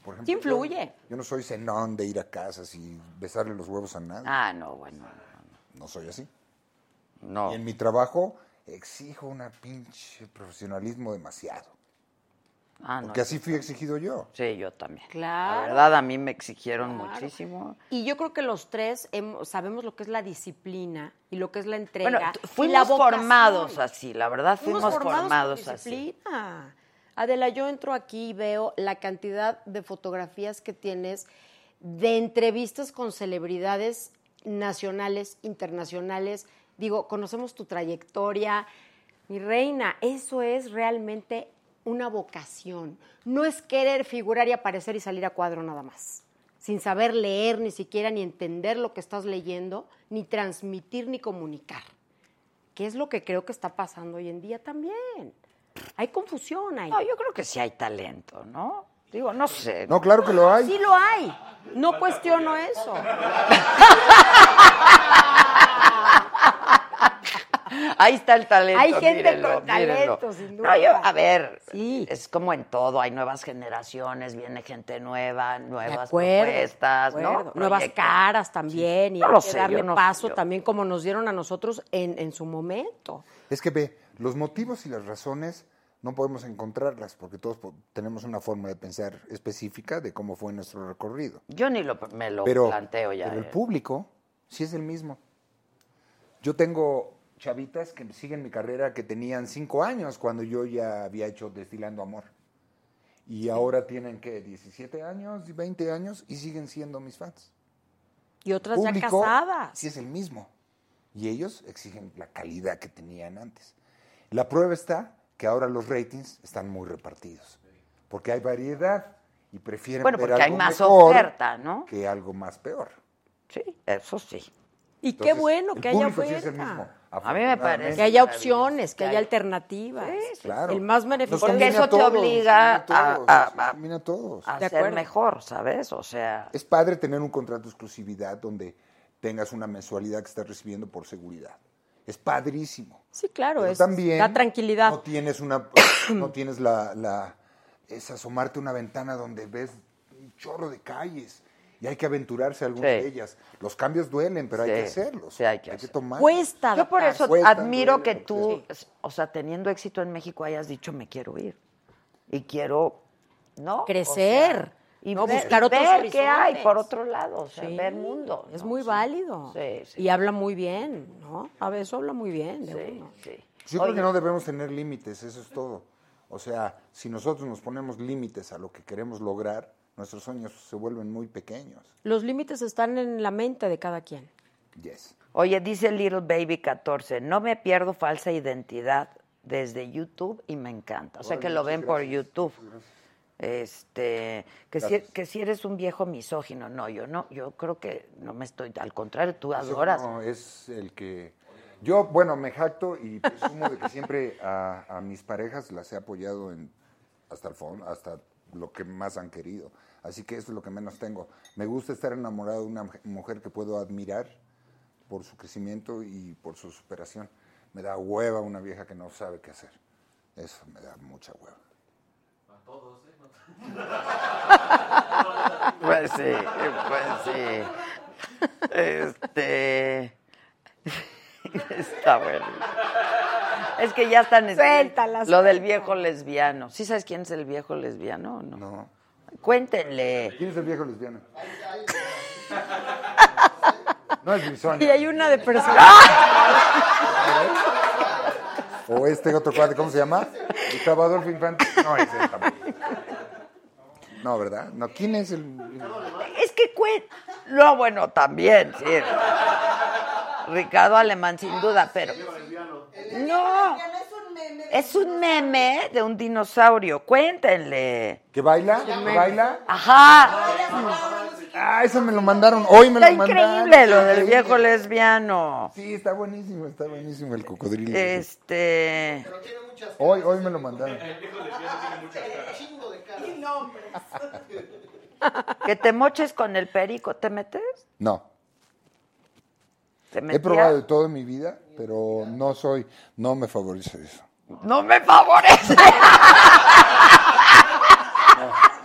Por ejemplo,
Sí influye.
Yo, yo no soy cenón de ir a casas y besarle los huevos a nadie.
Ah, no, bueno.
No soy así.
No.
Y en mi trabajo exijo un pinche profesionalismo demasiado.
Ah, no.
Porque así fui exigido yo.
Sí, yo también.
Claro.
La verdad, a mí me exigieron
Claro.
muchísimo.
Y yo creo que los tres hem- sabemos lo que es la disciplina y lo que es la entrega.
Bueno,
y
t-
la
fuimos
vocación.
formados así, la verdad, fuimos, formados,
con
así.
disciplina. Adela, yo entro aquí y veo la cantidad de fotografías que tienes de entrevistas con celebridades nacionales, internacionales. Digo, conocemos tu trayectoria. Mi reina, eso es realmente una vocación. No es querer figurar y aparecer y salir a cuadro nada más. Sin saber leer ni siquiera, ni entender lo que estás leyendo, ni transmitir ni comunicar que es lo que creo que está pasando hoy en día también. Hay confusión ahí.
No, yo creo que sí hay talento, ¿no? Digo, no sé.
No, claro que lo hay.
Sí lo hay. No cuestiono eso.
Ahí está el talento.
Hay gente
mírenlo,
con talento,
mírenlo.
sin duda.
No, yo, a ver,
Sí.
es como en todo, hay nuevas generaciones, viene gente nueva,
De
nuevas
acuerdo,
propuestas,
de
¿no?
acuerdo. Nuevas
Proyectos.
caras también. Y
No
hay
lo
que
sé,
darle
yo no-
paso
yo-
también como nos dieron a nosotros en, en su momento.
Es que ve, los motivos y las razones no podemos encontrarlas porque todos po- tenemos una forma de pensar específica de cómo fue nuestro recorrido.
Yo ni lo, me lo
pero,
planteo ya.
pero el
eh.
público sí es el mismo. Yo tengo chavitas que siguen mi carrera que tenían cinco años cuando yo ya había hecho Destilando Amor. Y ahora tienen que 17 años, 20 años y siguen siendo mis fans.
Y otras ya
público
casadas.
sí es el mismo. Y ellos exigen la calidad que tenían antes. La prueba está que ahora los ratings están muy repartidos. Porque hay variedad y prefieren
Bueno,
ver
porque hay
algo
más
mejor
oferta, ¿no?
que algo más peor.
Sí, eso sí.
Y
Entonces,
qué bueno
el
que haya
público sí es el
oferta.
mismo,
A mí me parece
Que
afortunadamente.
haya
Maravilloso.
opciones, que
Que
haya
hay-
alternativas.
Claro.
El más
Nos
beneficioso.
Porque
conviene
eso
a
te
todos,
obliga
nos conviene
a-
todos,
a- a-
nos conviene a todos.
A
De
ser
acuerdo.
mejor, ¿sabes? O sea,
Es padre tener un contrato de exclusividad donde tengas una mensualidad que estás recibiendo por seguridad. Es padrísimo.
Sí, claro,
Pero
es,
también
da tranquilidad.
No tienes una, no tienes la, la- es asomarte a una ventana donde ves un chorro de calles y hay que aventurarse a algunas
Sí.
de ellas. Los cambios duelen, pero hay que
Sí,
hacerlos.
sí, hay que hacer-
tomarlos.
Cuesta.
yo por
adaptarse.
eso
Cuesta,
admiro
duele,
que
lo que
tú, o sea, teniendo éxito en México, hayas dicho, me quiero ir. Y quiero, ¿no? O
Crecer.
sea, y
No,
ver-
buscar otros
ver qué
horizontes.
hay por otro lado, o sea,
Sí,
ver mundo.
Es
¿no?
muy
Sí.
válido.
Sí, sí.
Y habla muy bien, ¿no? A ver, eso habla muy bien de
Sí,
uno.
sí.
Yo creo que no debemos tener límites, eso es todo. O sea, si nosotros nos ponemos límites a lo que queremos lograr, nuestros sueños se vuelven muy pequeños.
Los límites están en la mente de cada quien.
Yes.
Oye, dice Little Baby 14, no me pierdo falsa identidad desde YouTube y me encanta. O sea, que lo ven por YouTube. Este, que si,
Gracias.
que si eres un viejo misógino, no, yo no, yo creo que no me estoy, al contrario, tú
Eso
adoras.
No, es el que... Yo, bueno, me jacto y presumo de que siempre a, a mis parejas las he apoyado en hasta el fondo, hasta lo que más han querido. Así que eso es lo que menos tengo. Me gusta estar enamorado de una muje- mujer que puedo admirar por su crecimiento y por su superación. Me da hueva una vieja que no sabe qué hacer. Eso me da mucha hueva.
Pues sí, pues sí. Este. Está bueno. Es que ya están. escribiendo
Suéltala,
Lo del
suéltala.
viejo lesbiano. ¿Sí sabes quién es el viejo lesbiano o no?
No.
Cuéntenle.
¿Quién es el viejo lesbiano? No es mi
Y hay una de personas.
¡Ah! O este otro cuate, ¿cómo se llama? Gustavo Adolfo Infante. No, es él tampoco. No, ¿verdad? No, ¿quién es el...?
Es que cuen... No, bueno, también, sí. Ricardo Alemán, sin duda, pero. No.
Ya no es un meme.
Es un meme de un dinosaurio. Cuéntenle.
¿Que baila? ¿Que baila?
Ajá.
Ah, eso me lo mandaron. Hoy me
Está
lo mandaron.
increíble lo del
Increíble.
viejo lesbiano.
Sí, está buenísimo, está buenísimo el cocodrilo.
Este.
Hoy, hoy me lo mandaron.
Y nombres.
¿Que te moches con el perico? ¿Te metes?
No.
¿Te
He
metías?
probado de todo en mi vida, pero no soy, no me favorece eso.
¡No me favorece!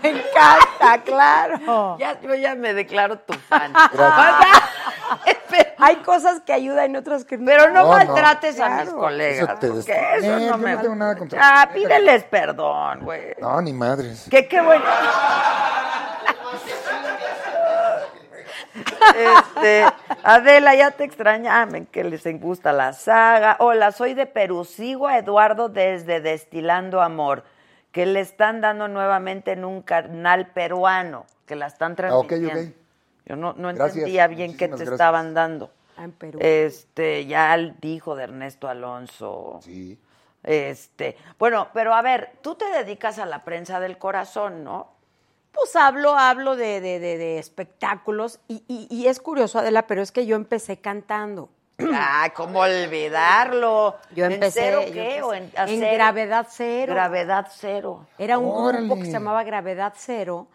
Me encanta, claro.
Ya, yo ya me declaro tu fan. Ah,
Gracias.
Hay cosas que ayudan y otras que no.
Pero no,
No, no.
maltrates a mis
Claro.
colegas.
Eso te
porque
destruye.
eso
Eh,
no
yo
me-
no tengo nada contra-
Ah, pídeles perdón, güey.
No, ni madres.
Que qué bueno. Este, Adela, ya te extrañamen, que les gusta la saga. Hola, soy de Perú, sigo a Eduardo desde Destilando Amor, que le están dando nuevamente en un canal peruano, que la están
Ah, ok,
transmitiendo.
ok.
Yo no, no
Gracias,
entendía bien qué te
muchísimas gracias.
estaban dando.
Ah, en Perú.
Este, ya el- dijo de Ernesto Alonso.
Sí.
Este, bueno, pero a ver, tú te dedicas a la prensa del corazón, ¿no?
Pues hablo, hablo de, de- de- de espectáculos y, y- y es curioso, Adela, pero es que yo empecé cantando.
Ah, cómo olvidarlo.
Yo empecé.
¿En cero
yo
qué?
empecé
¿O a
en
cero?
gravedad cero.
Gravedad cero.
Era un grupo que
Órale.
se llamaba Gravedad Cero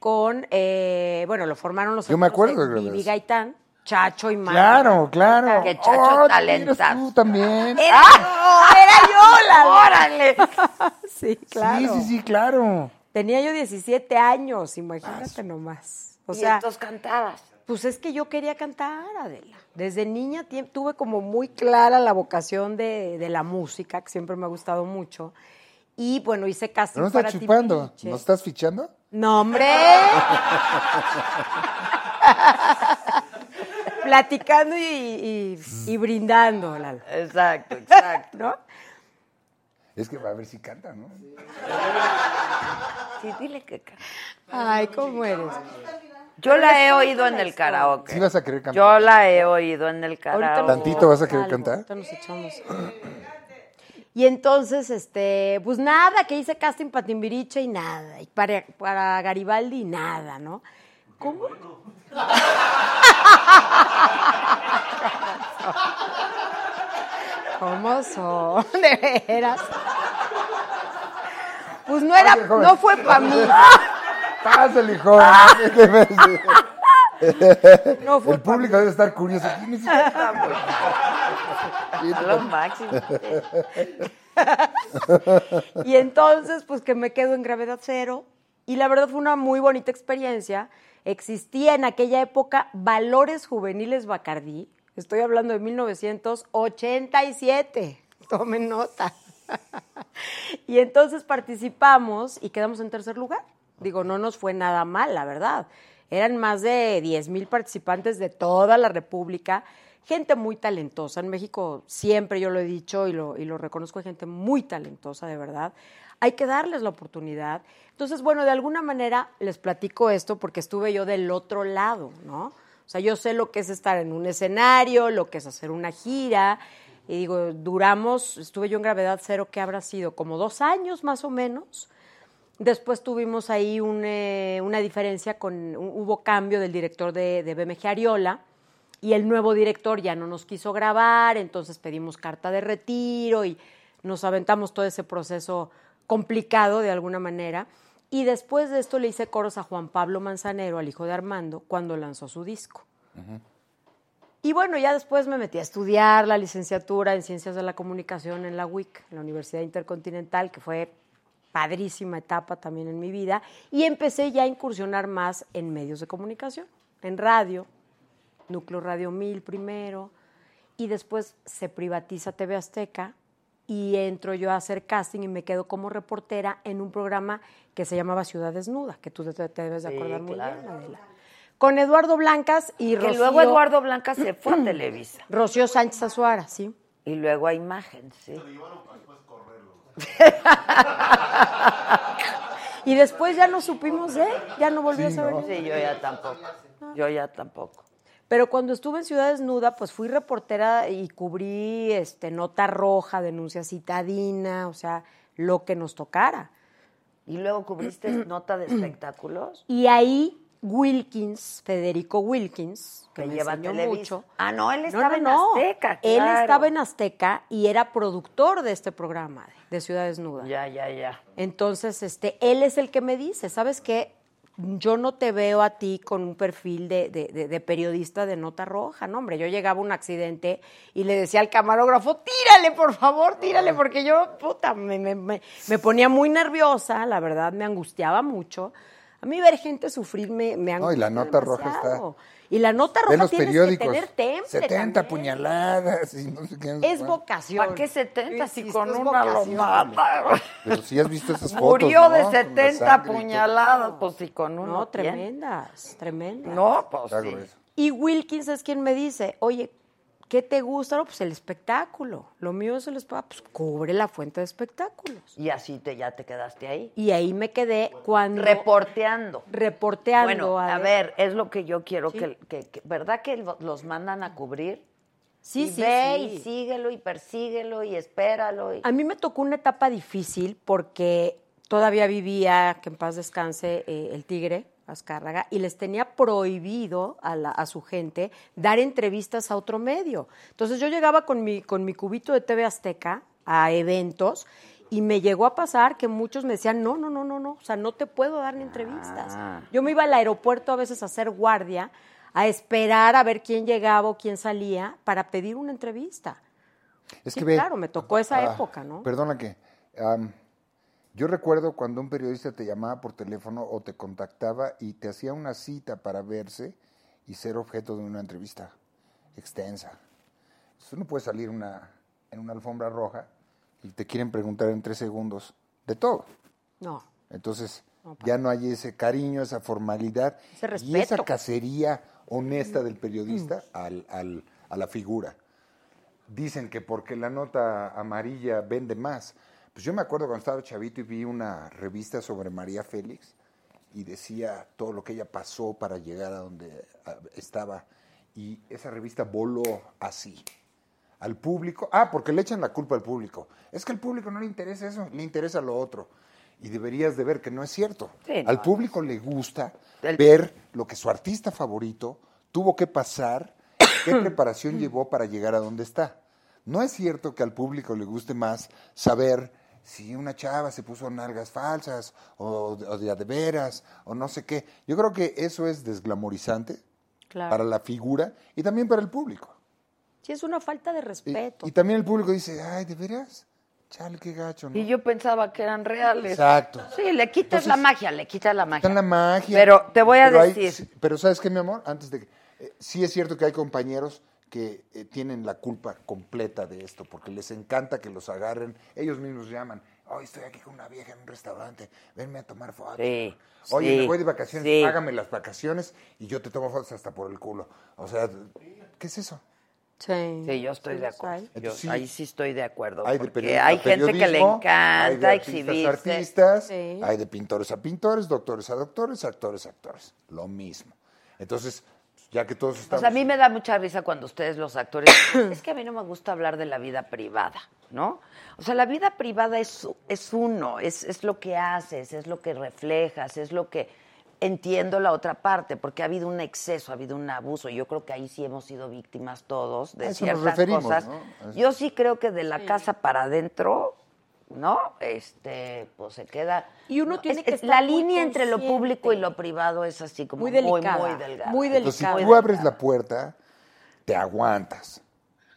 con, eh, bueno, lo formaron los
Yo me
hermanos
acuerdo de Gravedad
Vivi
Cero.
Gaitán, Chacho y Mario.
Claro, claro.
Que chacho
Oh,
talentazo. Eh,
mira Tú también.
¡Era yo! ¡Era yo, Lala!
¡Ah! ¡Órale!
Sí, claro.
Sí, sí, sí, claro.
Tenía yo 17 años, imagínate nomás. O
y
sea,
entonces cantabas.
pues es que yo quería cantar, Adela. Desde niña tie- tuve como muy clara la vocación de, de la música, que siempre me ha gustado mucho. Y bueno, hice casting
Pero no
para
estás chupando.
Timbiriche.
¿No estás fichando?
¡No, hombre! Platicando y, y- y brindando, Lalo,
Exacto, exacto.
¿no?
Es que va a ver si canta, ¿no?
Sí, dile que ca-
Ay, ¿cómo eres?
Yo la he oído en el karaoke.
Sí vas a querer cantar.
Yo la he oído en el
Ahorita nos
karaoke.
Tantito vas a querer
echamos
cantar.
ahorita nos echamos. Y entonces, este, pues nada, que hice casting para Timbiriche y nada. Y para, para Garibaldi y nada, ¿no? ¿Cómo? ¿Cómo son? De veras. Pues no era,
Oye, joven.
no fue para mí.
Pásale, joven.
Ah, No fue
El público debe estar curioso. ¿Quién es esta?
Lo máximo.
Y entonces, pues que me quedo en gravedad cero. Y la verdad fue una muy bonita experiencia. Existía en aquella época Valores Juveniles Bacardí. Estoy hablando de 1987. Tomen nota. Y entonces participamos y quedamos en tercer lugar. Digo, no nos fue nada mal, la verdad. Eran más de 10 mil participantes de toda la República, gente muy talentosa. En México siempre yo lo he dicho y lo, y lo reconozco, hay gente muy talentosa, de verdad. Hay que darles la oportunidad. Entonces, bueno, de alguna manera les platico esto porque estuve yo del otro lado, ¿no? O sea, yo sé lo que es estar en un escenario, lo que es hacer una gira. Y digo, duramos, estuve yo en gravedad cero, que habrá sido? Como dos años más o menos. Después tuvimos ahí un, eh, una diferencia con, hu- hubo cambio del director de, de BMG Ariola y el nuevo director ya no nos quiso grabar, entonces pedimos carta de retiro y nos aventamos todo ese proceso complicado de alguna manera. Y después de esto le hice coros a Juan Pablo Manzanero, al hijo de Armando, cuando lanzó su disco. Y bueno, ya después me metí a estudiar la licenciatura en Ciencias de la Comunicación en la UIC, en la Universidad Intercontinental, que fue padrísima etapa también en mi vida. Y empecé ya a incursionar más en medios de comunicación, en radio, Núcleo Radio 1000 primero, y después se privatiza TV Azteca y entro yo a hacer casting y me quedo como reportera en un programa que se llamaba Ciudad Desnuda, que tú te, te debes de
Sí,
acordar muy
claro.
bien, Adela. Con Eduardo Blancas y
Que
Rocío,
luego Eduardo Blanca se fue a Televisa.
Rocío Sánchez Azuara, ¿sí?
Y luego a Imagen, sí.
Y después ya no supimos de él, ya no volvió a saber. nada.
Sí, yo ya tampoco. Yo ya tampoco.
Pero cuando estuve en Ciudad Desnuda, pues fui reportera y cubrí este, nota roja, denuncia citadina, o sea, lo que nos tocara.
Y luego cubriste nota de espectáculos
Y ahí Wilkins, Federico Wilkins, que,
que
me
lleva
enseñó
Televisa.
mucho.
Ah, no, él
No,
estaba
no, no.
en Azteca.
Él
claro.
estaba en Azteca y era productor de este programa de Ciudad Desnuda.
Ya, ya, ya.
Entonces, este, él es el que me dice, ¿sabes qué? yo no te veo a ti con un perfil de, de- de- de periodista de nota roja, no, hombre. Yo llegaba a un accidente y le decía al camarógrafo, tírale, por favor, tírale, porque yo, puta, me, me- me- me ponía muy nerviosa, la verdad, me angustiaba mucho. A mí ver gente sufrir me, me
No, y la
angustia
nota roja está-
demasiado. Y la nota roja
Ve los
tienes
periódicos.
que tener temple
70
también.
puñaladas y no sé qué. no sé
Es
cuánto.
vocación.
¿Para qué 70 si
Insisto,
con
es
una lo
vocación.
mata?
Pero si has visto esas fotos,
Murió
¿no?
de
Con la
70
sangre y todo.
puñaladas, pues si con uno.
No,
tiene.
tremendas, tremendas.
No, pues
Está
sí.
grueso.
Y Wilkins es quien me dice, oye, ¿qué te gusta? No, pues el espectáculo. Lo mío es el espectáculo. Pues cubre la fuente de espectáculos.
Y así te, ya te quedaste ahí.
Y ahí me quedé cuando...
Reporteando.
reporteando.
Bueno, a
Ale.
ver, es lo que yo quiero
Sí.
que, que- que- ¿Verdad que lo- los mandan a cubrir?
Sí,
y
sí,
ve
sí.
y síguelo y persíguelo y espéralo. Y...
A mí me tocó una etapa difícil porque todavía vivía, que en paz descanse, eh, el tigre, Azcárraga, y les tenía prohibido a, la- a su gente dar entrevistas a otro medio. Entonces yo llegaba con mi, con mi cubito de TV Azteca a eventos y me llegó a pasar que muchos me decían, no, no, no, no, no, o sea, no te puedo dar ni entrevistas.
Ah.
Yo me iba al aeropuerto a veces a hacer guardia, a esperar a ver quién llegaba o quién salía para pedir una entrevista.
Es
Sí,
que ve-
claro, me tocó esa época, ¿no?
Ah, Perdona que. am, yo recuerdo cuando un periodista te llamaba por teléfono o te contactaba y te hacía una cita para verse y ser objeto de una entrevista extensa. Tú no puedes salir una, en una alfombra roja y te quieren preguntar en tres segundos de todo.
No.
Entonces, ya no hay ese cariño, esa formalidad
Ese
y esa
respeto. Mm.
cacería honesta del periodista al- al- a la figura. Dicen que porque la nota amarilla vende más. Pues yo me acuerdo cuando estaba chavito y vi una revista sobre María Félix y decía todo lo que ella pasó para llegar a donde ah, estaba. Y esa revista voló así al público. Ah, porque le echan la culpa al público. Es que al público no le interesa eso, le interesa lo otro. Y deberías de ver que no es cierto.
Sí,
al
no,
público le gusta
El-
ver lo que su artista favorito tuvo que pasar, qué preparación llevó para llegar a donde está. No es cierto que al público le guste más saber si una chava se puso nalgas falsas o, de- o de a de veras o no sé qué. Yo creo que eso es desglamorizante
Claro.
para la figura y también para el público.
Sí, es una falta de
Y,
respeto.
y también el público dice, ay, ¿de veras? Chale, qué gacho, ¿no?
Y yo pues, pensaba que eran reales.
Exacto.
Sí, le quitas
Entonces,
la magia, le quitas la magia.
Está en la magia.
Pero te voy a
Pero hay-
decir.
sí, pero ¿sabes qué, mi amor? Antes de que... eh, sí es cierto que hay compañeros que eh, tienen la culpa completa de esto, porque les encanta que los agarren. Ellos mismos llaman, hoy estoy aquí con una vieja en un restaurante, venme a tomar fotos.
Sí,
Oye,
sí,
me voy de vacaciones,
sí.
págame las vacaciones y yo te tomo fotos hasta por el culo. O sea, ¿qué es eso?
Sí.
Sí, yo estoy
Sí
de
los
acuerdo.
hay.
Yo-
Entonces, sí.
ahí sí estoy de acuerdo.
Hay de
porque
periodista a
hay gente que le
periodismo, hay de
encanta
artistas
exhibirse.
a artistas,
Sí.
hay de pintores a pintores, doctores a doctores, actores a actores. Lo mismo. Entonces, ya que todos
O
estamos.
sea, a mí me da mucha risa cuando ustedes los actores... es que a mí no me gusta hablar de la vida privada, ¿no? O sea, la vida privada es, es uno, es, es lo que haces, es lo que reflejas, es lo que... Entiendo la otra parte, porque ha habido un exceso, ha habido un abuso. Yo creo que ahí sí hemos sido víctimas todos de
A eso nos
ciertas
referimos,
cosas.
¿no? A eso.
Yo sí creo que de la casa para adentro, ¿no? Este, pues se queda.
Y uno
no,
tiene
es-
que
es- La
estar muy
línea entre lo
consciente.
público y lo privado es así como
Muy
muy,
delicada,
muy delgada.
muy
Entonces, si
delicada.
tú abres la puerta, te aguantas.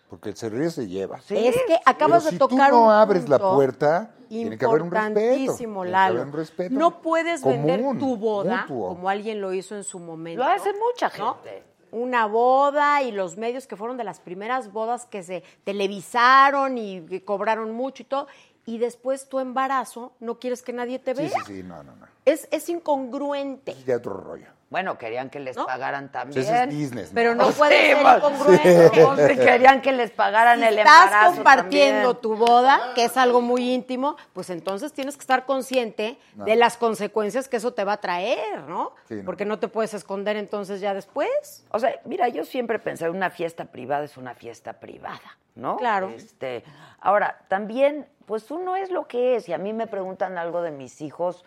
Porque el cerrillo se lleva.
Es que acabas
Pero
de
si
tocar
tú no
un
abres la
punto
puerta, tiene que haber un respeto. tiene
importantísimo,
que
Lalo.
haber un respeto
no puedes vender
común,
tu boda
mutuo.
como alguien lo hizo en su momento.
Lo hace mucha
¿no?
gente.
Una boda y los medios que fueron de las primeras bodas que se televisaron y que cobraron mucho y todo. Y después tu embarazo, no quieres que nadie te
Sí,
vea.
sí, sí, no, no, no.
Es, es incongruente.
Es ya otro rollo.
Bueno, querían que les
¿No?
pagaran
Ese
también.
es business. ¿no?
Pero no
Sí,
puede ser
pues,
incongruente.
No, si querían que les pagaran
Si
el
estás
embarazo
compartiendo
también.
tu boda, que es algo muy íntimo, pues entonces tienes que estar consciente de las consecuencias que eso te va a traer, ¿no?
Sí, no.
Porque no te puedes esconder entonces ya después.
O sea, mira, yo siempre pensé, una fiesta privada es una fiesta privada, ¿no?
Claro.
Este, ahora, también, pues uno es lo que es. Y a mí me preguntan algo de mis hijos,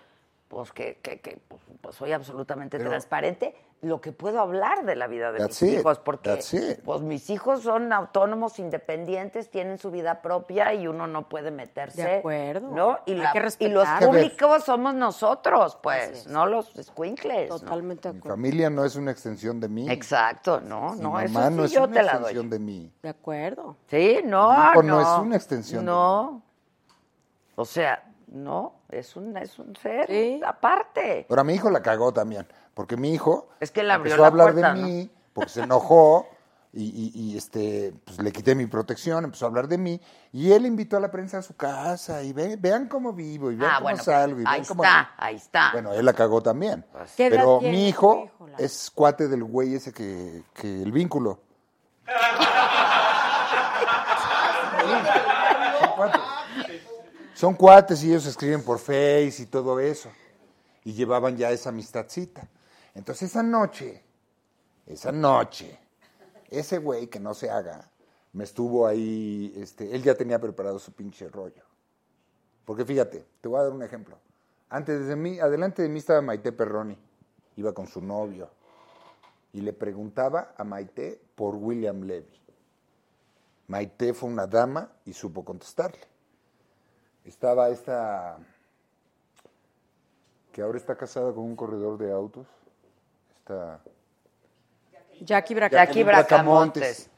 pues que, que- que, pues, pues, soy absolutamente
Pero-
transparente. lo que puedo hablar de la vida de
That's
mis
it.
hijos, porque
That's it.
pues mis hijos son autónomos, independientes, tienen su vida propia y uno no puede meterse.
De acuerdo.
¿no? Y,
Hay
la-
que
y
respetar.
los
Hay
que ver.
públicos somos nosotros, pues,
es.
no los escuincles. ¿no?
Totalmente de
Mi
acuerdo.
familia no es una extensión de mí.
Exacto, no,
Mi
Oh, no, eso
mamá
sí
no es
yo
una
te la doy.
extensión de mí.
De acuerdo.
Sí, no,
hijo
no.
no es una extensión de
No. O sea, no, es un, es un ser
Sí.
aparte.
Ahora mi hijo la cagó también, porque mi hijo
Es que le abrió
empezó
la
a hablar
puerta,
de
¿no?
mí, porque se enojó y, y- y, este pues, le quité mi protección, empezó a hablar de mí y él invitó a la prensa a su casa y ve- vean cómo vivo y Pues vean
Ah,
cómo
bueno,
salgo y vean
ahí
cómo
está, Pues ahí está.
Bueno, él la cagó también.
¿Qué edad
Pero
tiene
mi
tu
hijo,
hijo, Lalo?
es cuate del güey ese que, que el vínculo. Son cuates. Son cuates y ellos escriben por Face y todo eso. Y llevaban ya esa amistadcita. Entonces esa noche, esa noche, ese güey que no se haga, me estuvo ahí, este, él ya tenía preparado su pinche rollo. Porque fíjate, te voy a dar un ejemplo. Antes de mí, adelante de mí estaba Maite Perroni. Iba con su novio. Y le preguntaba a Maite por William Levy. Maite fue una dama y supo contestarle. Estaba esta. que ahora está casada con un corredor de autos. Esta.
Jackie Braca.
Jackie
Jacqueline
Bracamontes.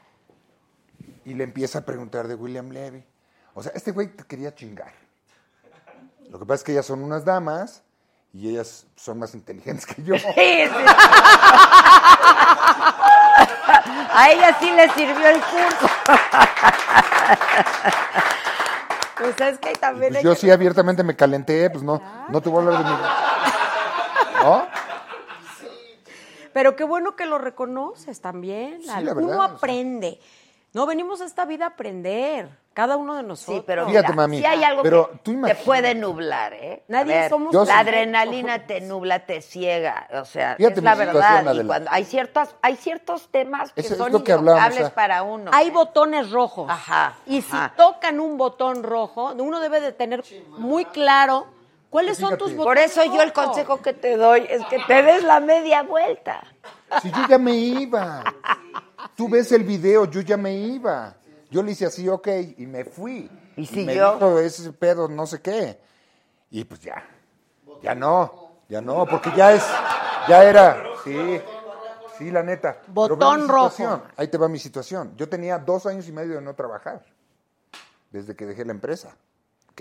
Y le empieza a preguntar de William Levy. O sea, este güey te quería chingar. Lo que pasa es que ellas son unas damas y ellas son más inteligentes que yo.
Sí, sí. A ella sí le sirvió el curso.
Pues es que
Y
también
pues
hay
yo
que-
sí abiertamente me calenté, pues no, no te voy a hablar de mi... ¿No?
Pero qué bueno que lo reconoces también.
Sí,
Lalo.
la verdad,
Uno
o sea.
aprende. No venimos a esta vida a aprender. Cada uno de nosotros.
Sí, pero
Fíjate,
mira,
mami,
si hay algo
pero
que
tú
te
imagínate.
puede nublar, ¿eh? A
Nadie somos
Yo
la
sí.
adrenalina te nubla, te ciega, o sea,
Fíjate
es la
mi situación,
verdad. Y
Adela.
cuando hay ciertas, hay ciertos temas que
Eso es
son
lo que hablamos,
intocables
o sea.
para uno.
Hay botones rojos.
Ajá,
Y si
ajá.
tocan un botón rojo, uno debe de tener muy claro cuáles son
Fíjate.
tus botones.
Por eso yo el
rojos.
consejo que te doy es que te des la media vuelta.
Si yo ya me iba. Tú ves el video, yo ya me iba. Yo le hice así, ok, y me fui.
¿Y si
me
yo?
dijo ese pedo, no sé qué. Y pues ya. Ya no, ya no, porque ya es, ya era. Sí, sí, la neta. Pero ve mi
Botón rojo.
situación, Ahí te va mi situación. Yo tenía dos años y medio de no trabajar, desde que dejé la empresa. ¿ok?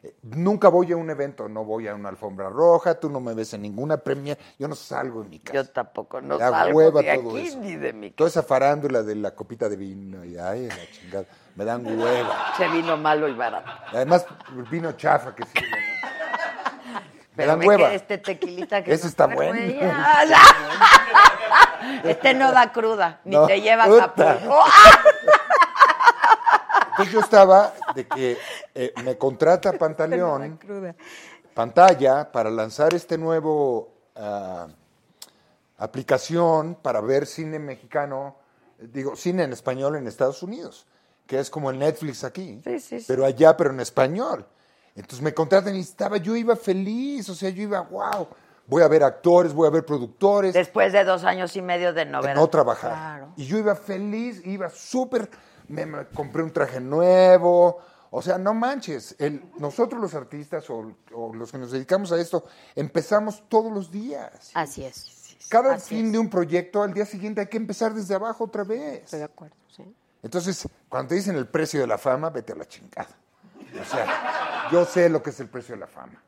Eh, Nunca voy a un evento, no voy a una alfombra roja, tú no me ves en ninguna premia, yo no salgo en mi casa.
Yo tampoco no
Da
salgo
hueva
de
todo
aquí
eso.
ni de mi
Toda esa farándula de la copita de vino y ay, la chingada, me dan hueva.
Se vino malo y barato.
Además, vino chafa que sí. Me
Pero
dan
ve
hueva.
que este tequilita que
Ese
nos
está
trajo
bueno.
ella. Ah, este no da cruda, ni
No.
te llevas a
Puta.
poco. ¡Ah!
Entonces yo estaba de que eh, me contrata Pantaleón,
Cruda.
pantalla, para lanzar este nuevo ah, aplicación para ver cine mexicano, digo, cine en español en Estados Unidos, que es como el Netflix aquí,
Sí, sí, sí.
pero allá, pero en español. Entonces me contratan y estaba, yo iba feliz, o sea, yo iba, wow, voy a ver actores, voy a ver productores,
Pues, Después de dos años y medio de
de
novela.
no trabajar.
Claro.
Y yo iba feliz, iba súper, me, me compré un traje nuevo. O sea, no manches, el- nosotros los artistas o, o los que nos dedicamos a esto, empezamos todos los días.
Así es.
Cada
así
fin
es.
de un proyecto, al día siguiente hay que empezar desde abajo otra vez.
Estoy de acuerdo, sí.
Entonces, cuando te dicen el precio de la fama, vete a la chingada. O sea, yo sé lo que es el precio de la fama.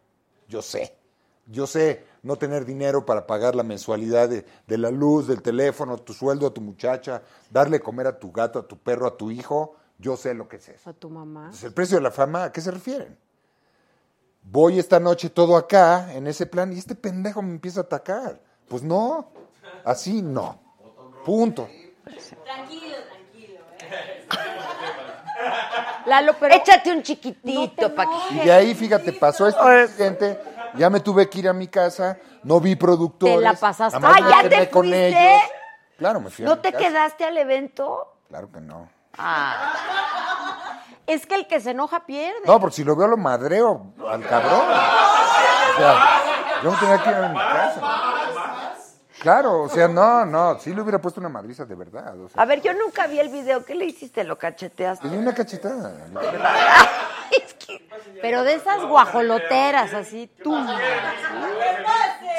Yo sé. Yo sé no tener dinero para pagar la mensualidad de, de la luz, del teléfono, tu sueldo a tu muchacha, darle comer a tu gato, a tu perro, a tu hijo. Yo sé lo que es eso.
A tu mamá.
Entonces, el precio de la fama, ¿a qué se refieren? Voy esta noche todo acá, en ese plan, y este pendejo me empieza a atacar. Pues no, así no. Punto.
Lalo, pero
Échate un chiquitito
No te
pa' que-
enojes.
Y de ahí, fíjate, pasó este accidente, ya me tuve que ir a mi casa, no vi productores.
Te la pasaste.
nada más
Ah, ¿ya
me quedé
te
con
fuiste?
ellos. Claro, me fui a
¿No
mi
te
casa.
quedaste al evento?
Claro que no.
Ah,
es que el que se enoja pierde.
No, porque si lo veo lo madreo al cabrón. O sea, yo me tenía que ir a mi casa. Claro, o sea, no, no, sí le hubiera puesto una madriza de verdad. O sea,
A ver, yo nunca vi el video. ¿Qué le hiciste? ¿Lo cacheteaste?
le di una cachetada.
Es que-
Pero de esas guajoloteras, así, tú.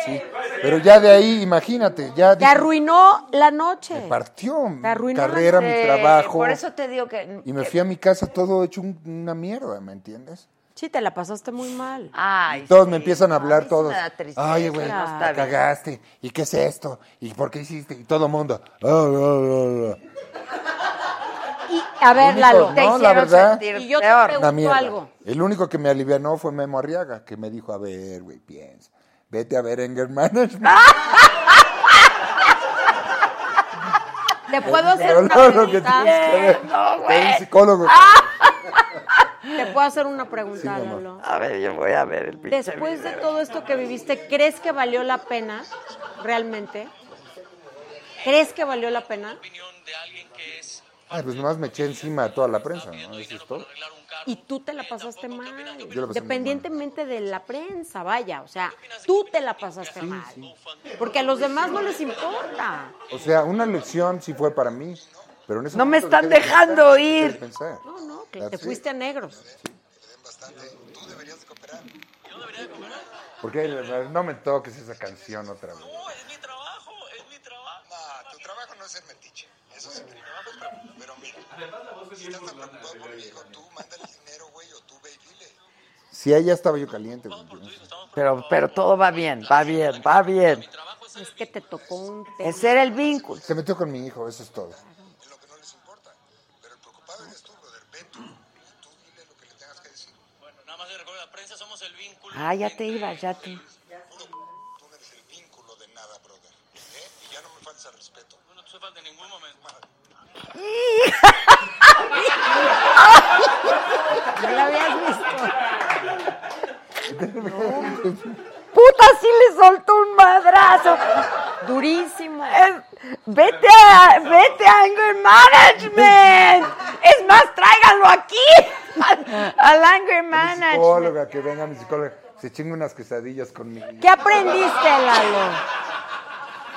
Sí. Pero ya de ahí, imagínate, ya
Te
dijo,
arruinó la noche.
me partió mi
Te arruinó la
carrera, mi
Eh,
trabajo.
Por eso te digo que...
Y me fui a mi casa todo hecho un- una mierda, ¿me entiendes?
Sí, te la pasaste muy mal.
Ay,
Todos me
sí.
empiezan a hablar,
mí sí
todos.
me da tristeza,
Ay, güey,
no está
la
bien.
cagaste. ¿Y qué es esto? ¿Y por qué hiciste? Y todo el mundo. "Ah, ah, ah,
Y, a ver,
Único,
Lalo.
Te
No, la
hicieron
verdad.
sentir
Y yo te
peor.
ah".
pregunto-
Una mierda.
algo.
El único que me alivianó fue Memo Arriaga, que me dijo, a ver, güey, piensa. Vete a ver Anger Management.
Ah,
¿Te puedo hacer
Pero
una
no, lo que
pregunta?
tienes que ver.
No,
Fue
güey. Ah.
un psicólogo.
Te puedo hacer una pregunta,
Sí, mamá.
Lalo.
A ver, yo voy a ver el pinche
Después de
video.
todo esto que viviste, ¿crees que valió la pena realmente? ¿Crees que valió la pena?
Ay, pues nomás me eché encima a toda la prensa, ¿no? Eso es todo.
Y tú te la pasaste mal.
Yo la pasé muy mal.
Dependientemente de la prensa, vaya. O sea, tú te la pasaste mal. Porque a los demás no les importa.
O sea, una lección sí fue para mí. Pero en ese
No me
momento
están
dejé de
dejando
dejé de
ir.
pensar.
No, no, que te
Así.
fuiste a negros.
¿Por qué no me toques esa canción otra vez?
No, tu trabajo no es ser metiche. Eso sí, mi trabajo es preocupado. Pero mira, si estás tan preocupado por mi hijo, tú mándale dinero, güey, o tú ve y dile.
Si ahí ya estaba yo caliente. ¿me entiendes?
Pero, pero todo va bien, va bien, va bien.
Es que te tocó un tema.
Ese era el vínculo.
Se metió con mi hijo, eso es todo.
Es lo que no les importa. Pero el preocupado eres tú, brother. Ve tú. Y tú dile lo que le tengas que decir.
Ah, ya te ibas, ya te.
Tú no eres el vínculo de nada, brother. ¿Eh? Y ya no me faltes al respeto. No te falta en ningún momento.
No la habías visto.
¡Puta, sí le soltó un madrazo!
Durísimo.
Es- vete, a, vete a Anger Management. Es más, tráiganlo aquí, al, al Anger Management.
Psicóloga, que venga mi psicóloga. Se chinga unas quesadillas conmigo.
¿Qué aprendiste, Lalo?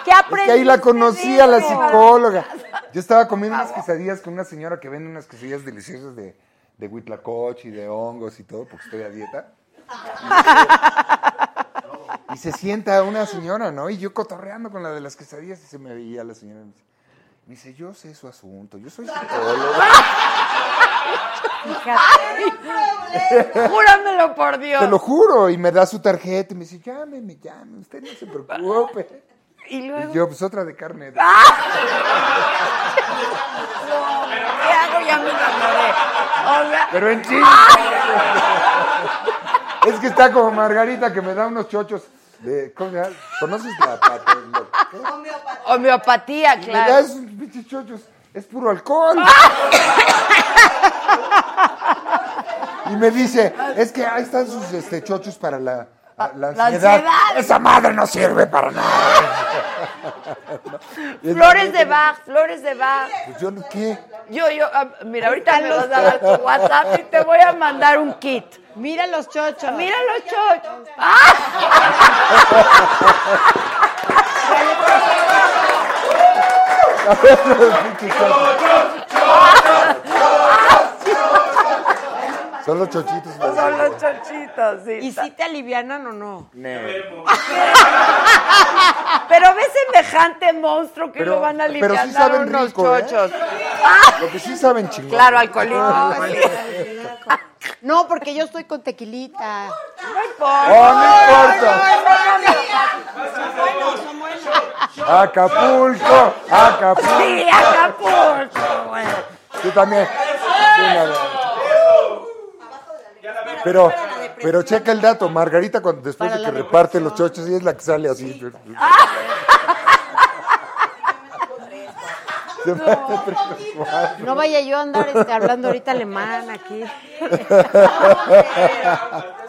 ¿Qué
Es
aprendiste?
que ahí la conocí a la
de- Ah,
psicóloga. Yo estaba comiendo unas quesadillas con una señora que vende unas quesadillas deliciosas de, de huitlacoche y de hongos y todo, porque estoy a dieta. Y se sienta una señora, ¿no? Y yo cotorreando con la de las quesadillas y se me veía la señora. y me dice- Me dice, yo sé su asunto, yo soy psicóloga.
Júramelo por
Te lo
Dios.
juro. Y me da su tarjeta y me dice, llámeme, llámeme, usted no se preocupe.
Y luego,
Y yo, pues otra de carne.
¿qué hago? Ya me enamoré. O sea,
Pero en Chile. es que está como Margarita que me da unos chochos. De, ¿Cómo se llama? ¿Conoces la pata? Lo- ¿qué?
homeopatía,
Me da
claro.
esos pinches chochos. Es puro alcohol. y me dice, es que ahí están sus este, chochos para la, la- la
Ah, La
ansiedad.
ansiedad.
Esa madre no sirve para nada.
Flores de Bach, flores de Bach.
Pues yo, no- ¿qué?
Yo, yo, ah, mira, ahorita me vas a dar tu WhatsApp y te voy a mandar un kit.
Mira los chochos.
Mira los chochos.
Son los chochitos.
Son los chochitos, sí.
¿Y si te alivianan o no?
Pero ve semejante monstruo que
Pero-
lo van a
pero sí
aliviar
saben
unos
rico, ¿eh?
chochos.
Lo que sí saben chingón.
Claro, alcoholismo.
No, porque yo estoy con tequilita.
¡Oh, no importa! Acapulco, Acapulco.
Sí, Acapulco, güey.
Tú también. Sí, la verdad. Pero, pero checa el dato, Margarita, cuando, después de que reparte los chochos, ella es la que sale así.
Ah,
Se va a transformar.
No vaya yo a andar este, hablando ahorita alemán aquí.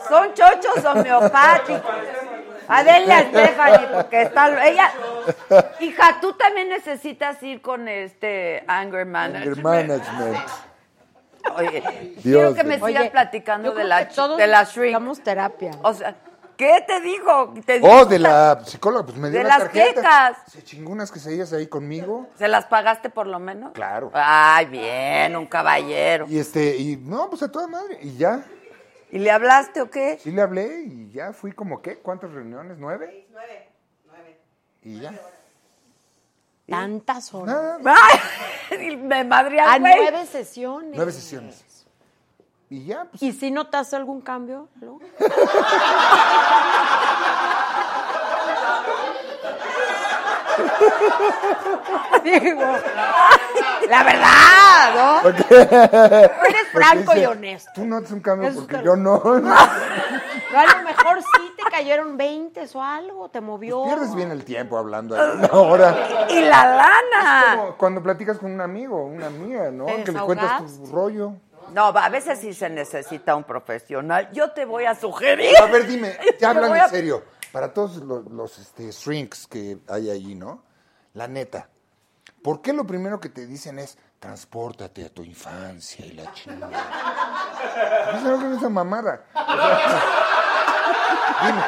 Son chochos homeopáticos. Adelia a Stephanie, porque está. Ella. Hija, tú también necesitas ir con este Anger
Anger
Management.
management.
Oye,
Dios
quiero que me
mío.
sigas
Oye,
platicando
yo
de
creo
la,
que todos
de la shrink.
necesitamos terapia.
O sea, ¿Qué te dijo? ¿Te
Oh,
dijo
de la psicóloga, pues me dio
de
la
las
tarjeta.
quecas.
Se chingó unas quesadillas ahí conmigo.
¿Se las pagaste por lo menos?
Claro.
Ay, bien, un caballero.
Y este, y no, pues a toda madre. Y ya,
¿Y le hablaste o qué?
sí le hablé y ya fui como, ¿qué? ¿Cuántas reuniones? ¿Nueve? Nueve, nueve. Y ya.
Tantas horas.
Ay, me madría,
A
Ah, güey.
nueve sesiones.
Nueve sesiones. Y ya, pues.
¿Y si notaste algún cambio? Lu? Digo, la verdad, ¿no? Eres
porque
franco y
dice,
honesto.
Tú notas un cambio
Eso
porque
está-
yo no.
No, a lo mejor sí te cayeron 20 o algo, te movió.
Pues Pierdes bien el tiempo hablando ahí una hora.
Y la lana.
Como cuando platicas con un amigo, una amiga, ¿no?
¿Te
Que le cuentas tu
desahogaste?
rollo.
No, va, a veces sí se necesita un profesional. Yo te voy a sugerir.
A ver, dime,
Te
ya hablan
voy a-
en serio. Para todos los, los, este, shrinks que hay allí, ¿no? La neta, ¿por qué lo primero que te dicen es transpórtate a tu infancia y la chingada? No sé con esa mamada. O sea, dime,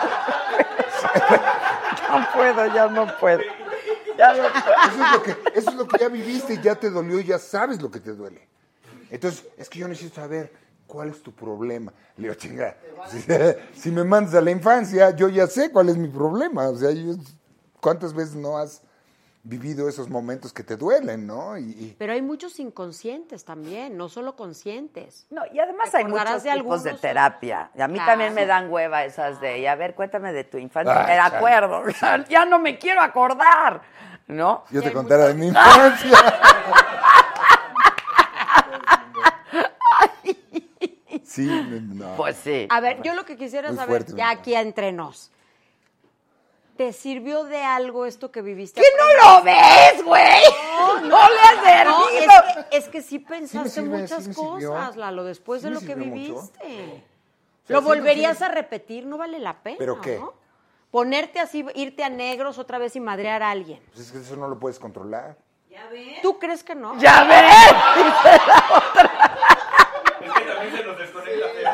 No puedo, ya no puedo. Ya no puedo.
eso es, lo que, eso es lo que ya viviste y ya te dolió y ya sabes lo que te duele. Entonces, es que yo necesito saber cuál es tu problema. Le digo, chinga, si, si me mandas a la infancia, yo ya sé cuál es mi problema. O sea, yo- ¿cuántas veces no has vivido esos momentos que te duelen, no? Y, y-
Pero hay muchos inconscientes también, no solo conscientes.
No, y además hay muchos
Recordarás de
tipos de
algunos- Ah,
terapia. Y a mí
Claro.
también me dan hueva esas de, y a ver, cuéntame de tu infancia. me
Ay, chale.
acuerdo, o sea, ya no me quiero acordar, ¿no?
yo te contara de mi infancia. Sí, no.
Pues sí.
A ver, yo lo que quisiera
Muy
saber,
fuerte,
ya
mi
aquí entre nos, ¿te sirvió de algo esto que viviste?
¿Quién no lo ves, güey? No, le has
No,
servido.
es que, es que sí pensaste
sirve,
muchas
sí me sirvió.
cosas, Lalo, después
Sí
de
me
lo que
sirvió mucho.
viviste.
sea,
¿Lo
sí me
volverías
sirve.
a repetir? No vale la pena,
¿Pero qué?
¿no? Ponerte así, irte a negros otra vez y madrear a alguien.
Pues es que eso no lo puedes controlar.
¿Tú crees que no?
Ya ves.
Es que también se nos desconecta.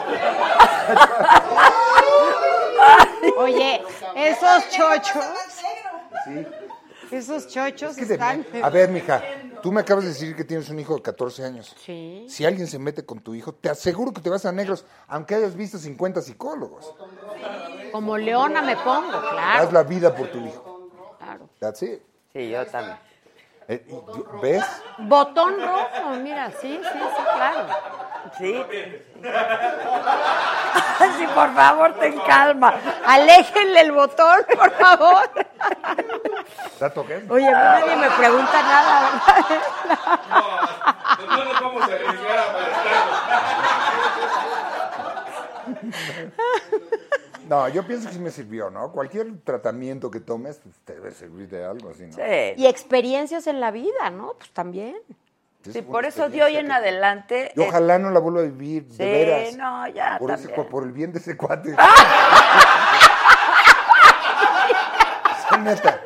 feo.
Oye, esos chochos,
Sí.
esos chochos
Es que de-
están...
A ver, mija, tú me acabas de decir que tienes un hijo de 14 años.
Sí.
Si alguien se mete con tu hijo, te aseguro que te vas a negros, aunque hayas visto 50 psicólogos.
Como leona me pongo,
Haz
claro.
la vida por tu hijo.
claro.
That's it.
Sí, yo también.
Eh, y- ¿Ves?
Botón rojo, mira, sí, sí, sí, claro.
Sí. Sí, por favor, ten calma.
Aléjenle el botón, por favor.
¿Tato qué?
Oye, a mí nadie me pregunta nada, ¿verdad?
pues, No nos vamos a arriesgar a molestarnos.
No, yo pienso que sí me sirvió, ¿no? Cualquier tratamiento que tomes pues, te debe servir de algo, así, ¿no?
Sí.
Y experiencias en la vida, ¿no? Pues también.
Es
Sí,
una
por eso de hoy
experiencia
en
que-
adelante.
Yo
eh,
ojalá no la vuelva a vivir, de
Sí,
veras.
no, ya
Por, ese-
también. ¡Ah!
por el bien de ese cuate. Sí, neta.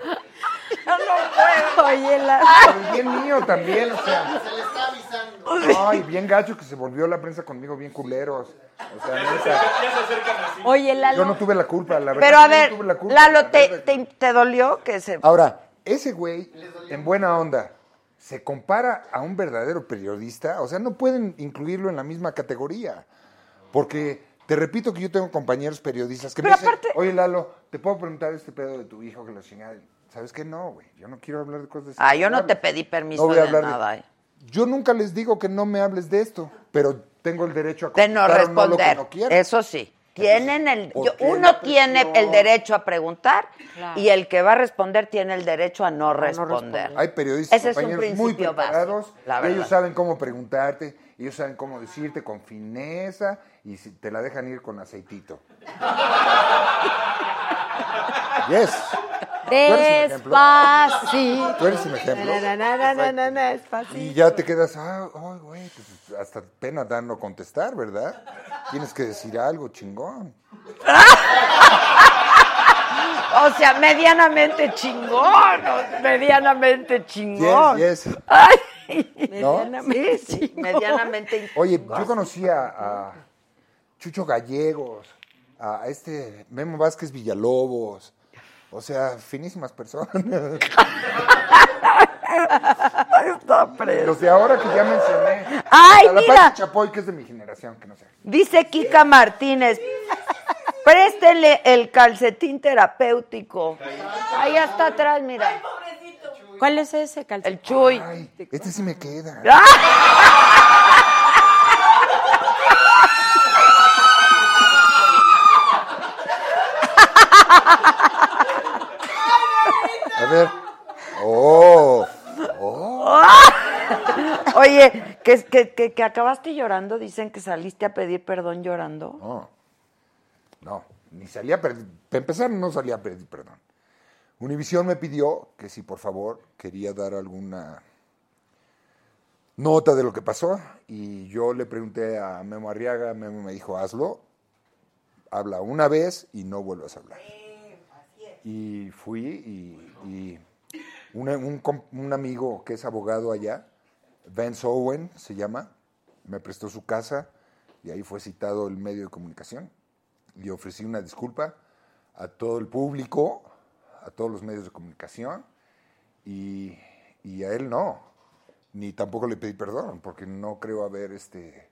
No, no puedo.
Oye, la...
Pero es bien mío también, o sea.
Se le está avisando.
Ay, bien gacho que se volvió la prensa conmigo, bien culeros. O sea, neta,
Ya se acercan así.
Oye, Lalo.
yo no tuve la culpa, la verdad.
Pero a
yo no
ver,
tuve la culpa,
Lalo,
la Ah,
¿te,
verdad.
te, te dolió que se.?
Ahora, ese güey, en buena onda, se compara a un verdadero periodista. O sea, no pueden incluirlo en la misma categoría. Porque te repito que yo tengo compañeros periodistas que
Pero
me dicen,
aparte-
oye, Lalo, ¿te puedo preguntar este pedo de tu hijo que lo chingada? ¿Sabes qué? No, güey, yo no quiero hablar de cosas
Ah, yo no te
sensibles.
pedí permiso
No voy a
de
hablar de-
nada. eh.
Yo nunca les digo que no me hables de esto, pero tengo el derecho a
De no
contestar o lo que
responder.
no quiero.
Eso sí. Tienen el,
¿por
yo-
qué
uno
la
tiene el
presión?
derecho a preguntar
Claro.
y el que va a responder tiene el derecho a no responder.
responder.
Hay periodistas
Ese es un
compañeros muy
principio
preparados,
básico, la
y ellos
verdad.
saben cómo preguntarte, ellos saben cómo decirte con fineza y si te la dejan ir con aceitito. Yes. Tú eres un ejemplo.
Despacito.
Tú eres un ejemplo.
Na, na, na, na, na, na,
Y
despacito.
ya te quedas, ah, ay, güey, pues, hasta pena da no contestar, ¿verdad? Tienes que decir algo chingón.
O sea, medianamente chingón. o- medianamente chingón.
Yes, yes.
Ay.
¿No?
Medianamente
Sí, medianamente.
Oye, yo conocí a, a Chucho Gallegos, a este Memo Vázquez Villalobos. O sea, finísimas personas. Los de ahora que ya mencioné.
¡Ay,
A la
mira!
Pati Chapoy, que es de mi generación, que no sé.
Dice Kika Martínez. Préstele el calcetín terapéutico. Ahí está atrás, mira.
¿Cuál es ese calcetín?
El chuy.
Este sí me queda. A ver. Oh. Oh.
Oye, que, que, que, que acabaste llorando, dicen que saliste a pedir perdón llorando.
No. No. Ni salía a pedir. Para empezar, no salía a pedir perdón. Univisión me pidió que si por favor quería dar alguna nota de lo que pasó. Y yo le pregunté a Memo Arriaga. Memo me dijo: hazlo. Habla una vez y no vuelvas a hablar. Y fui y, y una- un, com- un amigo que es abogado allá, Vance Owen se llama, me prestó su casa y ahí fue citado el medio de comunicación y ofrecí una disculpa a todo el público, a todos los medios de comunicación y, y a él no, ni tampoco le pedí perdón porque no creo haber este...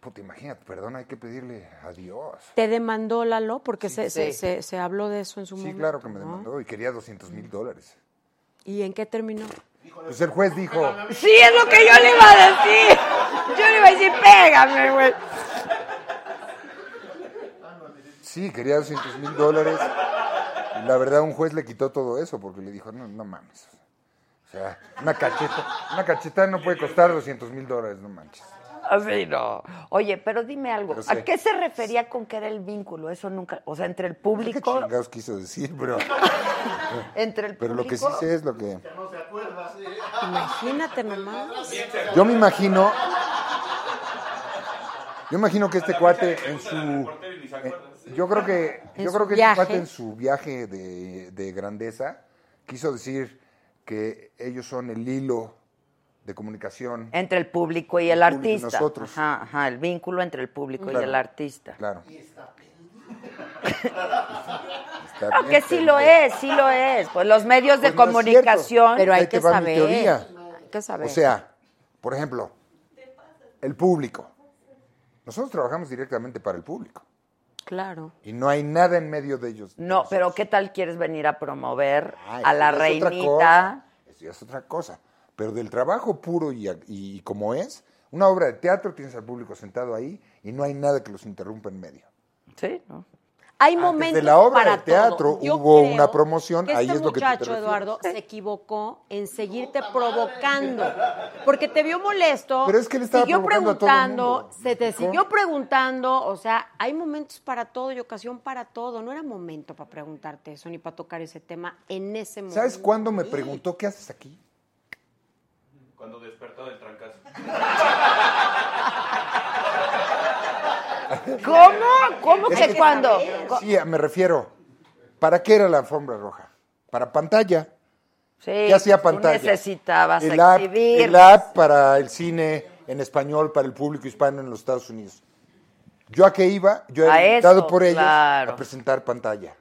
Puta, imagínate, perdón, hay que pedirle a Dios.
¿Te demandó Lalo? Porque se, se-
sí.
se- se habló de eso en su
Sí,
momento.
claro que me
¿no?
demandó y quería 200 mil dólares.
¿Y en qué terminó?
Pues el juez dijo,
Sí, es lo que yo le iba a decir. Yo le iba a decir, pégame, güey.
sí, quería 200 mil dólares. Y la verdad, un juez le quitó todo eso porque le dijo, no, no mames. O sea, una cacheta, una cacheta no puede costar 200 mil dólares, no manches.
Así no. Oye, pero dime algo.
Pero sí.
¿A qué se refería con que era el vínculo? Eso nunca. O sea, entre el público.
Chingados quiso decir, pero,
Entre el
pero lo que sí
público-
sé es lo que...
Imagínate nomás.
Yo me imagino... Yo imagino que este cuate en su... en- yo creo que,
En
yo
su
creo que
viaje.
este cuate en su viaje de, de grandeza quiso decir que ellos son el hilo de comunicación
Entre el público y el,
El público y
artista.
nosotros.
Ajá, ajá, el vínculo entre el público y
Claro.
el artista.
Claro.
Claro Ah, que sí lo es, sí lo es. Pues los medios
Pues
de
no es
comunicación.
cierto.
Pero hay
Ahí te
que
va mi
saber.
teoría.
Hay que saber.
O sea, por ejemplo, el público. Nosotros trabajamos directamente para el público
Claro.
y no hay nada en medio de ellos.
No, pero ¿qué tal quieres venir a promover
Ay,
a la
eso ya es otra
reinita?
cosa. Eso ya es otra cosa. Pero del trabajo puro y, y como es, una obra de teatro tienes al público sentado ahí y no hay nada que los interrumpa en medio.
Sí, ¿no?
Hay
Antes
momentos
de la obra
para
de teatro
todo. Yo
hubo
creo
una promoción,
que
ahí
este
es lo que tú te
muchacho
refieres.
Eduardo se equivocó en seguirte provocando, porque te vio molesto.
Pero es que él estaba
siguió
provocando a todo el
preguntando,
mundo,
se te
¿explicó?
siguió preguntando, o sea, hay momentos para todo y ocasión para todo. No era momento para preguntarte eso ni para tocar ese tema en ese momento.
¿Sabes cuándo me preguntó qué haces aquí?
Cuando despertó del trancazo.
¿Cómo? ¿Cómo
Es
que
que-
cuando?
Sí, me refiero. ¿Para qué era la alfombra roja? Para pantalla.
Sí,
¿Qué hacía
tú
pantalla?
necesitabas
el app,
exhibir.
el app para el cine en español, para el público hispano en los Estados Unidos. Yo a qué iba, yo
A
era invitado
eso,
por ellos
claro.
a presentar pantalla.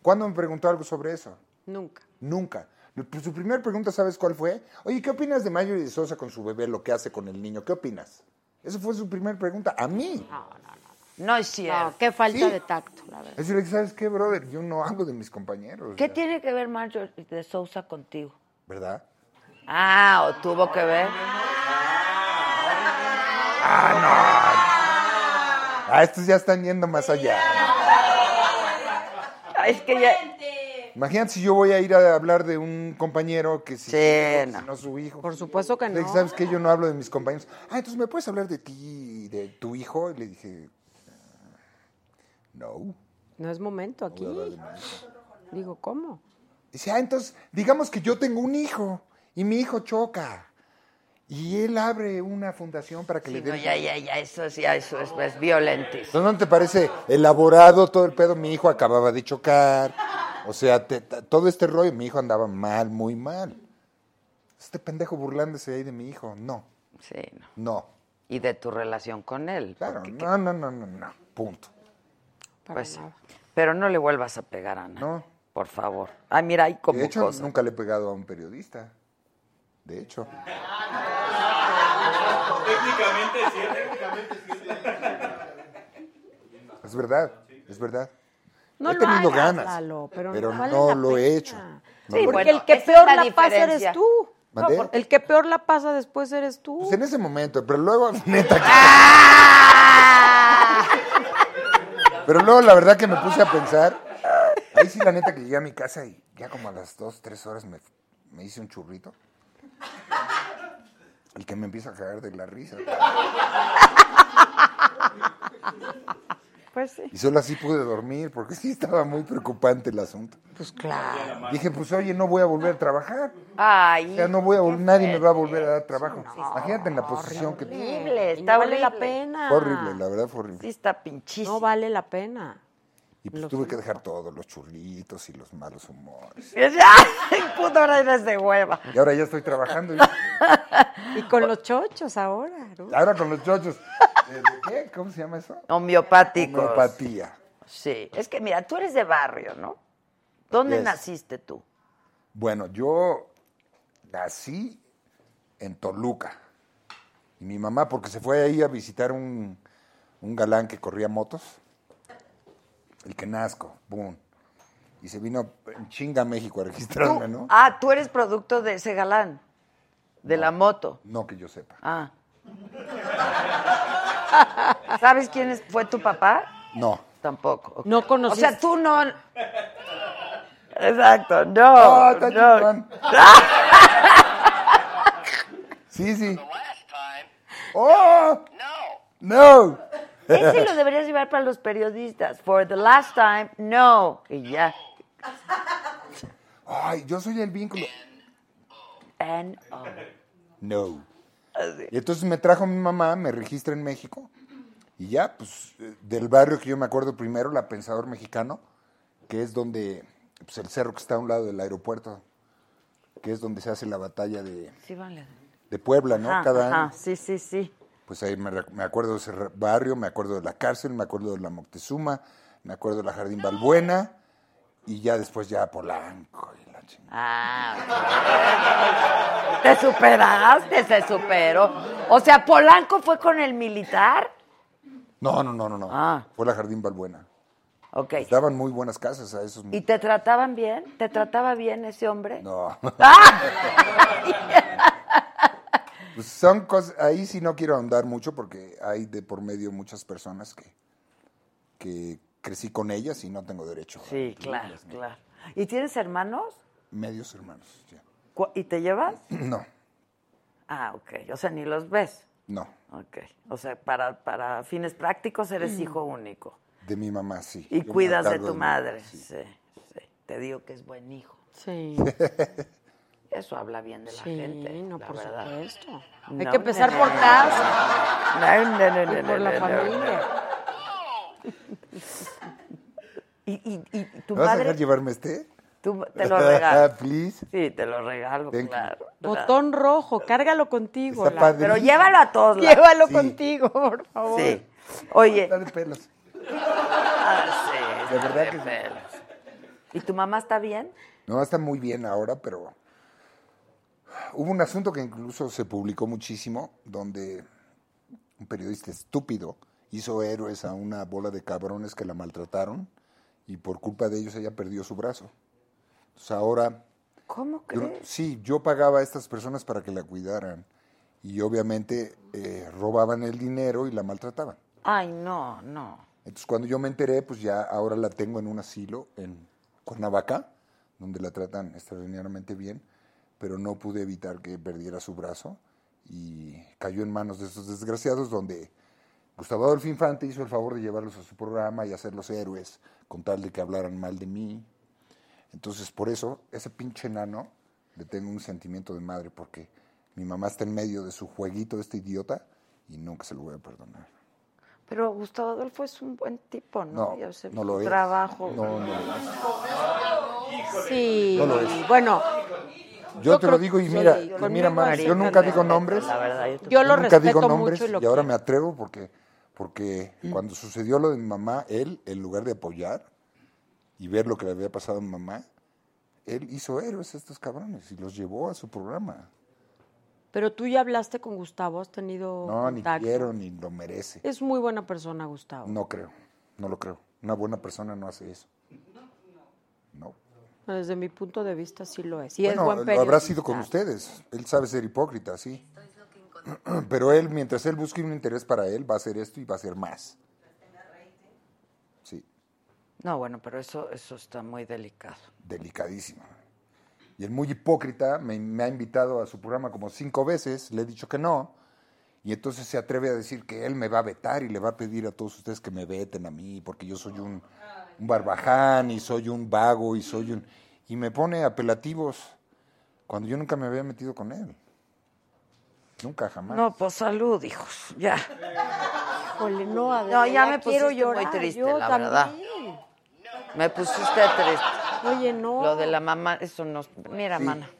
¿Cuándo me preguntó algo sobre eso?
Nunca.
Nunca. Pues Su primera pregunta, ¿sabes cuál fue? Oye, ¿qué opinas de Mayo y de Sosa con su bebé, lo que hace con el niño? ¿Qué opinas? Esa fue su primera pregunta, a mí.
No es cierto.
No, qué falta
Sí.
de tacto, la verdad.
Es decir, ¿sabes qué, brother? Yo no hablo de mis compañeros.
¿Qué
ya,
tiene que ver Marjorie de Sousa contigo?
¿Verdad?
Ah, ¿o tuvo que ver?
Ah, estos ya están yendo más allá.
Ay, Es que ya...
Imagínate si yo voy a ir a hablar de un compañero que si,
Sí,
que si
no.
no. su hijo.
Por supuesto que
Le dije,
no.
¿Sabes qué? Yo no hablo de mis compañeros. Ah, entonces me puedes hablar de ti y de tu hijo. Y le dije, "Ah, no.
No es momento aquí.
voy a hablar de mi hijo".
Digo, ¿cómo?
Dice, ah, entonces digamos que yo tengo un hijo y mi hijo choca. Y él abre una fundación para que
Sí,
le
no,
den...
ya, ya, ya, eso es, ya, eso es, es violentísimo.
Entonces, ¿no te parece elaborado todo el pedo? Mi hijo acababa de chocar. O sea, te- te- todo este rollo, mi hijo andaba mal, muy mal. Este pendejo burlándose ahí de mi hijo. No,
Sí, no.
no.
Y de tu relación con él.
Claro,
porque-
no, no, no, no, no. Punto.
para
Pues sí.
nada.
Pero no le vuelvas a pegar a Ana. No. Por favor. Ay, mira, hay como
de hecho,
cosa.
nunca le he pegado a un periodista. De hecho.
Técnicamente sí.
Es verdad, es verdad.
No
he
lo
tenido
hagas,
ganas,
Lalo, pero
pero
no vale
no
la
lo he hecho. No
Sí,
lo he
porque
hecho.
el que
esa
peor
es la
la, pasa
diferencia.
eres tú. No,
¿Mandé?
porque el que peor la pasa después eres tú.
Pues en ese momento, pero luego, neta. que- Pero luego, la verdad que me puse a pensar. Ahí sí, la neta, que llegué a mi casa y ya como a las dos, tres horas me, me hice un churrito. Y que me empieza a caer de la risa.
Pues sí.
Y solo así pude dormir, porque sí estaba muy preocupante el asunto.
Pues claro.
Dije, pues oye, no voy a volver a trabajar.
Ay,
O sea, no voy a vol- nadie me va a volver a dar trabajo. Imagínate en la posición que
horrible.
Y
Está
no vale
horrible.
la pena.
Fue horrible, la verdad fue horrible.
Sí, está pinchísimo.
No vale la pena.
Y pues tuve que dejar todo, los churritos y los malos humores.
Ay, puto, ahora eres de hueva.
Y ahora ya estoy trabajando. y-
Y con los chochos ahora, ¿no?
Ahora con los chochos. ¿De- de qué? ¿Cómo se llama eso?
Homeopáticos.
Homeopatía.
Sí. Es que mira, tú eres de barrio, ¿no? ¿Dónde
Yes.
naciste tú?
Bueno, yo nací en Toluca. Y mi mamá, porque se fue ahí a visitar un, un galán que corría motos. El que nazco, boom. Y se vino en chinga a México a registrarme,
Tú-
¿no?
Ah, tú eres producto de ese galán, de la moto.
No que yo sepa.
Ah. ¿Sabes quién es- fue tu papá?
No.
Tampoco. ok.
No
O
conociste.
sea, tú no. Exacto,
Ah,
Oh, no.
está
no.
chingón. Sí, sí.
Last time,
¡Oh!
no.
¡No!
Ese lo deberías llevar para los periodistas. For the last time, no. Y ya.
Ay, yo soy el vínculo.
And, oh.
No. Y entonces me trajo mi mamá, me registra en México. Y ya, pues, eh, del barrio que yo me acuerdo primero, la Pensador Mexicano, que es donde, pues, el cerro que está a un lado del aeropuerto, que es donde se hace la batalla de,
Sí, vale.
de Puebla, ¿no?
Ajá,
Cada
ajá,
año.
Sí, sí, sí.
Pues ahí me, re- me acuerdo de ese re- barrio, me acuerdo de la cárcel, me acuerdo de la Moctezuma, me acuerdo de la Jardín Balbuena, y ya después ya Polanco y la chingada.
Ah. ok. Te superaste, se superó. O sea, Polanco fue con el militar.
No, no, no, no, no.
Ah.
Fue la Jardín Balbuena. Pues
Ok.
Daban muy buenas casas a esos.
¿Y te trataban bien? ¿Te trataba bien ese hombre?
No.
¡Ah!
Pues son cosas, ahí sí no quiero ahondar mucho porque hay de por medio muchas personas que, que crecí con ellas y no tengo derecho. a
Sí, claro, claro. ¿Y tienes hermanos?
Medios hermanos. ya.
¿Cu- ¿Y te llevas?
No,
Ah, ok. O sea, ni los ves.
no.
Ok. O sea, para, para fines prácticos eres hijo único.
De mi mamá, sí.
Y
Yo me
cuidas de
encargo
tu
mi
madre.
sí.
Sí. sí. Te digo que es buen hijo.
Sí,
Eso habla bien de la
sí,
gente.
no,
la
por
verdad.
supuesto. Hay
No,
que empezar
no,
por
no,
casa
No, no, no,
y
no,
por
no,
la
no, no.
familia.
¿Y, y, y tu
¿Me vas a dejar
madre?
llevarme este?
Tú, te lo regalo.
Please.
Sí, te lo regalo,
Thank you.
claro.
Botón rojo, cárgalo contigo.
Está
Lalo.
padre.
Pero llévalo a todos lados.
Llévalo
Sí.
contigo, por favor.
Sí. Oye,
Está de pelos.
ah, sí,
De verdad
de
que sí.
pelos. ¿Y tu mamá está bien?
No, está muy bien ahora, pero hubo un asunto que incluso se publicó muchísimo, donde un periodista estúpido hizo héroes a una bola de cabrones que la maltrataron y por culpa de ellos ella perdió su brazo. Entonces ahora,
¿Cómo
yo-
crees?
sí, yo pagaba a estas personas para que la cuidaran y obviamente eh, robaban el dinero y la maltrataban.
Ay, no, no.
Entonces, cuando yo me enteré, pues ya ahora la tengo en un asilo en Cuernavaca, donde la tratan extraordinariamente bien, pero no pude evitar que perdiera su brazo y cayó en manos de esos desgraciados, donde Gustavo Adolfo Infante hizo el favor de llevarlos a su programa y hacerlos héroes, con tal de que hablaran mal de mí. Entonces, por eso, ese pinche enano le tengo un sentimiento de madre, porque mi mamá está en medio de su jueguito de este idiota y nunca se lo voy a perdonar.
Pero Gustavo Adolfo es un buen tipo, ¿no?
No,
Yo sé,
no
su
lo es.
trabajo.
No, no lo es.
Sí.
No lo es.
Bueno,
Yo,
Yo
te
creo
lo digo y
que
mira,
sí,
y
conmigo
mira, Max,
así
yo nunca
también.
digo nombres.
La verdad, yo te-
yo lo
nunca digo
respeto
nombres
mucho y lo
ahora
quiero.
me atrevo porque Porque cuando sucedió lo de mi mamá, él, en lugar de apoyar y ver lo que le había pasado a mi mamá, él hizo héroes a estos cabrones y los llevó a su programa.
Pero tú ya hablaste con Gustavo, has tenido.
No, ni
contacto?
quiero, ni lo merece.
Es muy buena persona, Gustavo.
No creo, no lo creo. Una buena persona no hace eso. No.
Desde mi punto de vista sí lo es. Y
bueno,
es buen
lo
periodista.
habrá sido con ustedes. Él sabe ser hipócrita, sí. Pero él, mientras él busque un interés para él, va a hacer esto y va a hacer más. Sí,
No, bueno, pero eso, eso está muy delicado.
delicadísimo. Y el muy hipócrita me, me ha invitado a su programa como cinco veces, le he dicho que no, y entonces se atreve a decir que él me va a vetar y le va a pedir a todos ustedes que me veten a mí, porque yo soy un, un barbaján y soy un vago y soy un... Y me pone apelativos cuando yo nunca me había metido con él. Nunca, jamás.
No, pues salud, hijos. Ya.
Híjole, no, Adela,
No, ya me
quiero
pusiste muy
llorar.
triste,
yo
la
también.
verdad. Me pusiste triste.
Oye, no.
Lo de la mamá, eso nos. Mira, mana.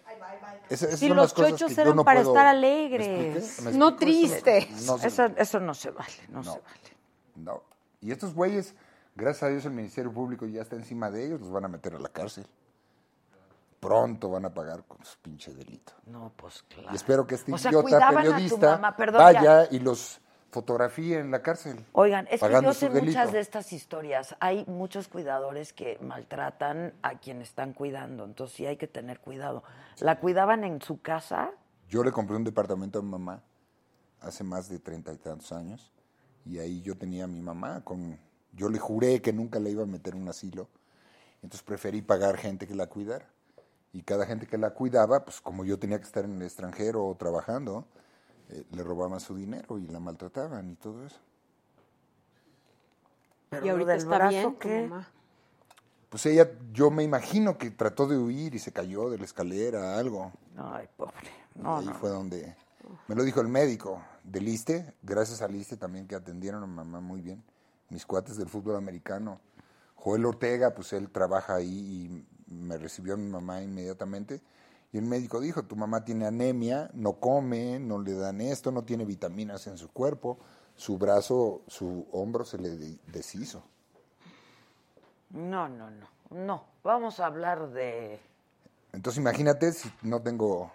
Esa- esas
Si
son
los
las cosas que
chochos
yo
eran
no
para
puedo-
estar
¿Me
alegres,
expliqué? ¿Me
no
explico? Eso-
tristes.
no se-
Eso, eso no se vale, no, se vale.
No. Y estos güeyes, gracias a Dios el Ministerio Público ya está encima de ellos, los van a meter a la cárcel. Pronto van a pagar con su pinche delito.
No, pues claro.
Y espero que este
O sea,
idiota
cuidaban a tu
periodista
mamá, perdón,
vaya y los fotografíe en la cárcel.
Oigan, es que
pagando
yo
su
sé
delito.
muchas de estas historias. Hay muchos cuidadores que maltratan a quien están cuidando, entonces sí hay que tener cuidado. ¿La cuidaban en su casa?
Yo le compré un departamento a mi mamá hace más de treinta y tantos años y ahí yo tenía a mi mamá con... Yo le juré que nunca le iba a meter en un asilo, entonces preferí pagar gente que la cuidara. Y cada gente que la cuidaba, pues como yo tenía que estar en el extranjero o trabajando, eh, le robaban su dinero y la maltrataban y todo eso.
Pero
Y
lo
ahorita
del
está
brazo,
bien tu
¿qué?
mamá.
Pues ella, yo me imagino que trató de huir y se cayó de la escalera, algo.
Ay, pobre.
Y
No,
ahí
no.
fue donde me lo dijo el médico del ISTE, gracias al ISTE también que atendieron a mi mamá muy bien. Mis cuates del fútbol americano. Joel Ortega, pues él trabaja ahí y me recibió a mi mamá inmediatamente. Y el médico dijo, tu mamá tiene anemia, no come, no le dan esto, no tiene vitaminas en su cuerpo. Su brazo, su hombro se le de- deshizo.
No, no, no. No. Vamos a hablar de.
Entonces imagínate si no tengo...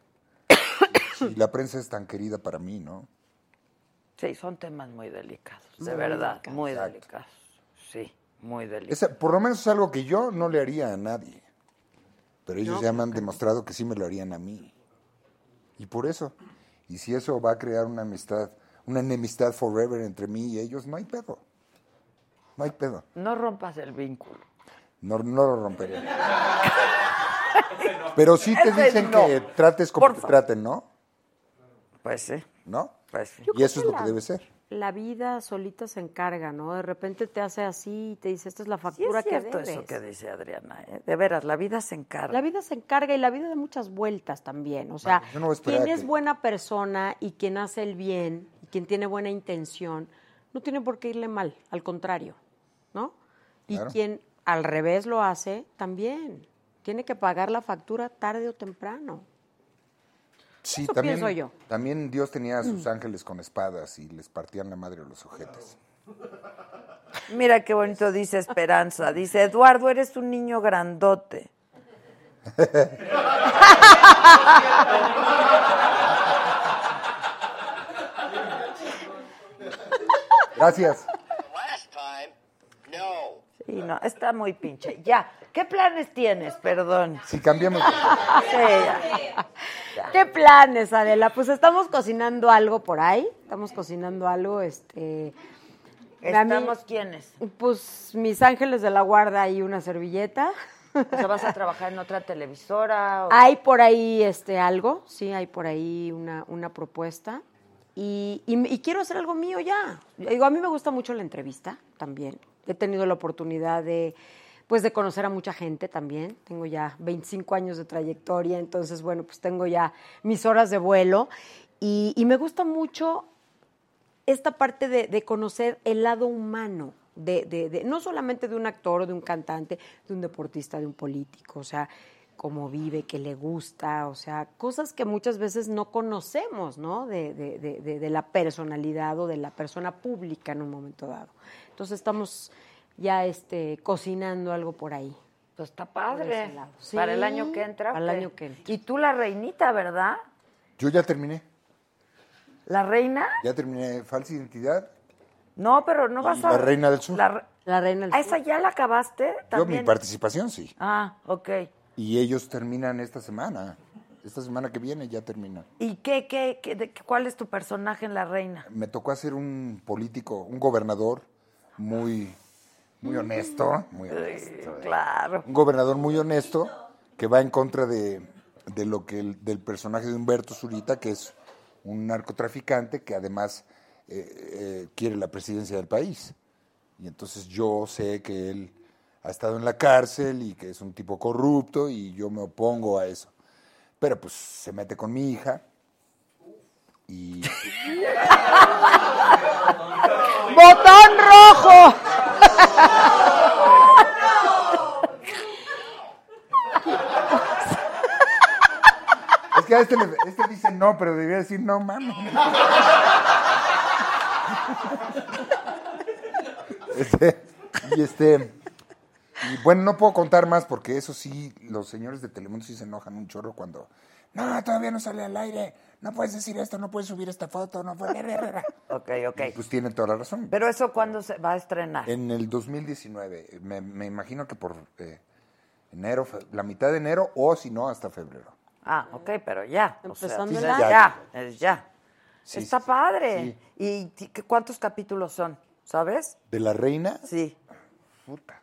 si la prensa es tan querida para mí, ¿no?
Sí, son temas muy delicados, de
Muy
verdad,
delicados.
muy
Exacto.
delicados. Sí, muy delicados.
Esa- por lo menos es algo que yo no le haría a nadie. Pero ellos
pues,
ya me han demostrado que sí me lo harían a mí. Y por eso. Y si eso va a crear una amistad, una enemistad forever entre mí y ellos, no hay pedo. No hay pedo.
No rompas el vínculo.
No, no lo rompería. Pero sí te
Ese
dicen
no.
que trates como
Por
te
favor.
traten, ¿no?
Pues
¿eh?
sí,
¿No?
pues sí.
Yo
Y
creo
eso es lo que
la-
debe ser.
La vida solita se encarga, ¿no? De repente te hace así y te dice, esta es la
Sí, es
factura que
cierto
debes.
eso que dice Adriana. ¿eh? De veras, la vida se encarga.
La vida se encarga y la vida da muchas vueltas también. O sea,
Vale, yo no voy a esperar
quien
a
es
que-
buena persona y quien hace el bien y quien tiene buena intención, no tiene por qué irle mal, al contrario, ¿no? Y
Claro.
quien al revés lo hace, también. Tiene que pagar la factura tarde o temprano.
Sí,
Eso
también,
pienso yo. Mm.
también Dios tenía a sus ángeles con espadas y les partían la madre a los ojetes.
Mira qué
Pues.
bonito dice Esperanza. Dice, Eduardo, eres un niño grandote.
Gracias.
Last time, no.
Sí, no, está muy pinche. Ya, ¿qué planes tienes? Perdón.
Si cambiamos.
Sí, ya.
¿Qué planes, Adela? Pues estamos cocinando algo por ahí. Estamos cocinando algo, este... a mí-
¿Estamos quiénes?
Pues mis ángeles de la guarda y una servilleta.
O sea, ¿vas a trabajar en otra televisora? o-
Hay por ahí este algo, sí, hay por ahí una, una propuesta. Y, y- y quiero hacer algo mío ya. Digo, a mí me gusta mucho la entrevista también. He tenido la oportunidad de, pues, de conocer a mucha gente también. Tengo ya 25 años de trayectoria, entonces, bueno, pues tengo ya mis horas de vuelo. Y, y me gusta mucho esta parte de, de conocer el lado humano, de, de- de- no solamente de un actor, de un cantante, de un deportista, de un político, o sea, cómo vive, qué le gusta, o sea, cosas que muchas veces no conocemos, ¿no? De, de- de- de- de la personalidad o de la persona pública en un momento dado. Entonces estamos ya este, cocinando algo por ahí.
Pues está Padre.
Sí,
Para el año que entra.
para el
¿o qué?
año que entra.
Y tú la reinita, ¿verdad?
Yo ya terminé.
¿La reina?
Ya terminé Falsa Identidad.
No, pero no vas a...
La Reina del Sur.
La,
reina
¿A esa ya la acabaste?
Yo
¿También?
mi participación, sí.
Ah, ok.
Y ellos terminan esta semana. Esta semana que viene ya terminan.
¿Y qué, qué, qué- de- cuál es tu personaje en La Reina?
Me tocó hacer un político, un gobernador muy, muy honesto. Muy honesto. ¿eh?
Claro.
Un gobernador muy honesto que va en contra de, de lo que el- del personaje de Humberto Zurita, que es un narcotraficante que además eh, eh, quiere la presidencia del país. Y entonces yo sé que él ha estado en la cárcel y que es un tipo corrupto y yo me opongo a eso. Pero pues se mete con mi hija y...
¡Botón rojo!
Es que a este, le- este dice no, pero debería decir no, mames. Este, y este. Y bueno, no puedo contar más porque eso sí, los señores de Telemundo sí se enojan un chorro cuando. No, todavía no sale al aire. No puedes decir esto, no puedes subir esta foto, no puedes.
Ok, ok.
Y Pues tienen toda la razón.
Pero eso cuándo se va a estrenar?
En el 2019, eh, me, me imagino que por eh, enero, fe- la mitad de enero o si no, hasta febrero.
Ah, ok, pero ya. o sea,
Empezando
sí,
el
ya,
año.
ya, es ya.
Sí,
Está
sí, sí.
padre.
Sí.
¿Y ti- qué- cuántos capítulos son? ¿Sabes?
¿De la reina?
Sí.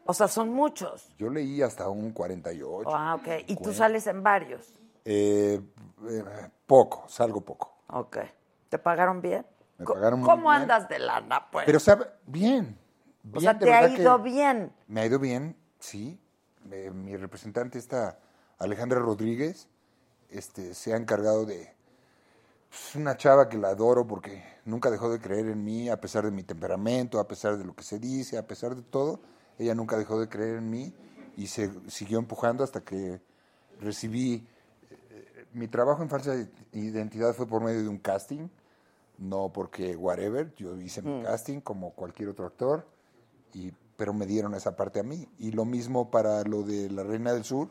O sea, son muchos.
Yo leí hasta un 48.
Ah, ok. Y tú
Bueno.
sales en varios.
Eh, eh, poco, salgo poco.
Ok. ¿Te pagaron bien?
Me pagaron muy
¿Cómo
bien.
andas de lana, pues?
Pero, ¿sabe? Bien.
o
bien,
sea,
de
te ha
verdad que
ido bien.
Me ha ido bien, sí. Eh, mi representante, esta Alejandra Rodríguez, este, se ha encargado de... Es una chava que la adoro porque nunca dejó de creer en mí, a pesar de mi temperamento, a pesar de lo que se dice, a pesar de todo. Ella nunca dejó de creer en mí y se siguió empujando hasta que recibí... eh, Mi trabajo en falsa identidad fue por medio de un casting, no porque whatever. Yo hice mi
Mm.
casting como cualquier otro actor, y, pero me dieron esa parte a mí. Y lo mismo para lo de La Reina del Sur.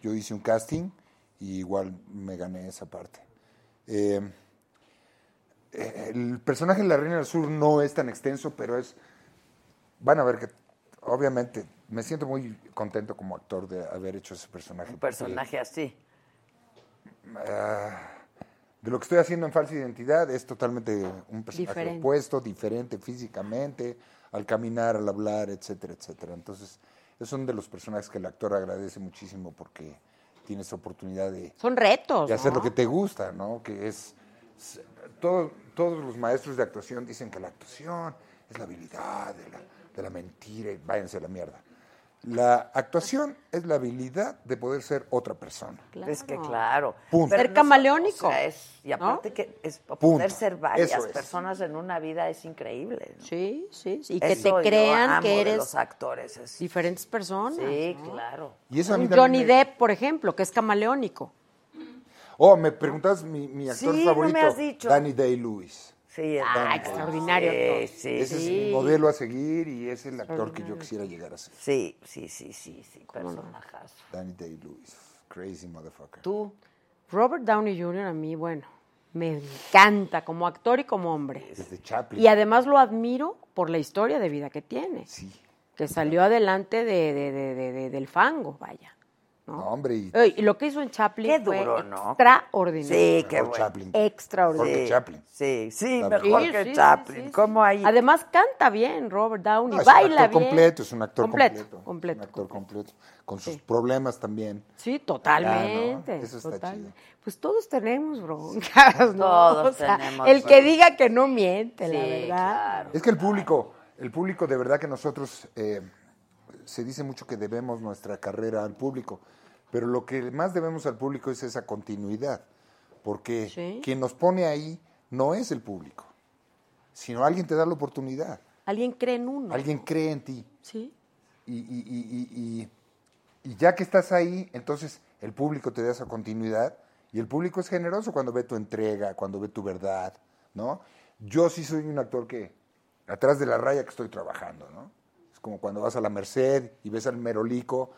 Yo hice un casting y igual me gané esa parte. Eh, eh, el personaje de la Reina del Sur no es tan extenso, pero es. Van a ver que, obviamente, me siento muy contento como actor de haber hecho ese personaje.
Un personaje así.
porque, ah, de lo que estoy haciendo en falsa identidad es totalmente un personaje
Diferente.
opuesto, diferente físicamente, al caminar, al hablar, etcétera, etcétera. Entonces, es uno de los personajes que el actor agradece muchísimo porque tienes oportunidad de
Son retos.
Pues,
de hacer
¿no?
lo que te gusta, ¿no? Que es, es- todo- todos los maestros de actuación dicen que la actuación es la habilidad de la, de la mentira y váyanse a la mierda. La actuación es la habilidad de poder ser otra persona.
Es que claro.
Punto.
Ser
no
camaleónico,
o sea, es- y aparte que es poder ser varias
Eso es.
personas en una vida es increíble. ¿no?
Sí, sí, sí. Y que
Eso
te
yo
crean
amo de
que eres
los actores. es-
diferentes personas.
sí,
¿no?
claro.
Y eso a mí
Un
también
Johnny
me-
Depp, por ejemplo, que es camaleónico.
Oh, me preguntas mi, mi actor
Sí, no
favorito.
me has dicho.
Danny Day-Lewis.
Sí, es
Ah,
Danny
extraordinario.
Sí,
actor.
sí,
Ese es mi
Sí.
modelo a seguir y es el actor que yo quisiera llegar a ser.
sí, sí, sí, sí, sí, personajazo.
Danny Day-Lewis. Crazy motherfucker.
Tú,
Robert Downey Jr. a mí, bueno, me encanta como actor y como hombre.
Desde Chaplin.
Y además lo admiro por la historia de vida que tiene,
Sí.
que salió adelante de, de- de- de- de- del fango, vaya. ¿no?
No, hombre. Y
Ey, y lo que hizo en Chaplin
qué
fue
duro, ¿no?
extraordinario.
Sí, qué
Mejor
bueno.
Chaplin.
Extraordinario.
Mejor que
Sí,
Chaplin.
Sí, sí,
La
mejor
Sí,
que
sí,
Chaplin.
sí, sí,
¿Cómo
sí.
ahí?
Además canta bien Robert Downey,
No, es un
baila
actor
bien.
completo, es un actor
completo.
completo. es
completo,
Un actor completo. Con sus
Sí.
problemas también.
Sí, totalmente.
Ah, ¿no? Eso está
totalmente.
chido.
Pues todos tenemos broncas, ¿no?
Todos
O sea,
tenemos
El que
broncas.
diga que no miente, la
Sí,
verdad.
Es que el público, el público de verdad que nosotros eh, se dice mucho que debemos nuestra carrera al público, pero lo que más debemos al público es esa continuidad, porque
Sí.
quien nos pone ahí no es el público, sino alguien te da la oportunidad,
Alguien cree en uno.
alguien cree en ti
Sí.
y, y- y- y- y- y ya que estás ahí, entonces el público te da esa continuidad y el público es generoso cuando ve tu entrega, cuando ve tu verdad, ¿no? Yo sí soy un actor que, atrás de la raya que estoy trabajando, ¿no? Es como cuando vas a la Merced y ves al merolico,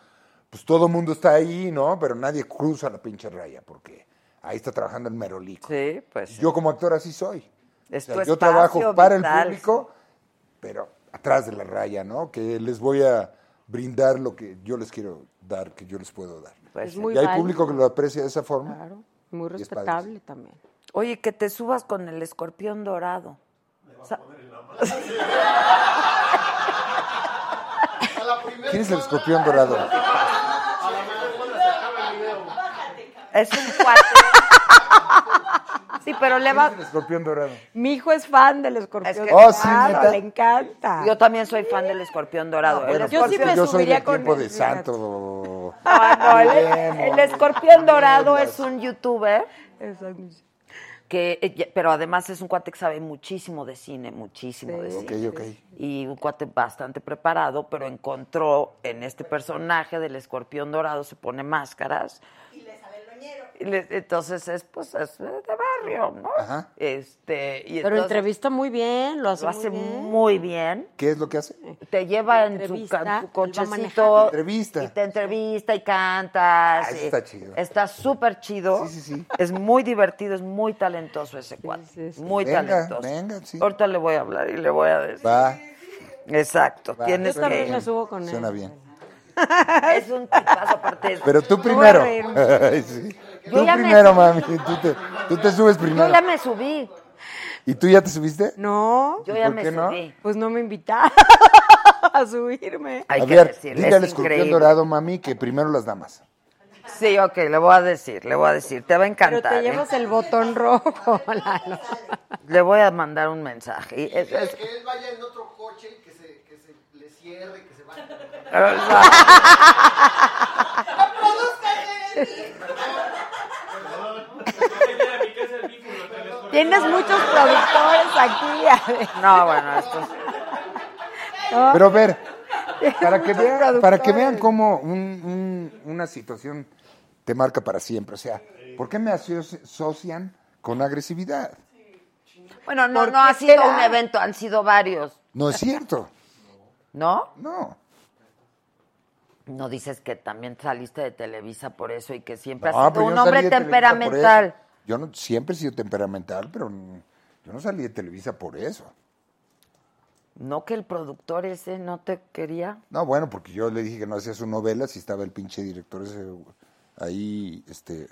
pues todo mundo está ahí, ¿no? Pero nadie cruza la pinche raya porque ahí está trabajando el merolico.
Sí, pues.
Yo como actor así soy.
Es
O sea,
tu
yo
espacio
trabajo para
vital.
el público, pero atrás de la raya, ¿no? Que les voy a brindar lo que yo les quiero dar, que yo les puedo dar.
Pues sí.
muy
y hay
válido.
público que lo aprecia de esa forma.
Claro, muy
Y es
respetable también.
Oye, que te subas con el escorpión dorado. Sa-
¿Quién es el escorpión dorado?
Es un cuate.
Sí, pero le
¿Quién
va.
es el escorpión dorado?
Mi hijo es fan del escorpión.
Es que-
Oh, sí,
Claro,
neta.
le encanta.
Yo también soy fan del escorpión dorado.
No,
El
bueno,
Ah. Bueno,
yo
pues
sí
es que
me
yo soy
subiría
del
con
tiempo
él,
de
fíjate.
santo.
Ah, no, el,
Guillermo.
el escorpión dorado es un youtuber
Exacto.
que, eh, ya- pero además es un cuate que sabe muchísimo de cine, muchísimo de
Sí.
Ok,
cine.
ok.
Y un cuate bastante preparado, pero encontró en este personaje del escorpión dorado, se pone máscaras.
Y le sale el loñero.
y le- entonces es, pues, es de barrio, ¿no?
Ajá.
Este, y
Pero
entonces
entrevista muy bien, lo hace,
lo hace
muy bien.
muy bien.
¿Qué es lo que hace?
Te lleva en su,
Entrevista,
ca- en su
él va
cochecito.
manejando.
Entrevista.
Y te entrevista y cantas.
Ah, eso
y-
está chido.
Está súper chido.
Sí, sí, sí.
Es muy divertido, es muy talentoso ese cuate.
sí, sí.
Muy
Venga,
talentoso.
venga, sí.
Ahorita le voy a hablar y le voy a decir.
Va.
Exacto.
va,
Yo
Tienes
suena
también
que.
me subo con él.
Suena bien.
Es un tipazo aparte. es-
Pero tú
Me voy a
primero.
reír.
Ay, sí.
Yo
Tú
ya me
primero,
subí.
mami. Tú te, tú te subes
Yo ya
primero.
me subí.
¿Y tú ya te subiste?
No,
Yo
¿Y
ya
por
me
qué no?
subí.
pues no me invitaba a subirme.
Hay
a
que
ver,
decirle,
dile al
es
escorpión
increíble.
dorado, mami, que primero las damas.
Sí, ok, le voy a decir, le voy a decir. Te va a
Pero
encantar.
te
¿eh?
llevas el botón rojo, Lalo.
Le voy a mandar un mensaje. Y es- es-
Que él vaya en otro coche y que se, que se le cierre, que se vaya.
Tienes muchos productores aquí. Ale.
No, bueno, esto es-
No,
Pero a ver, para que,
muchos
vean, para que
productores.
vean cómo un- un- una situación te marca para siempre. O sea, ¿por qué me aso- asocian con agresividad?
Bueno, no,
¿Por
no
qué
ha sido
será?
un evento, han sido varios,
No es cierto.
¿no?
No.
No dices que también saliste de Televisa por eso y que siempre
No,
has sido
pero yo
Pues un
no
hombre
salí de Televisa
temperamental.
por eso. Yo no, siempre he sido temperamental, pero n- yo no salí de Televisa por eso.
No que el productor ese no te quería.
No, bueno, porque yo le dije que no hacía su novela si estaba el pinche director ese ahí, este,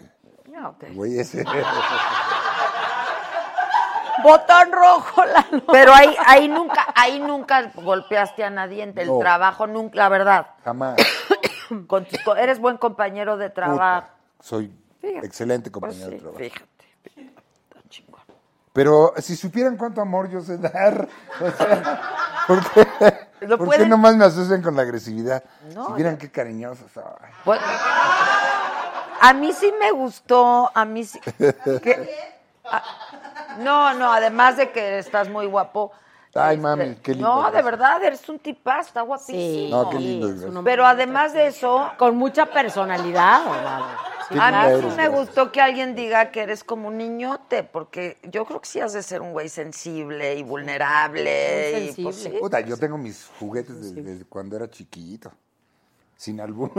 No, ok.
el güey ese.
Botón rojo, Lalo.
Pero ahí, ahí nunca, ahí nunca golpeaste a nadie en el
No.
trabajo, nunca, la verdad.
Jamás.
Con tus co- eres buen compañero de trabajo.
Puta, soy
Fíjate.
excelente
Pues
compañero
sí,
de trabajo.
fíjate, fíjate, tan chingón.
Pero si supieran cuánto amor yo sé dar, o sea, ¿por qué,
Lo
por qué
pueden-
nomás me asocian con la agresividad?
No,
si vieran qué cariñosos. soy.
Pues, a mí sí me gustó, a mí sí. que- a- no, no, además de que estás muy guapo.
Ay,
este,
mami, qué lindo.
No, de
gracias.
verdad, eres un tipazo, está guapísimo.
No, qué lindo,
es un
gracias.
hombre
Pero además de eso,
Con mucha personalidad, Lalo. Sí,
a mí
linda
sí
eres,
me
gracias.
gustó que alguien diga que eres como un niñote, porque yo creo que sí has de ser un güey sensible y vulnerable.
Muy
y, pues,
sensible.
Puta, yo tengo mis juguetes desde, desde cuando era chiquito. Sin albur.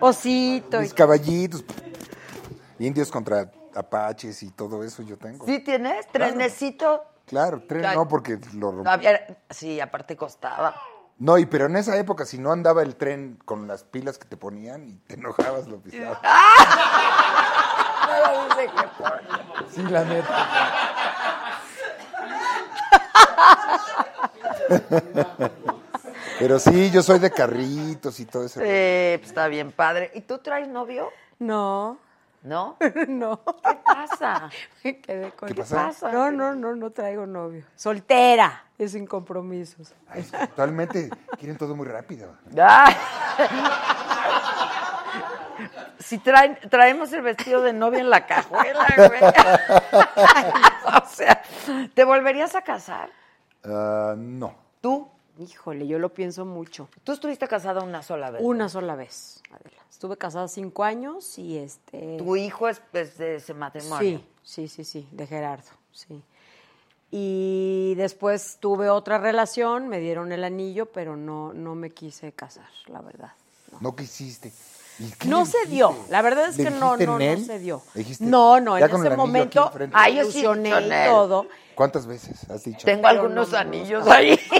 Osito. y-
mis caballitos. Indios contra apaches y todo eso yo tengo.
sí. ¿Sí tienes? ¿Trenecito?
Claro, tren
Ay.
no porque lo rompí.
No había- sí, aparte costaba.
No, y pero en esa época si no andaba el tren con las pilas que te ponían y te enojabas lo pisabas.
Pero dice que por-
Sí, la neta. Pero sí, yo soy de carritos y todo eso.
Sí, pues está bien padre. ¿Y tú traes novio?
No,
¿No?
no.
¿Qué pasa?
Me quedé con
¿Qué pasa?
No, no, no, no traigo novio. Soltera. Es sin compromisos.
Ay, es que Actualmente quieren todo muy rápido.
Ah. Si traen, traemos el vestido de novia en la cajuela, güey. o sea, ¿te volverías a casar?
Ah, no,
¿Tú?
Híjole, yo lo pienso mucho.
¿Tú estuviste casada una sola vez?
Una sola vez, Adela. Estuve casada cinco años y este...
¿Tu hijo es, es de ese matrimonio?
Sí, sí, sí, sí, de Gerardo, sí. Y después tuve otra relación, me dieron el anillo, pero no, no me quise casar, la verdad.
No, quisiste. ¿Y qué
No
le
se
dijiste?
dio, la verdad es
¿Le
que no,
dijiste
no, no
Nel?
se dio.
¿Le dijiste,
No, no,
"Ya
en
con el anillo
ese
aquí
momento
enfrente"?
Ay, yo sí,
ilusioné
yo
y
Nel.
todo.
¿Cuántas veces has dicho?
Tengo
Pero
algunos
no, no, no.
anillos ahí.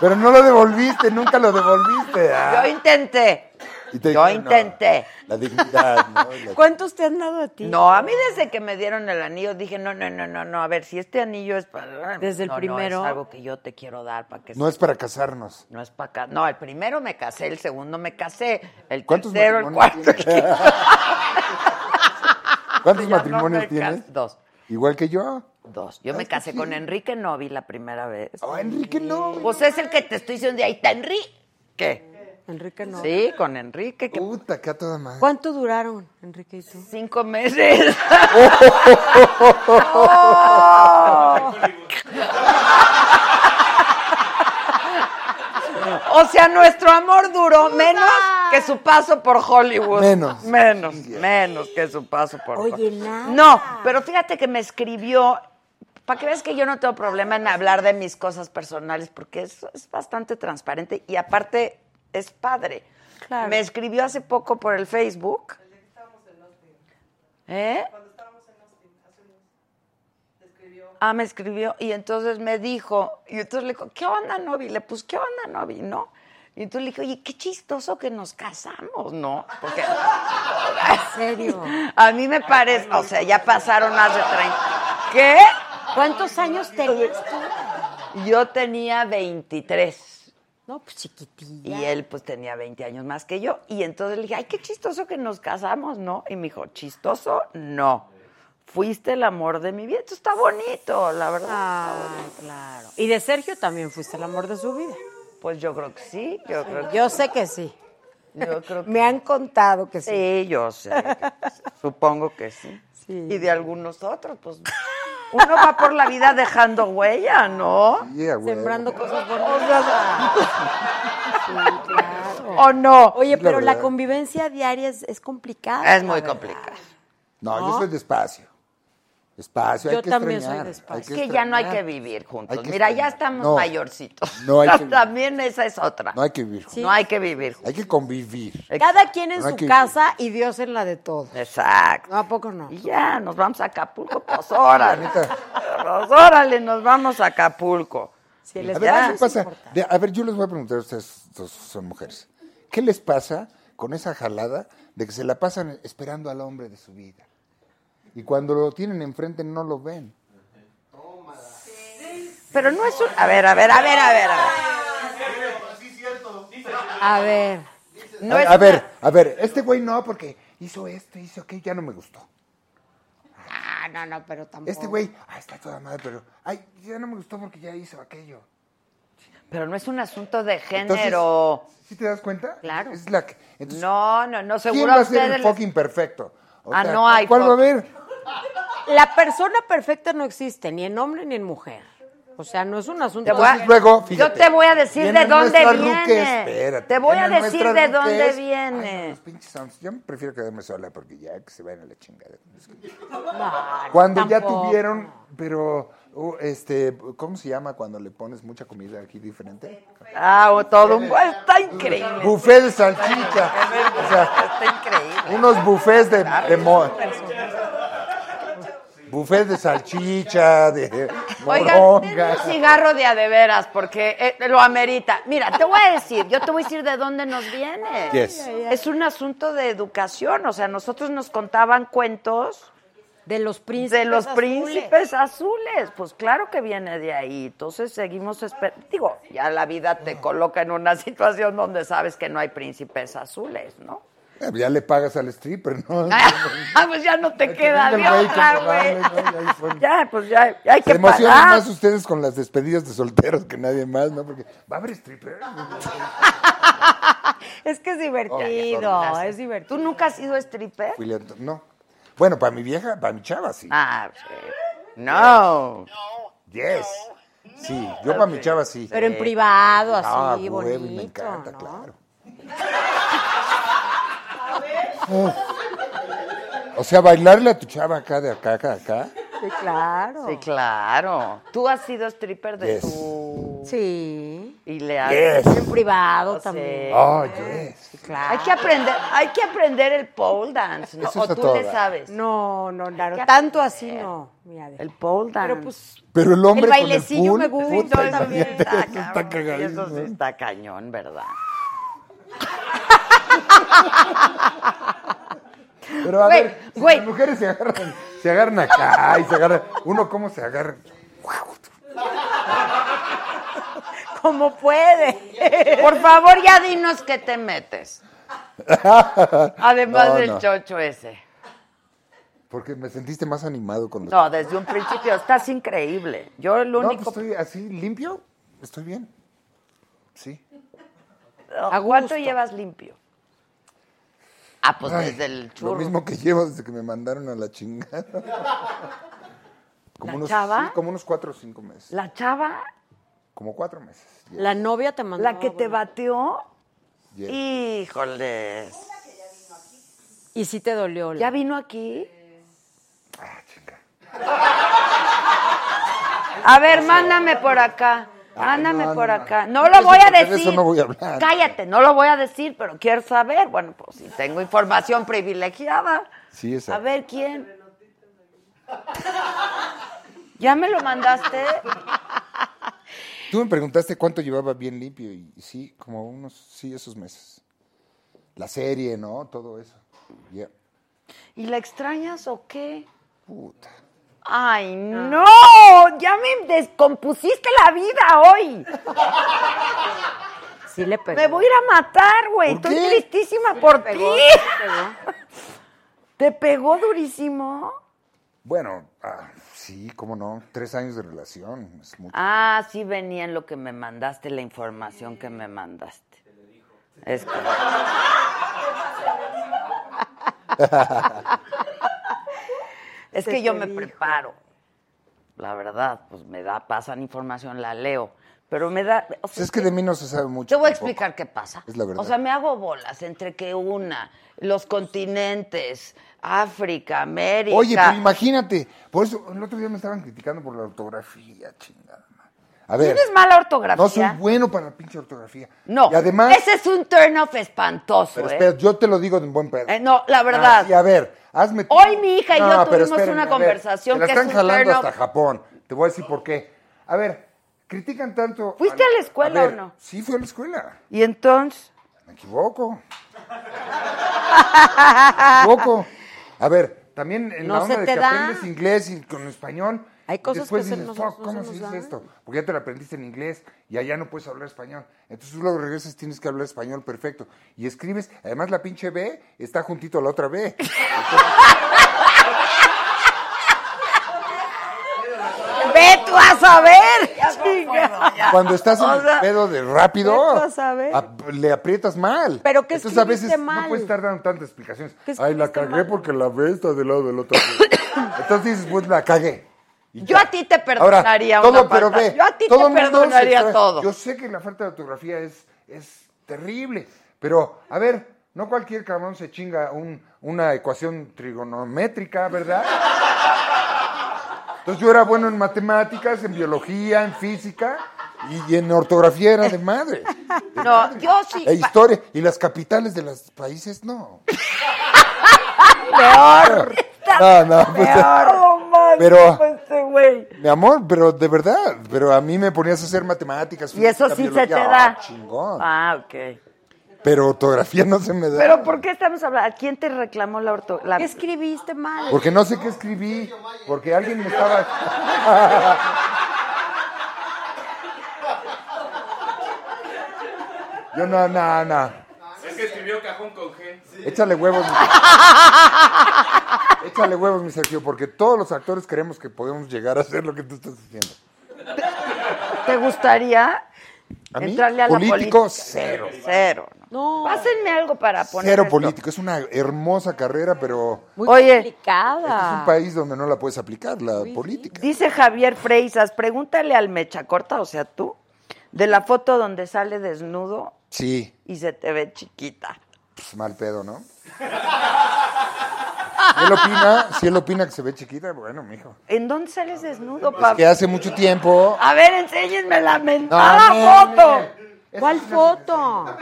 Pero no lo devolviste, nunca lo devolviste. ¿ah?
Yo intenté.
Y te
yo
dijeron, "No,
intenté.
la dignidad, ¿no? Y la-
¿Cuántos te han dado a ti?
No, a mí desde que me dieron el anillo dije, no, no, no, no, no, a ver, si este anillo es para...
Desde el
No, no,
primero.
es algo que yo te quiero dar para que...
No es para casarnos.
No es para... No, el primero me casé, el segundo me casé, el
¿Cuántos
tercero, el
matrimonios
cuarto... el
tienes?
quinto.
¿Cuántos
Yo no
matrimonios
me
tienes?
cas- Dos.
Igual que yo.
Dos. Yo me casé con Enrique Novi la primera vez.
Oh, Enrique no.
Pues es el que te estoy diciendo, de ahí está Enrique.
Enrique no.
Sí, con Enrique, que
Puta, acá toda madre.
¿Cuánto duraron, Enrique y tú?
cinco meses. Oh. O sea, nuestro amor duró menos que su paso por Hollywood.
Menos.
Menos, menos que su paso por
Oye,
Hollywood.
nada.
No, pero fíjate que me escribió, para que veas que yo no tengo problema en hablar de mis cosas personales, porque es, es bastante transparente y aparte es padre.
Claro.
Me escribió hace poco por el Facebook. ¿Eh? Ah, me escribió y entonces me dijo, y entonces le dijo, ¿qué onda, Novi? Le puse, ¿qué onda, Novi? ¿No? Y entonces le dije, oye, qué chistoso que nos casamos, ¿no? Porque
¿En serio?
a mí me parece, o sea, ya pasaron más de 30. ¿Qué?
¿Cuántos años tenías tú?
Yo tenía 23
No, pues
y
chiquitilla.
él pues tenía 20 años más que yo. Y entonces le dije, ay, qué chistoso que nos casamos, ¿no? Y me dijo, chistoso, no. Fuiste el amor de mi vida. Esto está bonito, la verdad. está
Ah,
bonito.
claro. Y de Sergio también fuiste el amor de su vida.
Pues yo creo que sí, yo creo que
Yo sé que sí.
Yo creo que
Me han contado que sí.
sí, yo sé. Supongo que sí.
Sí.
Y de algunos otros, pues. Uno va por la vida dejando huella, ¿no?
Yeah, güey.
Sembrando cosas
O
bonitas.
sea,
Sí, claro.
¿O no?
Oye,
La
pero la,
verdad.
convivencia diaria es, es complicada.
Es
la
muy
verdad.
complicado.
No, yo soy despacio. Despacio,
Yo
hay que
también
extrañar,
soy despacio.
hay
Es que ya no hay que
extrañar.
vivir juntos.
Hay que
Mira, ya
extrañar.
estamos
No,
mayorcitos.
No hay que vivir.
También esa es otra.
No hay que vivir. juntos.
No hay que vivir juntos.
Hay que convivir.
Cada quien en
No hay
su
que-
casa y Dios en la de todos.
Exacto.
¿No, ¿A poco no?
Y ya, nos vamos a Acapulco, pues órale.
neta.
Pues órale, nos vamos a Acapulco.
Si el
A ver,
espacio
¿qué
es
pasa?
importante.
De- a ver, yo les voy a preguntar a ustedes, dos son mujeres. ¿Qué les pasa con esa jalada de que se la pasan esperando al hombre de su vida? Y cuando lo tienen enfrente no lo ven.
Pero no es un... A ver, a ver, a ver, a ver, a ver.
A ver.
No
a,
es
a ver,
una-
a ver, este güey no, porque hizo esto, hizo aquello, ya no me gustó.
Ah, no, no, pero tampoco.
Este güey, ah, está toda madre, pero ay, ya no me gustó porque ya hizo aquello.
Pero no es un asunto de
Entonces,
género.
¿Sí te das cuenta?
Claro.
Es la que- entonces,
no, no, no,
¿Quién
seguro
va
a
a ser
ustedes...
el
les-
fucking perfecto? O
Ah, no hay
¿Cuál va a
fucking-
haber?
La persona perfecta no existe, ni en hombre ni en mujer. O sea, no es un asunto.
Te voy a-
Entonces, luego, fíjate,
yo te voy a decir de
viene
dónde
nuestra
viene.
Luque, espérate,
te voy a
viene
decir
nuestra
de dónde
Luque.
viene.
Ay, no, los pinches hombres. Yo prefiero quedarme sola porque ya que se vayan a la chingada.
No, no,
Cuando ya
tampoco.
tuvieron, pero, oh, este, ¿cómo se llama cuando le pones mucha comida aquí diferente?
Ah, o todo un... Está increíble.
Buffet de salchicha. O sea,
Está increíble.
unos buffets de, de mo- Buffet de salchicha, de
Oigan, denme
moronga.
un cigarro de a de veras, porque eh, lo amerita. Mira, te voy a decir, yo te voy a decir de dónde nos viene.
Yes.
Es un asunto de educación, o sea, nosotros nos contaban cuentos
De los príncipes.
de los
azules.
príncipes azules, pues claro que viene de ahí, entonces seguimos esperando. Digo, ya la vida te coloca en una situación donde sabes que no hay príncipes azules, ¿no?
Ya le pagas al stripper, ¿no?
Ah, pues ya no te
Que
queda
venga
de
el güey
otra,
con los
güey.
regalos, ¿no? Y ahí fue.
Ya, pues ya, ya hay
Se
que
emocionan
pagar.
más ustedes con las despedidas de solteros que nadie más, ¿no? Porque va a haber stripper.
Es que es divertido,
Oh, ya, sorry.
es divertido.
¿Tú nunca has sido este, stripper?
William, no. Bueno,
Ah.
para mi vieja, para mi chava, sí.
Ah, sí. no.
Yes. Sí, yo para mi chava sí.
Pero en privado, así,
Ah, güey,
bonito.
me encanta,
¿no?
claro. Uf. Oh. O sea, bailarle a tu chava acá, de acá, acá, acá.
Sí, claro.
Sí, claro. Tú has sido stripper de
Yes.
tu...
Sí.
Y le has...
Yes.
En privado
Sí.
también.
Oh, yes.
Sí, claro.
Hay que aprender, hay que aprender el pole dance, ¿no?
Eso
o
es a
tú
todo
le
dar.
sabes.
No, no, claro.
que
Tanto así no. Mira, de-
El pole dance.
Pero pues.
Pero el hombre
El
con el
bailecillo
full,
me gusta
puta,
también.
imagínate,
Ah,
eso está
cabrón,
cagadísimo.
Eso sí está cañón, ¿verdad?
Pero a
Güey,
ver, si
güey.
las mujeres se agarran, se agarran acá y se agarran. Uno, ¿cómo se agarra?
Como puede.
Por favor, ya dinos qué te metes. Además
No,
del
no,
chocho ese.
Porque me sentiste más animado con los.
No, desde un principio estás increíble. Yo el
No,
único.
pues, estoy así limpio, estoy bien. Sí.
¿A cuánto llevas limpio? Ah, pues
Ay,
desde el
Lo
churro.
mismo que llevo desde que me mandaron a la chingada. Como
¿La
unos,
chava?
sí, como unos cuatro o cinco meses.
La chava,
Como cuatro meses. Yes,
La novia te mandó.
la que te bateó.
yes.
Híjoles.
Y sí te dolió. la-
¿Ya vino aquí?
Ah, chinga.
A ver, mándame por acá.
Ay,
Mándame
no, no,
por
no.
acá.
No
No lo
sé
voy a
por qué de
decir.
eso no voy a hablar.
Cállate, no lo voy a decir, pero quiero saber. Bueno, pues si tengo información privilegiada.
Sí, esa.
A ver, ¿quién? ¿Ya me lo mandaste?
Tú me preguntaste cuánto llevaba bien limpio y y sí, como unos, sí, esos meses. La serie, ¿no? Todo eso. Ya.
¿Y la extrañas o qué?
Puta.
Ay, no, ya me descompusiste la vida hoy.
Sí le pegó.
Me voy a ir a matar, güey.
¿Por
Estoy
qué?
tristísima por ti.
Pegó, sí le pegó.
¿Te pegó durísimo?
Bueno, ah, sí, cómo no. Tres años de relación. Es mucho.
Ah, sí venía en lo que me mandaste, la información que me mandaste. Es correcto. es
Se
que yo
te
me
dijo.
preparo. La verdad, pues me da, pasan información, la leo. Pero me da. o
Pues
sea,
es que de mí no se sabe mucho.
Te voy a
tampoco.
explicar qué pasa.
Es la verdad.
O sea, me hago bolas entre que una, los continentes, África, América.
Oye, pero imagínate. Por eso, el otro día me estaban criticando por la ortografía, chingada. madre. A ver.
¿Tienes mala ortografía?
No soy bueno para la pinche ortografía.
No.
Y además.
Ese es un turn off espantoso,
Pero
¿eh?
espera, yo te lo digo de un buen pedo.
Eh, no, la verdad.
Ah, sí, a ver, hazme.
Hoy mi hija y yo
pero
tuvimos
espérenme,
una
a ver,
conversación
te la
que es
están
un
jalando
turn
hasta
off.
Japón. Te voy a decir por qué. A ver, critican tanto.
¿Fuiste a la escuela
ver,
o no?
Sí, fui a la escuela.
Y entonces,
Me equivoco. Me equivoco. A ver, también en
No
la onda
se
de
te
que
da.
aprendes inglés y con español.
Hay cosas
después
que se
dices,
nos-
"Fuck,
no
¿cómo se
se nos
dice
dan".
esto? Porque ya te lo aprendiste en inglés y allá no puedes hablar español. Entonces tú luego regresas y tienes que hablar español perfecto. Y escribes, además la pinche B está juntito a la otra B.
Ve tú a saber. Chinga.
Cuando estás en
O
el
sea,
pedo de rápido,
vete a saber.
ap- le aprietas mal.
Pero ¿qué
Entonces a
escribiste
veces
mal?
no puedes estar dando tantas explicaciones.
¿Qué
Ay, la
escribiste
cagué
mal?
porque la B está del lado del otro. B". Entonces dices, pues la cagué. Y
Yo
ya.
a ti te
Ahora,
perdonaría
todo,
una
pero
falta.
ve,
Yo a ti
todo
te
mundo se
perdonaría
extraña.
todo.
Yo sé que la falta de ortografía es, es terrible, pero a ver, no cualquier cabrón se chinga un- una ecuación trigonométrica, ¿verdad? Entonces yo era bueno en matemáticas, en biología, en física y, y en ortografía era de madre.
no, yo sí.
E historia. Y las capitales de los países, no.
Peor.
No, no. pues,
Peor. No mames,
Pero-
pues, sí, güey.
Mi amor, pero de verdad, pero a mí me ponías a hacer matemáticas.
Y eso sí
física,
se te
biología,
da.
ah, chingón.
Ah, ok.
Pero ortografía no se me da.
Pero ¿por qué estamos hablando? ¿A quién te reclamó la ortografía?
¿Qué escribiste mal?
Porque no sé qué escribí, porque alguien me estaba... Yo no, no, no.
Es que escribió cajón con G.
Échale huevos. mi- Échale huevos, mi Sergio, porque todos los actores creemos que podemos llegar a hacer lo que tú estás haciendo.
¿Te gustaría
¿A mí?
entrarle a
Político,
la política?
cero.
Cero. ¿no? No. Pásenme algo para poner.
Cero
esto.
político. Es una hermosa carrera, pero
Muy
Oye.
complicada.
Este es
Ah.
un país donde no la puedes aplicar, la política.
Dice Javier Freisas, pregúntale al mecha corta, o sea, tú, de la foto donde sale desnudo
Sí,
y se te ve chiquita.
pues, mal pedo, ¿no? Si él opina, si él opina que se ve chiquita, bueno, mijo.
¿En dónde sales desnudo,
Es que
Pablo?
hace mucho tiempo.
A ver, enséñenme la mentada
No, no,
foto.
¿Cuál foto?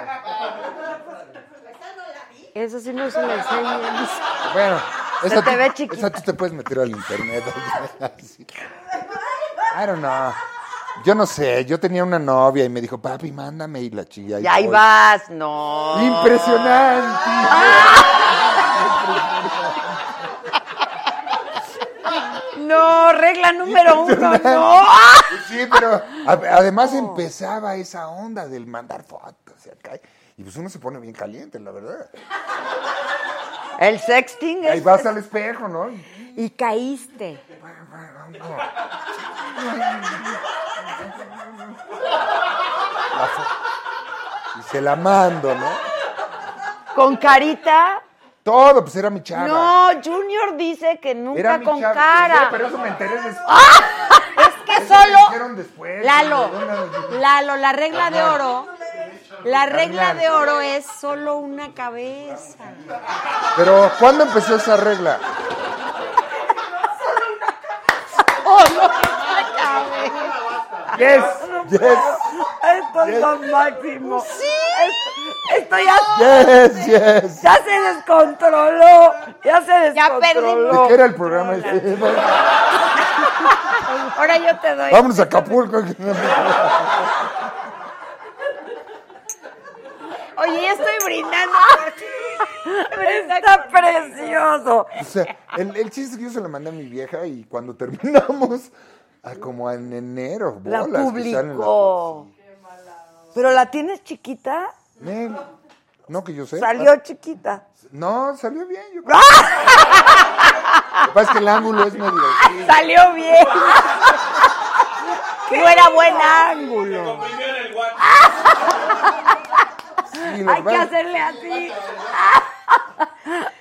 Eso sí no se la enseñan.
Bueno,
Se
esa
te
tú-
ve chiquita.
esa tú te puedes meter al internet. Así. I don't know. Yo no sé, yo tenía una novia y me dijo, papi, mándame y la chilla.
Y ahí vas, no.
Impresionante.
No, regla número uno, no.
Pues Sí, pero a- además empezaba esa onda del mandar fotos. y acá, Y pues uno se pone bien caliente, la verdad.
El sexting
Ahí
es...
vas al espejo, ¿no? Y-
Y caíste.
y se la mando, ¿no?
Con carita.
Todo, pues era mi chava.
No, Junior dice que
Era
nunca
mi
con
chava.
cara. Ah,
Sí, pero eso me enteré después.
Que
Eso me
solo.
dijeron después.
Lalo,
No, no, no, no.
Lalo, la regla de oro. La regla
Carnal.
de oro es solo una cabeza.
Pero, ¿cuándo empezó esa regla?
Oh,
Yes, yes,
Esto es lo máximo. Sí. Esto ya,
yes, yes.
ya se descontroló. Ya se
Ya
descontroló.
¿Qué era el programa? ese?
Ahora yo te doy.
Vámonos a Acapulco.
Oye, ya estoy brindando. por ti.
Ah. Está precioso.
O sea, el, el chiste es que yo se lo mandé a mi vieja y cuando terminamos, a como en enero,
La
bolas. que salen las
publicó. Pero la tienes chiquita.
fotos. Nel, No, que yo sé. Ah,
Salió chiquita.
No, salió bien. Yo creo. Lo que pasa es que el ángulo es medio. así.
Salió bien. No era buen ángulo.
Comprimió en el guante.
Ah.
Sí, lo,
Hay
que
que
pasa,
hacerle así.
lo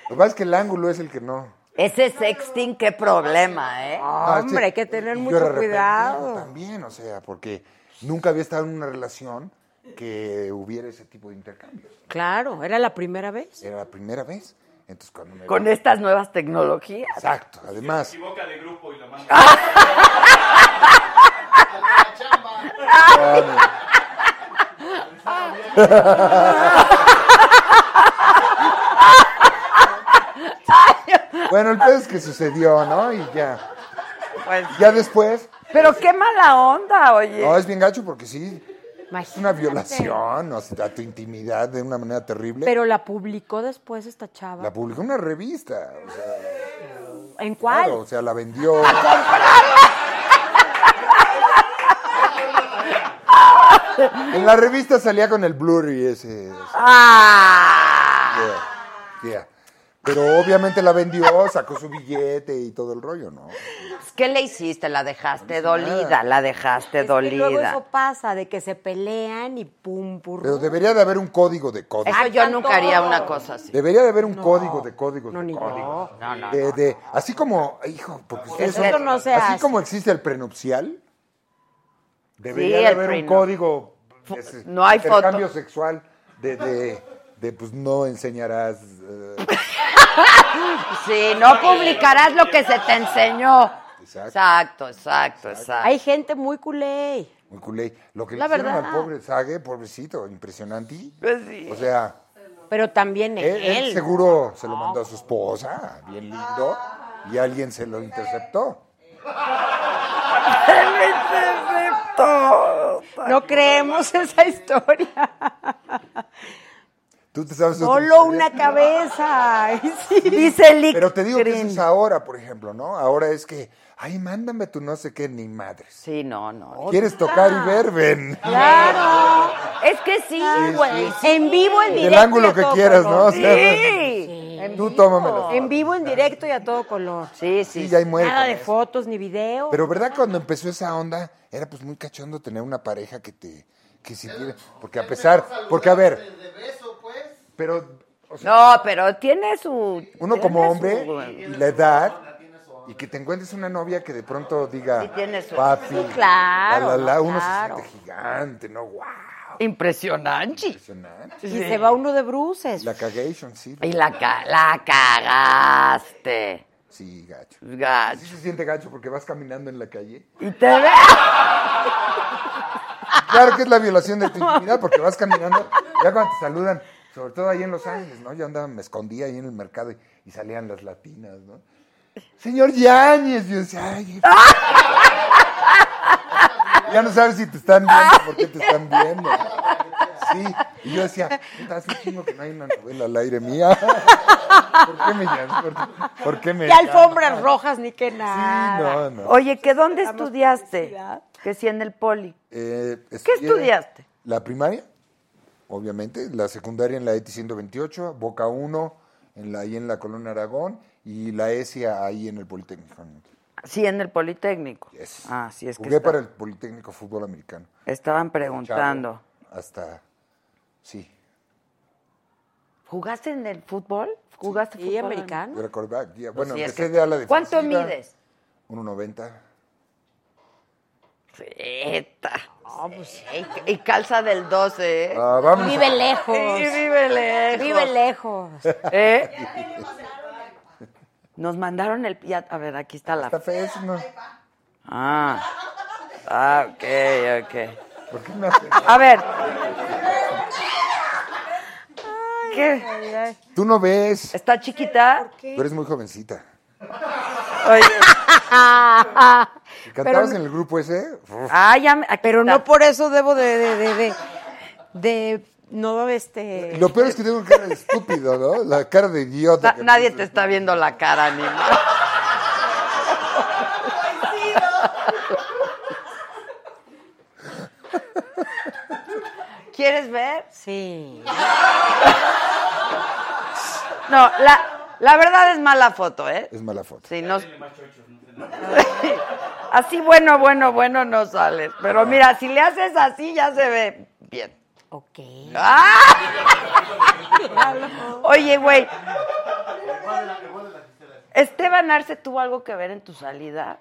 que pasa es que el ángulo es el que no.
Ese sexting, qué problema, ¿eh?
Ah,
Hombre,
sí.
hay que tener
Y yo
mucho
era repentino
cuidado.
También, o sea, porque nunca había estado en una relación que hubiera ese tipo de intercambios.
Claro, era la primera vez.
Era la primera vez. Entonces, cuando me.
Con estas nuevas tecnologías.
Exacto, además.
Equivoca de grupo y la manda.
Ah.
Bueno, el pedo es que sucedió, ¿no? Y ya.
Pues,
Ya después.
pero qué mala onda, oye.
No, es bien gacho porque sí. Es
Eh. Imagínate.
una violación o sea, a tu intimidad de una manera terrible.
Pero la publicó después esta chava.
La publicó en una revista. O sea,
¿En cuál?
claro, o sea, la vendió. en la revista salía con el blurry ese. o sea,
Ah.
yeah, yeah. Pero obviamente la vendió, sacó su billete y todo el rollo, ¿no?
¿Qué le hiciste? La dejaste
No hice
dolida,
Pues nada.
la dejaste
Es que luego eso
dolida.
pasa, de que se pelean y pum, pum.
Pero debería de haber un código de códigos.
Eso yo nunca haría una cosa así.
Debería de haber un código de códigos
no,
de
ni yo.
códigos.
No, no,
De- de- así como, hijo, porque ustedes
Eso
son-
no se
así
hace.
como existe el prenupcial, debería
Sí,
de
el
haber
prenu-
un código de se-
no hay
intercambio
foto.
sexual de, de, de, pues no enseñarás eh,
Sí, no publicarás lo que se te enseñó.
Exacto.
Exacto, exacto, exacto.
Hay gente muy culé.
muy culé. Lo que
La
le hicieron
verdad.
al pobre Sage, pobrecito, impresionante.
Pues sí.
O sea,
Pero también
él,
él.
él seguro se lo mandó a su esposa, bien lindo, y alguien se lo interceptó.
No creemos esa historia.
Tú te sabes otras
Solo
historias?
una cabeza. Ay, sí.
Dice Lick
Pero te digo que
Green.
eso es ahora, por ejemplo, ¿no? Ahora es que, ay, mándame tu no sé qué, ni madres.
Sí, no, no.
¿Quieres tocar y ver? Ven.
Claro.
Es que sí, güey.
En vivo, en directo.
Del ángulo
y a
que
todo
quieras,
color.
¿no? O sea,
Sí.
tú tómamelo.
En vivo, en directo y a todo color.
Sí,
Sí,
sí.
ya hay muerto. pues.
Nada de fotos ni video.
Pero ¿verdad cuando empezó esa onda? Era pues muy cachondo tener una pareja que te... Que si porque a pesar... Porque a ver, Pero, o sea,
No, pero tiene su.
uno
tiene
como
su-
hombre y la edad y que te encuentres una novia que de pronto diga
Sí, tiene su-
papi
Sí, claro,
la, la, la",
no,
uno
claro.
se siente gigante no wow
Impresionante.
impresionante
Y se va uno de bruces.
la cagation sí
Y la, ca- la cagaste.
sí gacho
Gacho.
sí se siente gacho porque vas caminando en la calle
Y te ve.
Claro que es la violación de tu intimidad, porque vas caminando, ya cuando te saludan, sobre todo ahí en Los Ángeles, ¿no? Yo andaba, me escondía ahí en el mercado y, y salían las latinas, ¿no? Señor Yáñez, yo decía, ay. Ya no sabes si te están viendo, por qué te están viendo. Sí, y yo decía, puta, hace un chingo que no hay una novela al aire mía. ¿Por qué me llamas? ¿Por, qué- por qué me
Qué
llamas?
alfombras rojas ni qué
Sí, no,
nada.
no.
Oye, ¿que dónde estudiaste?
publicidad.
Que si en el poli.
Eh,
¿Qué
estudié
estudiaste?
La primaria, obviamente, la secundaria en la E ETI 128, Boca 1, en la, ahí en la Colonia Aragón, y la ESIA ahí en el Politécnico.
Sí, en el Politécnico.
Yes.
Ah, sí, es que
Jugué
esta-
para el Politécnico Fútbol Americano.
estaban preguntando.
Chavo, hasta, sí,
¿Jugaste en el fútbol? ¿Jugaste
¿Y
fútbol?
americano?
era quarterback, ya, Bueno,
Pues sí, es que-
empecé de ala defensiva.
¿Cuánto mides?
1.90.
Zeta. y, y calza del 12, ¿eh?
Ah, vámonos.
Vive lejos.
Y vive lejos.
Vive lejos.
¿Eh? Nos mandaron el... ya- a ver, aquí está
Está
la...
feo eso, ¿no?
Ah. Ah, ok, ok.
¿Por qué me haces?
A ver. ¿Qué?
Tú no ves,
¿Está chiquita?
tú eres muy jovencita.
Oye.
Si ¿Cantabas en el grupo ese? uf,
Ah, ya me- aquí
Pero
está.
no por eso debo de, de, de, de, de- no, este...
Lo peor es que tengo cara de estúpido, ¿no? La cara de idiota.
Na-
que
nadie te
puse.
está viendo la cara, ni nada. ¿Quieres ver?
Sí.
No, la, la verdad es mala foto, ¿eh?
Es mala foto.
Si no... así bueno, bueno, bueno no sales. Pero mira, si le haces así ya se ve bien.
Ok.
¡Ah! Oye, güey. Esteban Arce tuvo algo que ver en tu salida.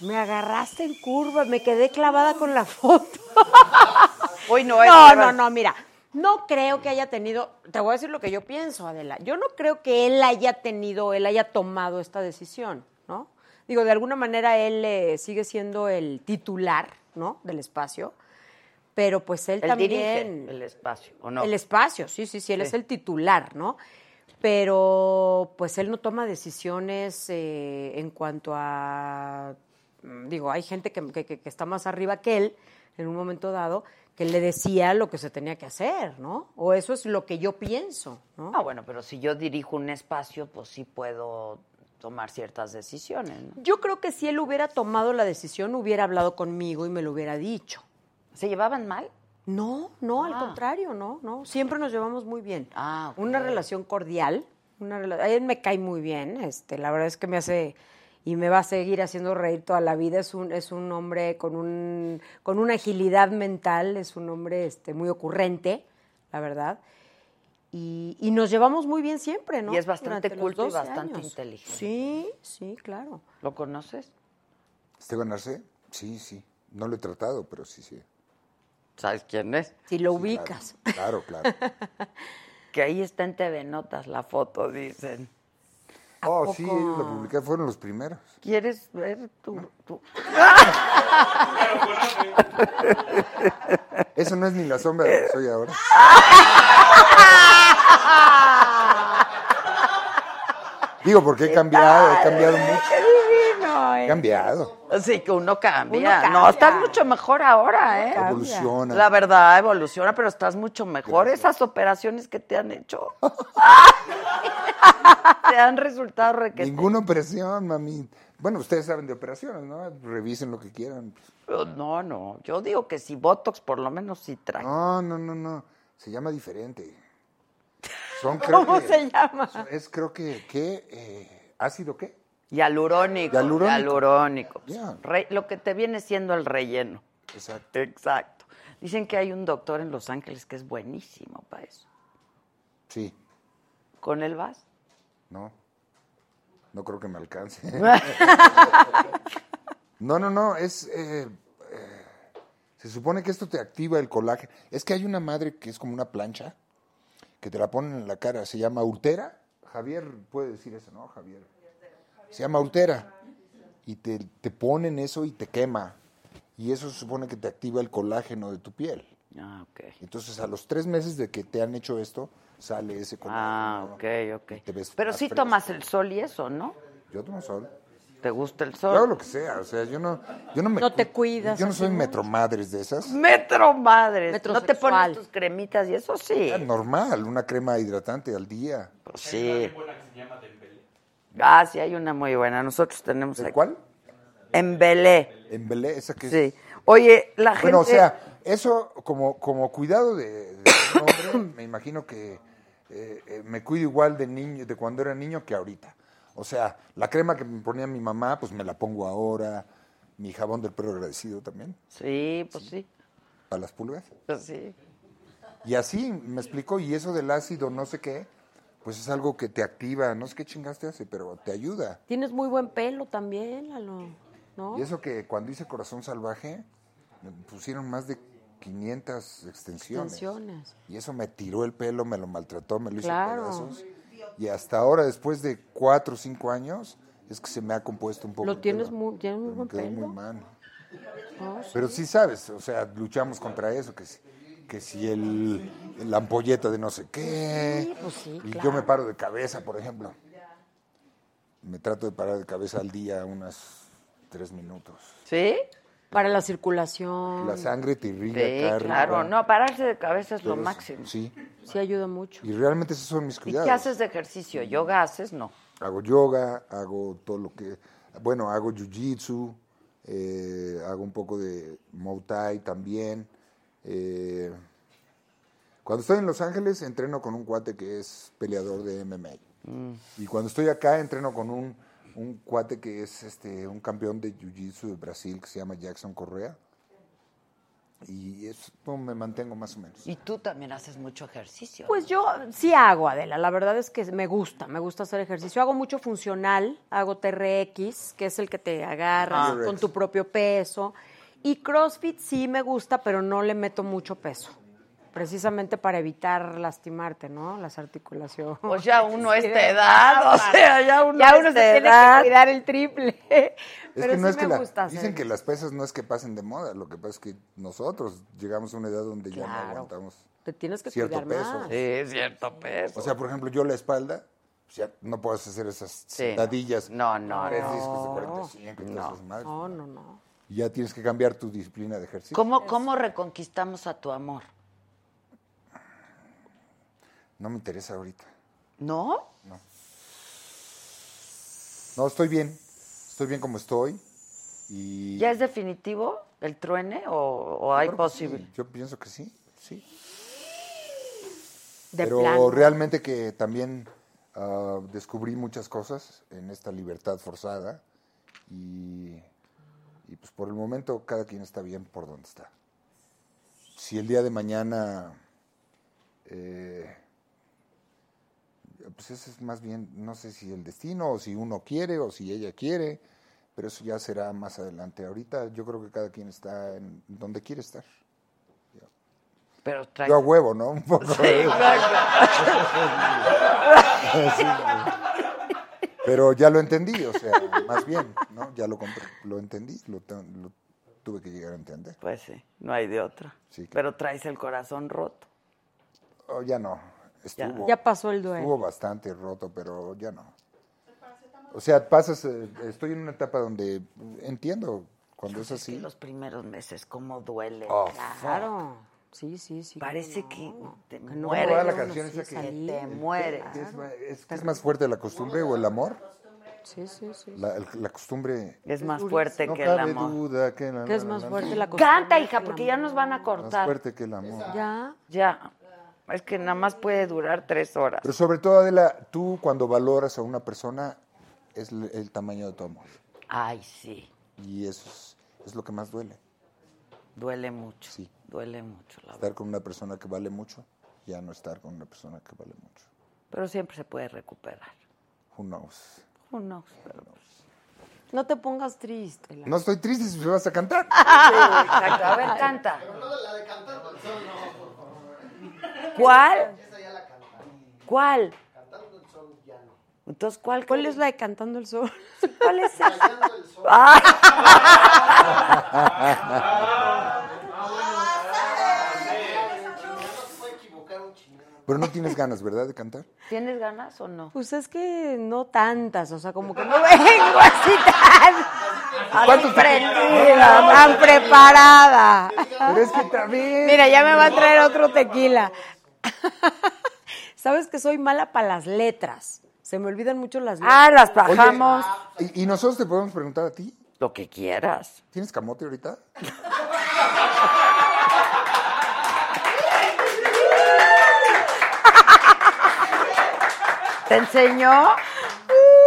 Me agarraste en curva, me quedé clavada con la foto.
Hoy no es.
No, no,
Esteban.
no, mira. No creo que haya tenido, te voy a decir lo que yo pienso, Adela. Yo no creo que él haya tenido, él haya tomado esta decisión, ¿no? Digo, de alguna manera él eh, sigue siendo el titular, ¿no? Del espacio, pero pues él,
Él
también...
dirige el espacio, ¿o no?
El espacio, sí, sí, sí, él
Sí.
es el titular, ¿no? Pero pues él no toma decisiones eh, en cuanto a, mm, digo, hay gente que, que- que- que está más arriba que él en un momento dado que le decía lo que se tenía que hacer, ¿no? O eso es lo que yo pienso, ¿no?
Ah, bueno, pero si yo dirijo un espacio, pues sí puedo tomar ciertas decisiones, ¿no?
Yo creo que si él hubiera tomado la decisión, hubiera hablado conmigo y me lo hubiera dicho.
¿Se llevaban mal?
No, no, al
Ah.
contrario, no, no. Siempre nos llevamos muy bien.
Ah, ok.
Una relación cordial. Una rela- él me cae muy bien. Este, la verdad es que me hace y me va a seguir haciendo reír toda la vida. Es un, es un hombre con un, con una agilidad mental, es un hombre este, muy ocurrente, la verdad. Y, y nos llevamos muy bien siempre, ¿no?
Y es bastante
Durante los
culto y
12
bastante
años.
inteligente.
Sí, sí, claro.
¿Lo conoces?
¿Esteban Arce? Sí, sí. No lo he tratado, pero sí, sí.
¿Sabes quién es?
Si lo
Sí,
ubicas.
Claro, claro. claro.
Que ahí está en TV Notas la foto, dicen.
Oh, sí, lo publiqué, fueron los primeros.
¿Quieres ver tu...? tu-
Eso no es ni la sombra de lo que soy ahora. Digo, porque he cambiado, he cambiado mucho.
divino!
He cambiado.
Así que uno cambia.
Uno cambia.
No, estás mucho mejor ahora, ¿eh?
Evoluciona.
La verdad, evoluciona, pero estás mucho mejor. Esas operaciones que te han hecho te han resultado requete.
Ninguna operación, mami. Bueno, ustedes saben de operaciones, ¿no? Revisen lo que quieran.
No, no. Yo digo que si Botox por lo menos sí trae.
No, no, no, no. Se llama diferente. Son, creo
¿Cómo
que-
se llama?
Es creo que, ¿qué? Eh, ¿Ácido qué?
Hialurónico.
Hialurónico.
Hialurónico.
Ya.
Re- lo que te viene siendo el relleno.
Exacto.
Exacto. Dicen que hay un doctor en Los Ángeles que es buenísimo para eso.
Sí,
¿Con él vas?
no. No creo que me alcance. no, no, no, es... eh, eh, se supone que esto te activa el colágeno. Es que hay una madre que es como una plancha, que te la ponen en la cara, se llama Ultera. Javier puede decir eso, ¿no, Javier? Se llama Ultera. Y te, te ponen eso y te quema. Y eso se supone que te activa el colágeno de tu piel.
Ah, ok.
Entonces, a los tres meses de que te han hecho esto, sale ese colágeno.
Ah, ok, ok.
te ves
Pero
más
sí
fresco.
tomas el sol y eso, ¿no?
Yo tomo sol.
¿Te gusta el
Yo hago
sol?
lo que sea, o sea, yo no, yo no me.
No te
cu-
cuidas
Yo no
así
soy
mucho.
metromadres de esas.
Metro madre. ¿No te
Metrosexual.
pones tus cremitas y eso sí?
Ah, Normal, una crema hidratante al día.
Pues sí. Ah, sí, hay una muy buena. Nosotros tenemos
¿De
aquí.
cuál?
En Belé.
En Belé, esa que es-
Sí. Oye, la gente.
Bueno, o sea, eso como, como cuidado de, de un hombre, me imagino que eh, eh, me cuido igual de niño, de cuando era niño que ahorita. O sea, la crema que me ponía mi mamá, pues me la pongo ahora. Mi jabón del pelo agradecido también,
Sí, pues sí.
para las pulgas.
Pues sí.
Y así me explicó, y eso del ácido no sé qué, pues es algo que te activa, no sé qué chingaste hace, pero te ayuda.
Tienes muy buen pelo también, Lalo. ¿No?
Y eso que cuando hice Corazón Salvaje, me pusieron más de 500 extensiones.
Extensiones.
Y eso me tiró el pelo, me lo maltrató, me lo hizo
Claro.
pedazos. Y hasta ahora, después de 4 o 5 años, es que se me ha compuesto un poco.
Lo
el
tienes
pelo.
muy- tienes
Pero me
muy buen
quedó
pelo. Oh,
muy mal.
No,
Pero sí sabes, o sea, luchamos contra eso, que si, que si el, la ampolleta de no sé qué.
Sí, pues sí,
y
claro.
yo me paro de cabeza, por ejemplo. Me trato de parar de cabeza al día unas 3 minutos.
¿Sí?
Para la circulación.
La sangre te irriga
Sí,
acá arriba.
claro. No, pararse de cabeza es lo
Pero es-
máximo.
Sí.
Sí ayuda mucho.
Y realmente esos son mis
¿Y
cuidados.
qué haces de ejercicio? ¿Yoga haces? No.
Hago yoga, hago todo lo que... Bueno, hago jiu-jitsu, eh, hago un poco de Muay Thai también. eh. cuando estoy en Los Ángeles entreno con un cuate que es peleador de MMA. Y cuando estoy acá entreno con un, un cuate que es este un campeón de jiu-jitsu de Brasil que se llama Jackson Correa. Y eso me mantengo más o menos.
Y tú también haces mucho ejercicio.
Pues yo sí hago, Adela. La verdad es que me gusta, me gusta hacer ejercicio. Hago mucho funcional, hago TRX, que es el que te agarras
TRX.
con tu propio peso. Y CrossFit sí me gusta, pero no le meto mucho peso. Precisamente para evitar lastimarte, ¿no? Las articulaciones.
Pues ya uno a esta edad, o sea, ya uno a
ya uno se
esta
tiene
edad.
que cuidar el triple.
Es
pero
que no
sí
es que
me
la-
gusta hacer
dicen que las pesas no es que pasen de moda, lo que pasa es que nosotros llegamos a una edad donde ya no
Claro.
aguantamos.
Te tienes que
cierto
cuidar
peso.
más.
Sí, cierto peso.
O sea, por ejemplo, yo la espalda, pues ya no puedes hacer esas
Sí, no.
sentadillas.
No, no,
Tres
no.
discos de 45 y todas esas madres.
No, no, no.
Y Ya tienes que cambiar tu disciplina de ejercicio.
¿Cómo, ¿Cómo reconquistamos a tu amor?
No me interesa ahorita.
¿No?
No, estoy bien. Estoy bien como estoy. Y
¿Ya es definitivo el truene o, o hay
Yo creo que sí,
posible?
Yo pienso que sí, sí.
De
Pero
plano.
realmente que también ah, descubrí muchas cosas en esta libertad forzada y, y, pues por el momento cada quien está bien por donde está. Si el día de mañana, eh, pues eso es más bien, no sé si el destino o si uno quiere o si ella quiere, pero eso ya será más adelante. Ahorita yo creo que cada quien está en donde quiere estar.
Pero trae...
Yo a huevo, ¿no? Un poco.
Sí, exacto.
Pero ya lo entendí, o sea, más bien, ¿no? Ya lo compre- lo entendí, lo, te- lo tuve que llegar a entender.
Pues sí, no hay de otra.
Sí, claro.
Pero traes el corazón roto.
Oh, ya no, estuvo,
Ya pasó el duelo.
estuvo bastante roto, pero ya no. O sea, pasas, eh, estoy en una etapa donde entiendo cuando es
Es que
así.
los primeros meses, cómo duele.
Oh,
Claro. Sí, sí, sí.
Parece
cómo
que te
no
muere
puede
la
uno
canción
así
esa que-
salir.
te mueres.
¿Qué es, ma- es- qué es más fuerte la costumbre o el amor?
Sí, sí, sí.
La, el- la costumbre.
Es más fuerte
Eh, No
que el
cabe
amor.
duda que la-
¿Qué es
la-
más
la-
fuerte la costumbre?
Canta, hija, porque ya nos van a
Más
cortar.
fuerte que el amor.
Ya.
Ya. Es que nada más puede durar tres horas.
Pero sobre todo, Adela, tú cuando valoras a una persona es l- el tamaño de tu amor.
Ay, sí.
Y eso es, es lo que más duele.
Duele mucho. Sí. Duele mucho, la
Estar con una persona que vale mucho, ya no estar con una persona que vale mucho.
Pero siempre se puede recuperar.
Who knows?
Who knows, pero pues,
No te pongas triste. Lara.
No estoy triste si me vas a cantar.
Exacto, a ver, canta. ¿Cuál? ¿Cuál? Entonces, ¿cuál?
¿Cuál es la de Cantando el Sol?
¿Cuál es esa? Ah,
Pero no tienes ganas, ¿verdad, de cantar?
¿Tienes ganas o no?
Pues es que no tantas, o sea, como que no vengo así tan
¿Cuántos te-
prendida, tan preparada.
Ah.
Pero es que también.
Mira, ya me va a traer otro tequila. Sabes que soy mala para las letras. Se me olvidan mucho las letras.
Ah, las
Oye,
bajamos.
¿y, y nosotros te podemos preguntar a ti.
Lo que quieras.
¿Tienes camote ahorita?
¿Te enseñó?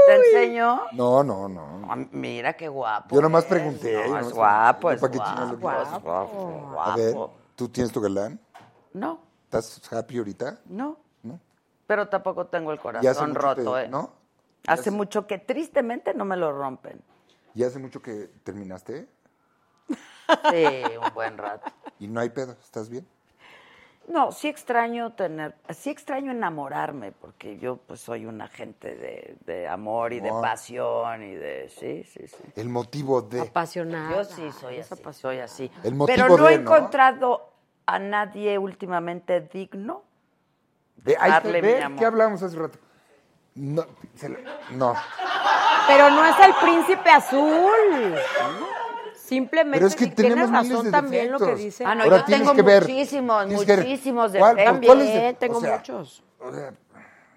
¿Te enseñó?
No, no, no.
Ah, mira qué guapo.
Yo nomás
es.
pregunté,
No,
yo
es
nomás-
guapo, es
¿Para qué
guapo,
chingados
es
lo
guapo,
piensas?
guapo.
A ver, ¿tú tienes tu galán?
No,
¿Estás happy ahorita?
no.
¿No?
Pero tampoco tengo el
Ya hace
corazón
mucho
roto,
te-
¿eh?
¿No?
Hace mucho que tristemente no me lo rompen.
¿Y hace mucho que terminaste?
Sí, un buen rato.
¿Y no hay pedo? ¿Estás bien?
No, sí extraño tener, sí extraño enamorarme, porque yo pues soy una gente de, de amor y de
Amor.
pasión y de, sí, sí, sí.
El motivo de...
Apasionada.
Ah. Yo sí soy así, soy así.
El motivo
Pero no he
de, ¿no?
encontrado a nadie últimamente digno.
de ahí
darle
está, ¿ve?
mi amor.
¿Qué hablábamos hace rato? No, se la- no.
Pero no es el príncipe azul. Simplemente
Pero es que
sí,
tenemos
tienes
miles
razón
de
también lo que
defectos.
dice.
Ah, no,
Ahora
yo
tienes
tengo
que ver,
muchísimos,
tienes que ver,
muchísimos
¿cuál-
defectos.
cuál es de-
Eh, tengo
o sea,
muchos.
o sea,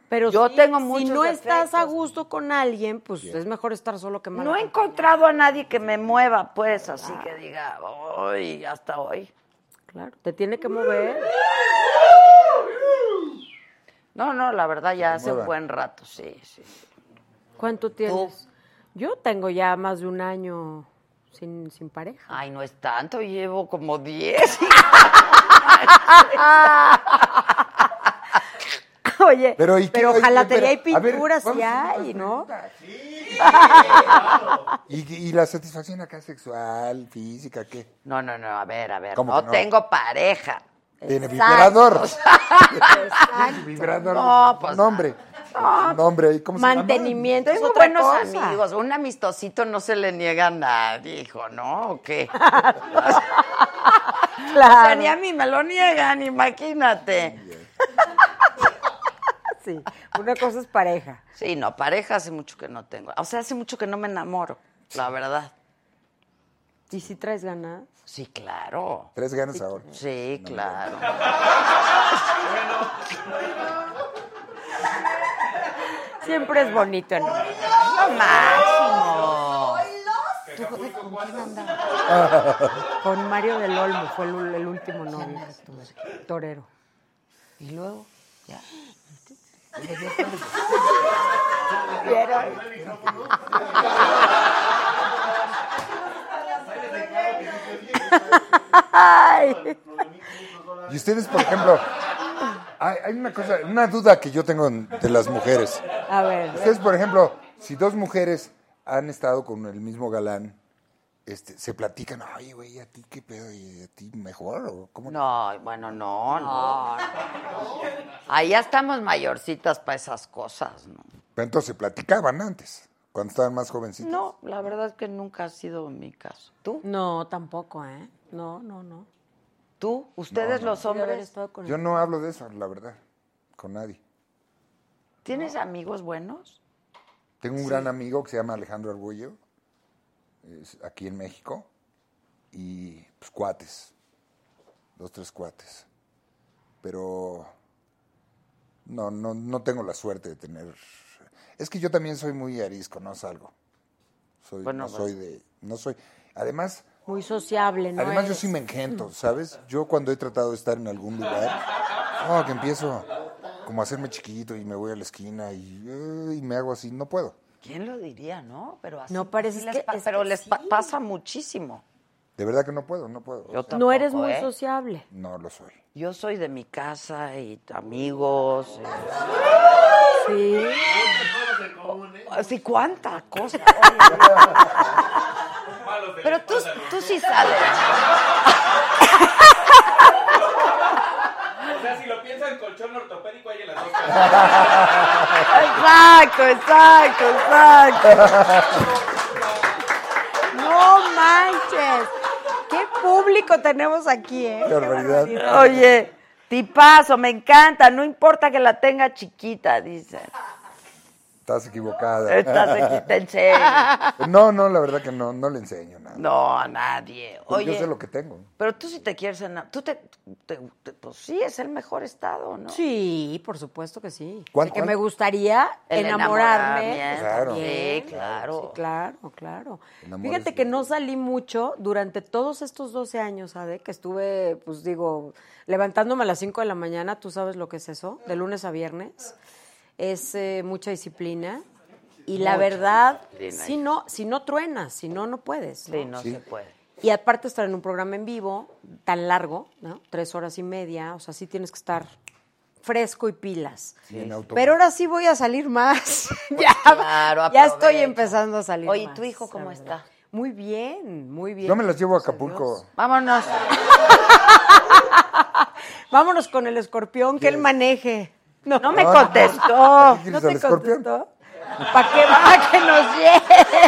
Pero
Yo
sí,
tengo
si
muchos
no estás a
defectos.
gusto con alguien, pues es mejor estar solo que mal.
No he encontrado a nadie que me mueva, pues, así que diga, hoy, hasta hoy.
Claro, te tiene que mover.
No, no, la verdad ya hace un
muevan.
buen rato, sí, sí. sí.
¿Cuánto tienes? Yo tengo ya más de un año sin, sin pareja.
Ay, no es tanto, llevo como 10.
Oye,
Pero, ¿y qué- oye,
jalatería y
pero, a ver,
pinturas
vamos
sí
a hacer
hay,
una
¿no?
pregunta. ¿Y, y la satisfacción acá sexual, física, qué?
No, no, no, a ver, a ver,
¿Cómo
no,
que no?
tengo pareja.
Tiene vibrador. Tiene vibrador.
No, pues,
Nombre. Nombre ahí, ¿cómo se llama?
Mantenimiento es
Tengo
otra
buenos
cosa.
amigos, un amistosito no se le niega a nadie, hijo, ¿no? ¿O qué? O sea,
Claro.
ni a mí me lo niegan, imagínate.
Sí, una cosa es pareja.
Sí, no, pareja hace mucho que no tengo. O sea, hace mucho que no me enamoro, la verdad.
¿Y si traes ganas?
Sí, claro.
Tres ganas ahora.
Sí,
No,
claro.
Siempre es bonito enamorar.
Lo máximo.
Con Mario del Olmo fue el, el último novio que tuve. Torero.
Y luego, ya.
¡Ay!
Y ustedes, por ejemplo, hay, hay una cosa, una duda que yo tengo en- de las mujeres.
A ver,
Ustedes, por ejemplo, si dos mujeres han estado con el mismo galán, este, se platican, ay, güey, ¿a ti qué pedo? ¿Y a ti mejor? ¿O cómo?
No, bueno, no, no. Ahí ya estamos mayorcitas para esas cosas, ¿no?
Pero Entonces se platicaban antes, cuando estaban más jovencitos.
No, la verdad es que nunca ha sido mi caso. ¿Tú?
no, tampoco, ¿eh? No, no, no.
¿Tú? ¿Ustedes los
Haber
hombres?
estado con
Yo no hablo de eso, la verdad, con nadie.
¿Tienes amigos buenos?
Tengo un gran amigo que se llama Alejandro Arguello, es aquí en México, y pues cuates, dos, tres cuates. Pero no, no, no tengo la suerte de tener... Es que yo también soy muy arisco, no salgo. Soy,
Bueno,
no
pues.
soy de... No soy... Además,
Muy sociable, ¿no?
además yo
eres?
sí me engento, ¿sabes? Yo cuando he tratado de estar en algún lugar, oh, que empiezo como a hacerme chiquito y me voy a la esquina y, eh, y me hago así, no puedo.
¿Quién lo diría, no? Pero así,
No, pero es
así
que-
les pa-
es
pero
que
les pa-
sí.
pasa muchísimo.
De verdad que no puedo, no puedo.
Yo tampoco,
No eres muy
¿eh?
sociable.
No lo soy.
Yo soy de mi casa y amigos. eh,
Sí.
Así, ¿cuánta cosa? Pero tú, tú sí sales.
O sea, si lo piensan, colchón ortopédico hay en las dos
Exacto, exacto, exacto.
No manches. Qué público tenemos aquí, ¿eh?
Qué barbaridad.
Oye, tipazo, me encanta. No importa que la tenga chiquita, dice.
Estás equivocada.
Estás aquí, te enseño.
No, no, la verdad que no, no le enseño nada.
No, a nadie.
Porque
Oye,
Yo sé lo que tengo.
pero tú si te quieres enamorar, tú te, te- te- pues sí, es el mejor estado, ¿no?
Sí, por supuesto que sí.
¿Cuán-
De que
cuán-
me gustaría
El
enamorarme.
enamorarme,
Claro.
también.
sí, claro.
Sí, claro, claro.
Enamores-
Fíjate que no salí mucho durante todos estos 12 años, ¿sabes? Que estuve, pues digo, levantándome a las 5 de la mañana, tú sabes lo que es eso, de lunes a viernes. Es eh, mucha disciplina. Y la verdad,
disciplina.
si no, si no truenas, si no, no puedes. ¿no?
Sí, no
Sí.
se puede.
Y aparte estar en un programa en vivo tan largo, ¿no? Tres horas y media, o sea, sí tienes que estar fresco y pilas.
Y en Pues auto-
Pero ahora sí voy a salir más. ya,
claro,
ya estoy
aprovecha.
empezando a salir
Oye,
más,
¿tu hijo cómo
la verdad.
está?
Muy bien, muy bien.
Yo me las llevo a
gracias
Acapulco.
Dios.
Vámonos.
Vámonos con el escorpión, que él maneje. No,
No me
No, no,
contestó.
no.
¿No
¿Quieres
te
al escorpión?
contestó? ¿Para qué va? ¿Pa' que nos lleve?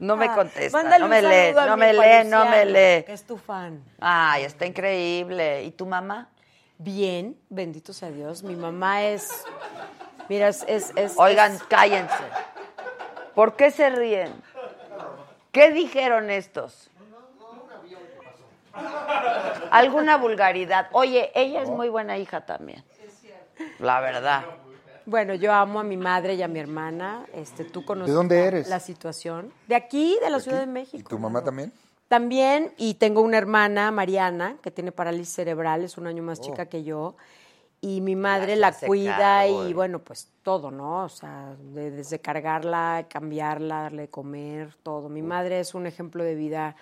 No me contesta.
Ah, Mándale
no
un
me lee,
saludo a
no
mi
me lee, no me
Juanuciano,
lee.
que es tu fan.
Ay, está increíble. ¿Y tu mamá?
Bien, bendito sea Dios. Mi mamá es. Mira, es. es- es-
Oigan,
es-
cállense. ¿Por qué se ríen? ¿Qué dijeron estos? Alguna vulgaridad. Oye, ella es muy buena hija también. La verdad.
bueno, yo amo a mi madre y a mi hermana. Este, tú conoces.
¿De dónde
la-
eres?
La situación. De aquí, de la Ciudad de
¿Aquí?
México.
¿Y tu mamá
claro.
también?
También, y tengo una hermana, Mariana, que tiene parálisis cerebral, es un año más chica que yo. Y mi madre
se
la
Oh. hace
cuida
cargo de-
y bueno, pues todo, ¿no? O sea, de- desde cargarla, cambiarla, darle de comer, todo. Mi madre es un ejemplo de vida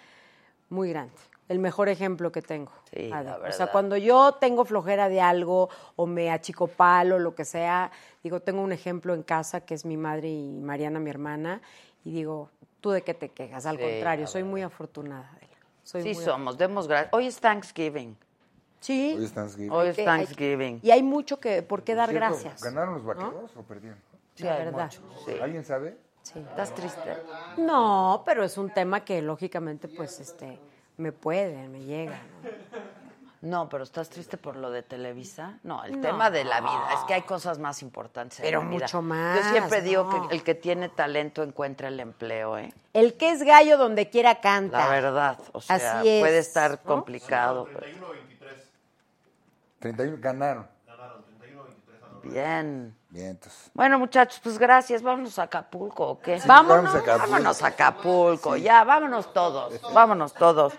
muy grande. El mejor ejemplo que tengo.
Sí,
Adel.
la
o sea,
verdad.
cuando yo tengo flojera de algo o me achicopalo, lo que sea, digo, tengo un ejemplo en casa que es mi madre y Mariana, mi hermana, y digo, ¿tú de qué te quejas? Al
Sí,
contrario,
la
soy muy afortunada, Adela. Soy
Sí
muy
somos, demos gracias. Hoy es Thanksgiving.
afortunada. Sí.
Hoy es Thanksgiving.
Hoy
hay
es
que-
Thanksgiving.
Y hay mucho que por qué dar
Por cierto,
gracias.
¿Ganaron los vaqueros o perdieron?
Sí,
la
hay
verdad.
mucho, sí.
¿Alguien sabe?
Sí.
¿Estás triste?
No, pero es un tema que lógicamente, pues, este, me puede, me llega. ¿no?
No, pero ¿estás triste por lo de Televisa? No, el
No.
tema de la vida. Es que hay cosas más importantes. en
Pero
la vida.
mucho más,
Yo siempre digo
no.
que el que tiene talento encuentra el empleo, ¿eh?
El que es gallo donde quiera canta.
La verdad. O sea,
Así es,
puede estar
¿no?
complicado. pero-
31 ganaron.
Bien.
Bien, entonces.
Bueno, muchachos, pues gracias. Vámonos a Acapulco, ¿o qué?
Vámonos.
Vamos a Acapulco.
Vámonos a Acapulco, ya, vámonos todos, vámonos todos.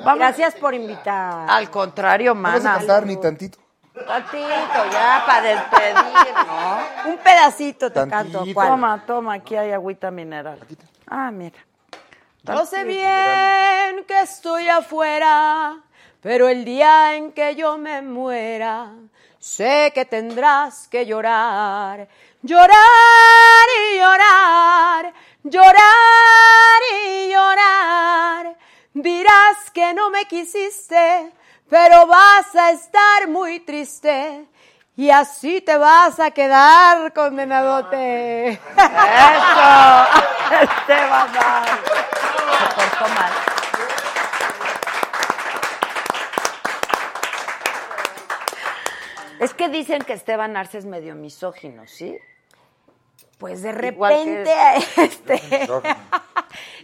Vámonos.
Gracias por invitar.
Al contrario,
No vas a
mana.
cantar ni tantito.
Tantito, ya, para despedir, ¿no?
Un pedacito te
Tantito.
canto. ¿cuál?
Toma, toma, aquí hay agüita mineral. Ah, mira.
Yo sé bien que estoy afuera, pero el día en que yo me muera, sé que tendrás que llorar, llorar y llorar, llorar y llorar. Dirás que no me quisiste, pero vas a estar muy triste. Y así te vas a quedar condenadote.
¡Eso! Esteban Bach. Se portó mal. Es que dicen que Esteban Arce es medio misógino, ¿sí?
Pues de
Igual que
repente, este,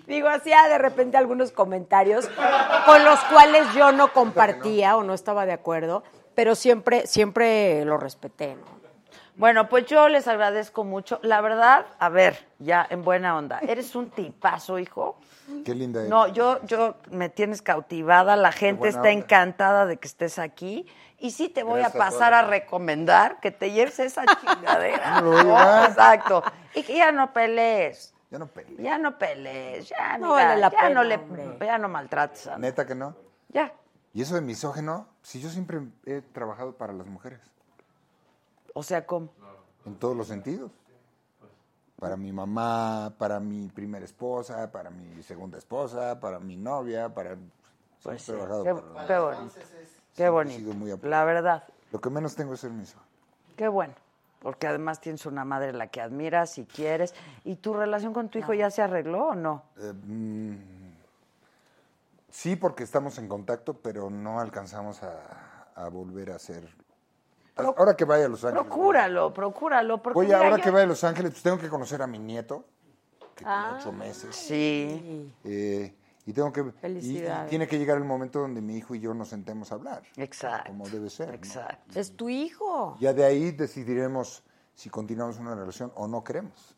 digo, hacía de repente algunos comentarios con los cuales yo no compartía o no estaba de acuerdo, pero siempre, siempre lo respeté, ¿no?
Bueno, pues yo les agradezco mucho. La verdad, a ver, ya en buena onda, eres un tipazo, hijo.
Qué linda eres.
No, yo, yo me tienes cautivada, la gente
buena
está
onda.
encantada de que estés aquí. Y sí te voy a
Gracias a
pasar a
todos.
recomendar que te lleves esa chingadera.
No me lo voy a
¿no?
llevar.
Exacto. Y que ya no pelees.
Ya no pelees.
Ya no pelees, ya,
No
mira,
vale la
ya
pena,
no le,
hombre.
ya no maltrates a
Neta que no.
Ya.
¿Y eso de misógeno? Si yo siempre he trabajado para las mujeres.
O sea, ¿cómo?
En todos los sentidos. Para mi mamá, para mi primera esposa, para mi segunda esposa, para mi novia, para...
Pues
siempre he
sí,
trabajado
qué,
para las
qué
mujeres.
bonito.
he
Qué bonito.
sido muy apo-
La verdad,
Lo que menos tengo es ser misógeno.
qué bueno. Porque además tienes una madre a la que admiras y quieres. ¿Y tu relación con tu hijo ya se arregló o no?
Eh, mm, sí, porque estamos en contacto, pero no alcanzamos a, a volver a ser... Ahora que vaya a Los Ángeles.
Procúralo, procúralo. Porque
Oye,
mira,
ahora
yo-
que vaya a Los Ángeles, pues tengo que conocer a mi nieto, que
Ah.
tiene ocho meses.
Sí.
Eh, y tengo que. y-
Felicidades.
Y, tiene que llegar el momento donde mi hijo y yo nos sentemos a hablar.
Exacto.
Como debe ser. ¿no?
Exacto.
Es tu hijo.
Ya de ahí decidiremos si continuamos una relación o no queremos.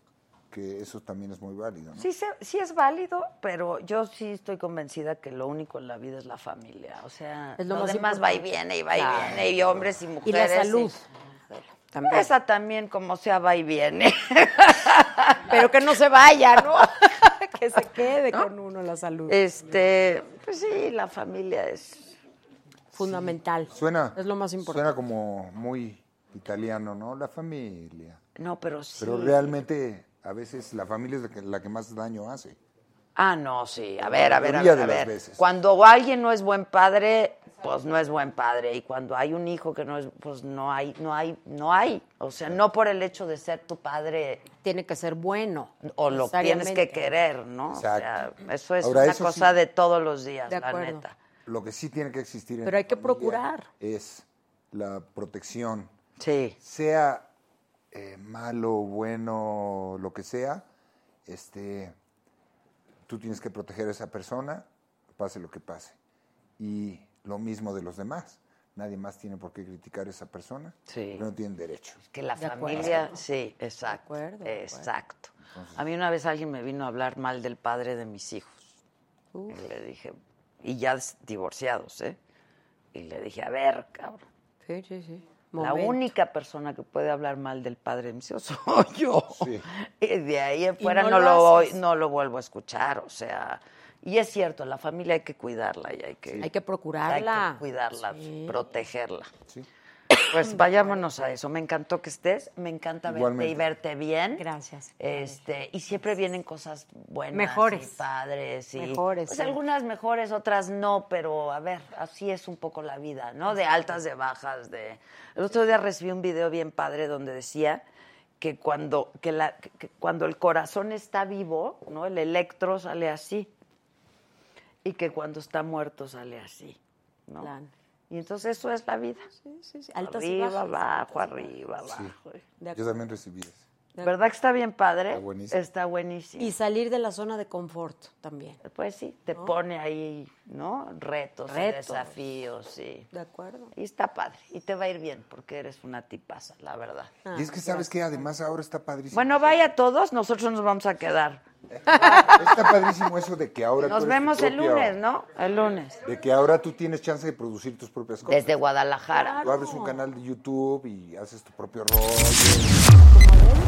Que eso también es muy válido. ¿no?
Sí, se- sí es válido, pero yo sí estoy convencida que lo único en la vida es la familia. O sea,
Es lo más
demás va y viene, y va y
Claro.
viene, y hombres y
Y
mujeres.
la salud. También.
Esa también, como sea, va y viene.
Pero que no se vaya, ¿no? que se quede con uno la salud.
Este, pues sí, la familia es.
Fundamental.
Suena.
Es lo más importante.
Suena como muy italiano, ¿no? La familia.
No, pero sí.
Pero realmente a veces la familia es la que, la que más daño hace.
Ah, no, sí. A ver, a ver, a
mayoría
ver.
de
a
las
ver.
veces.
Cuando alguien no es buen padre, pues no es buen padre. Y cuando hay un hijo que no es, pues no hay, no hay, no hay. O sea, no por el hecho de ser tu padre
Tiene que ser bueno.
o lo tienes que
necesariamente.
querer, ¿no?
Exacto.
O sea, eso es
Ahora,
una
eso
cosa
sí.
de todos los días,
De
la
acuerdo.
neta.
Lo que sí tiene que existir en
Pero hay
la
que
familia
procurar.
Es la protección.
Sí.
sea eh, malo, bueno, lo que sea, este, tú tienes que proteger a esa persona, pase lo que pase. Y lo mismo de los demás. Nadie más tiene por qué criticar a esa persona.
Sí.
porque No tienen derecho.
Que la
De acuerdo.
familia, sí, exacto.
De acuerdo, de acuerdo.
Exacto. a mí una vez alguien me vino a hablar mal del padre de mis hijos. Y le dije, y ya s- divorciados, ¿eh? Y le dije, a ver, cabrón,
Sí, sí, sí.
la
Momento.
única persona que puede hablar mal del padre de mis hijos soy yo.
Sí.
Y de ahí en fuera
no
no,
lo
lo voy-
haces.
no lo vuelvo a escuchar, o sea... Y es cierto, la familia hay que cuidarla y hay que...
Hay que procurarla.
Hay que cuidarla, protegerla.
Sí.
Pues vayámonos a eso. Me encantó que estés, me encanta verte y
Igualmente.
verte bien.
Gracias.
Este, y siempre vienen cosas buenas
Mejores.
y padres y
Mejores,
pues,
sí.
algunas mejores, otras no, pero a ver, así es un poco la vida, ¿no? De altas, de bajas, de El otro día recibí un video bien padre donde decía que cuando que la que- que cuando el corazón está vivo, ¿no? El electro sale así. Y que cuando está muerto sale así, ¿no?
Claro.
Y entonces eso es la vida.
Sí, sí, sí. Altas y
arriba,
bajas,
abajo,
altas y
arriba, abajo.
De
Yo
acuerdo.
también recibí eso.
¿Verdad que está bien padre?
Está buenísimo.
Está buenísimo.
Y salir de la zona de confort también.
Pues sí, te pone ahí, ¿no? Retos, y
Retos.
desafíos, sí.
De acuerdo.
Y está padre, y te va a ir bien, porque eres una tipaza, la verdad.
y es que sabes que además ahora está padrísimo.
Ah, Bueno, vaya todos, nosotros nos vamos a quedar.
está padrísimo eso de que ahora
Nos
tú eres tu
vemos el
propio-
lunes, ¿no? El lunes.
De que ahora tú tienes chance de producir tus propias cosas.
Desde Guadalajara.
Tú abres un canal de YouTube y haces tu propio rollo.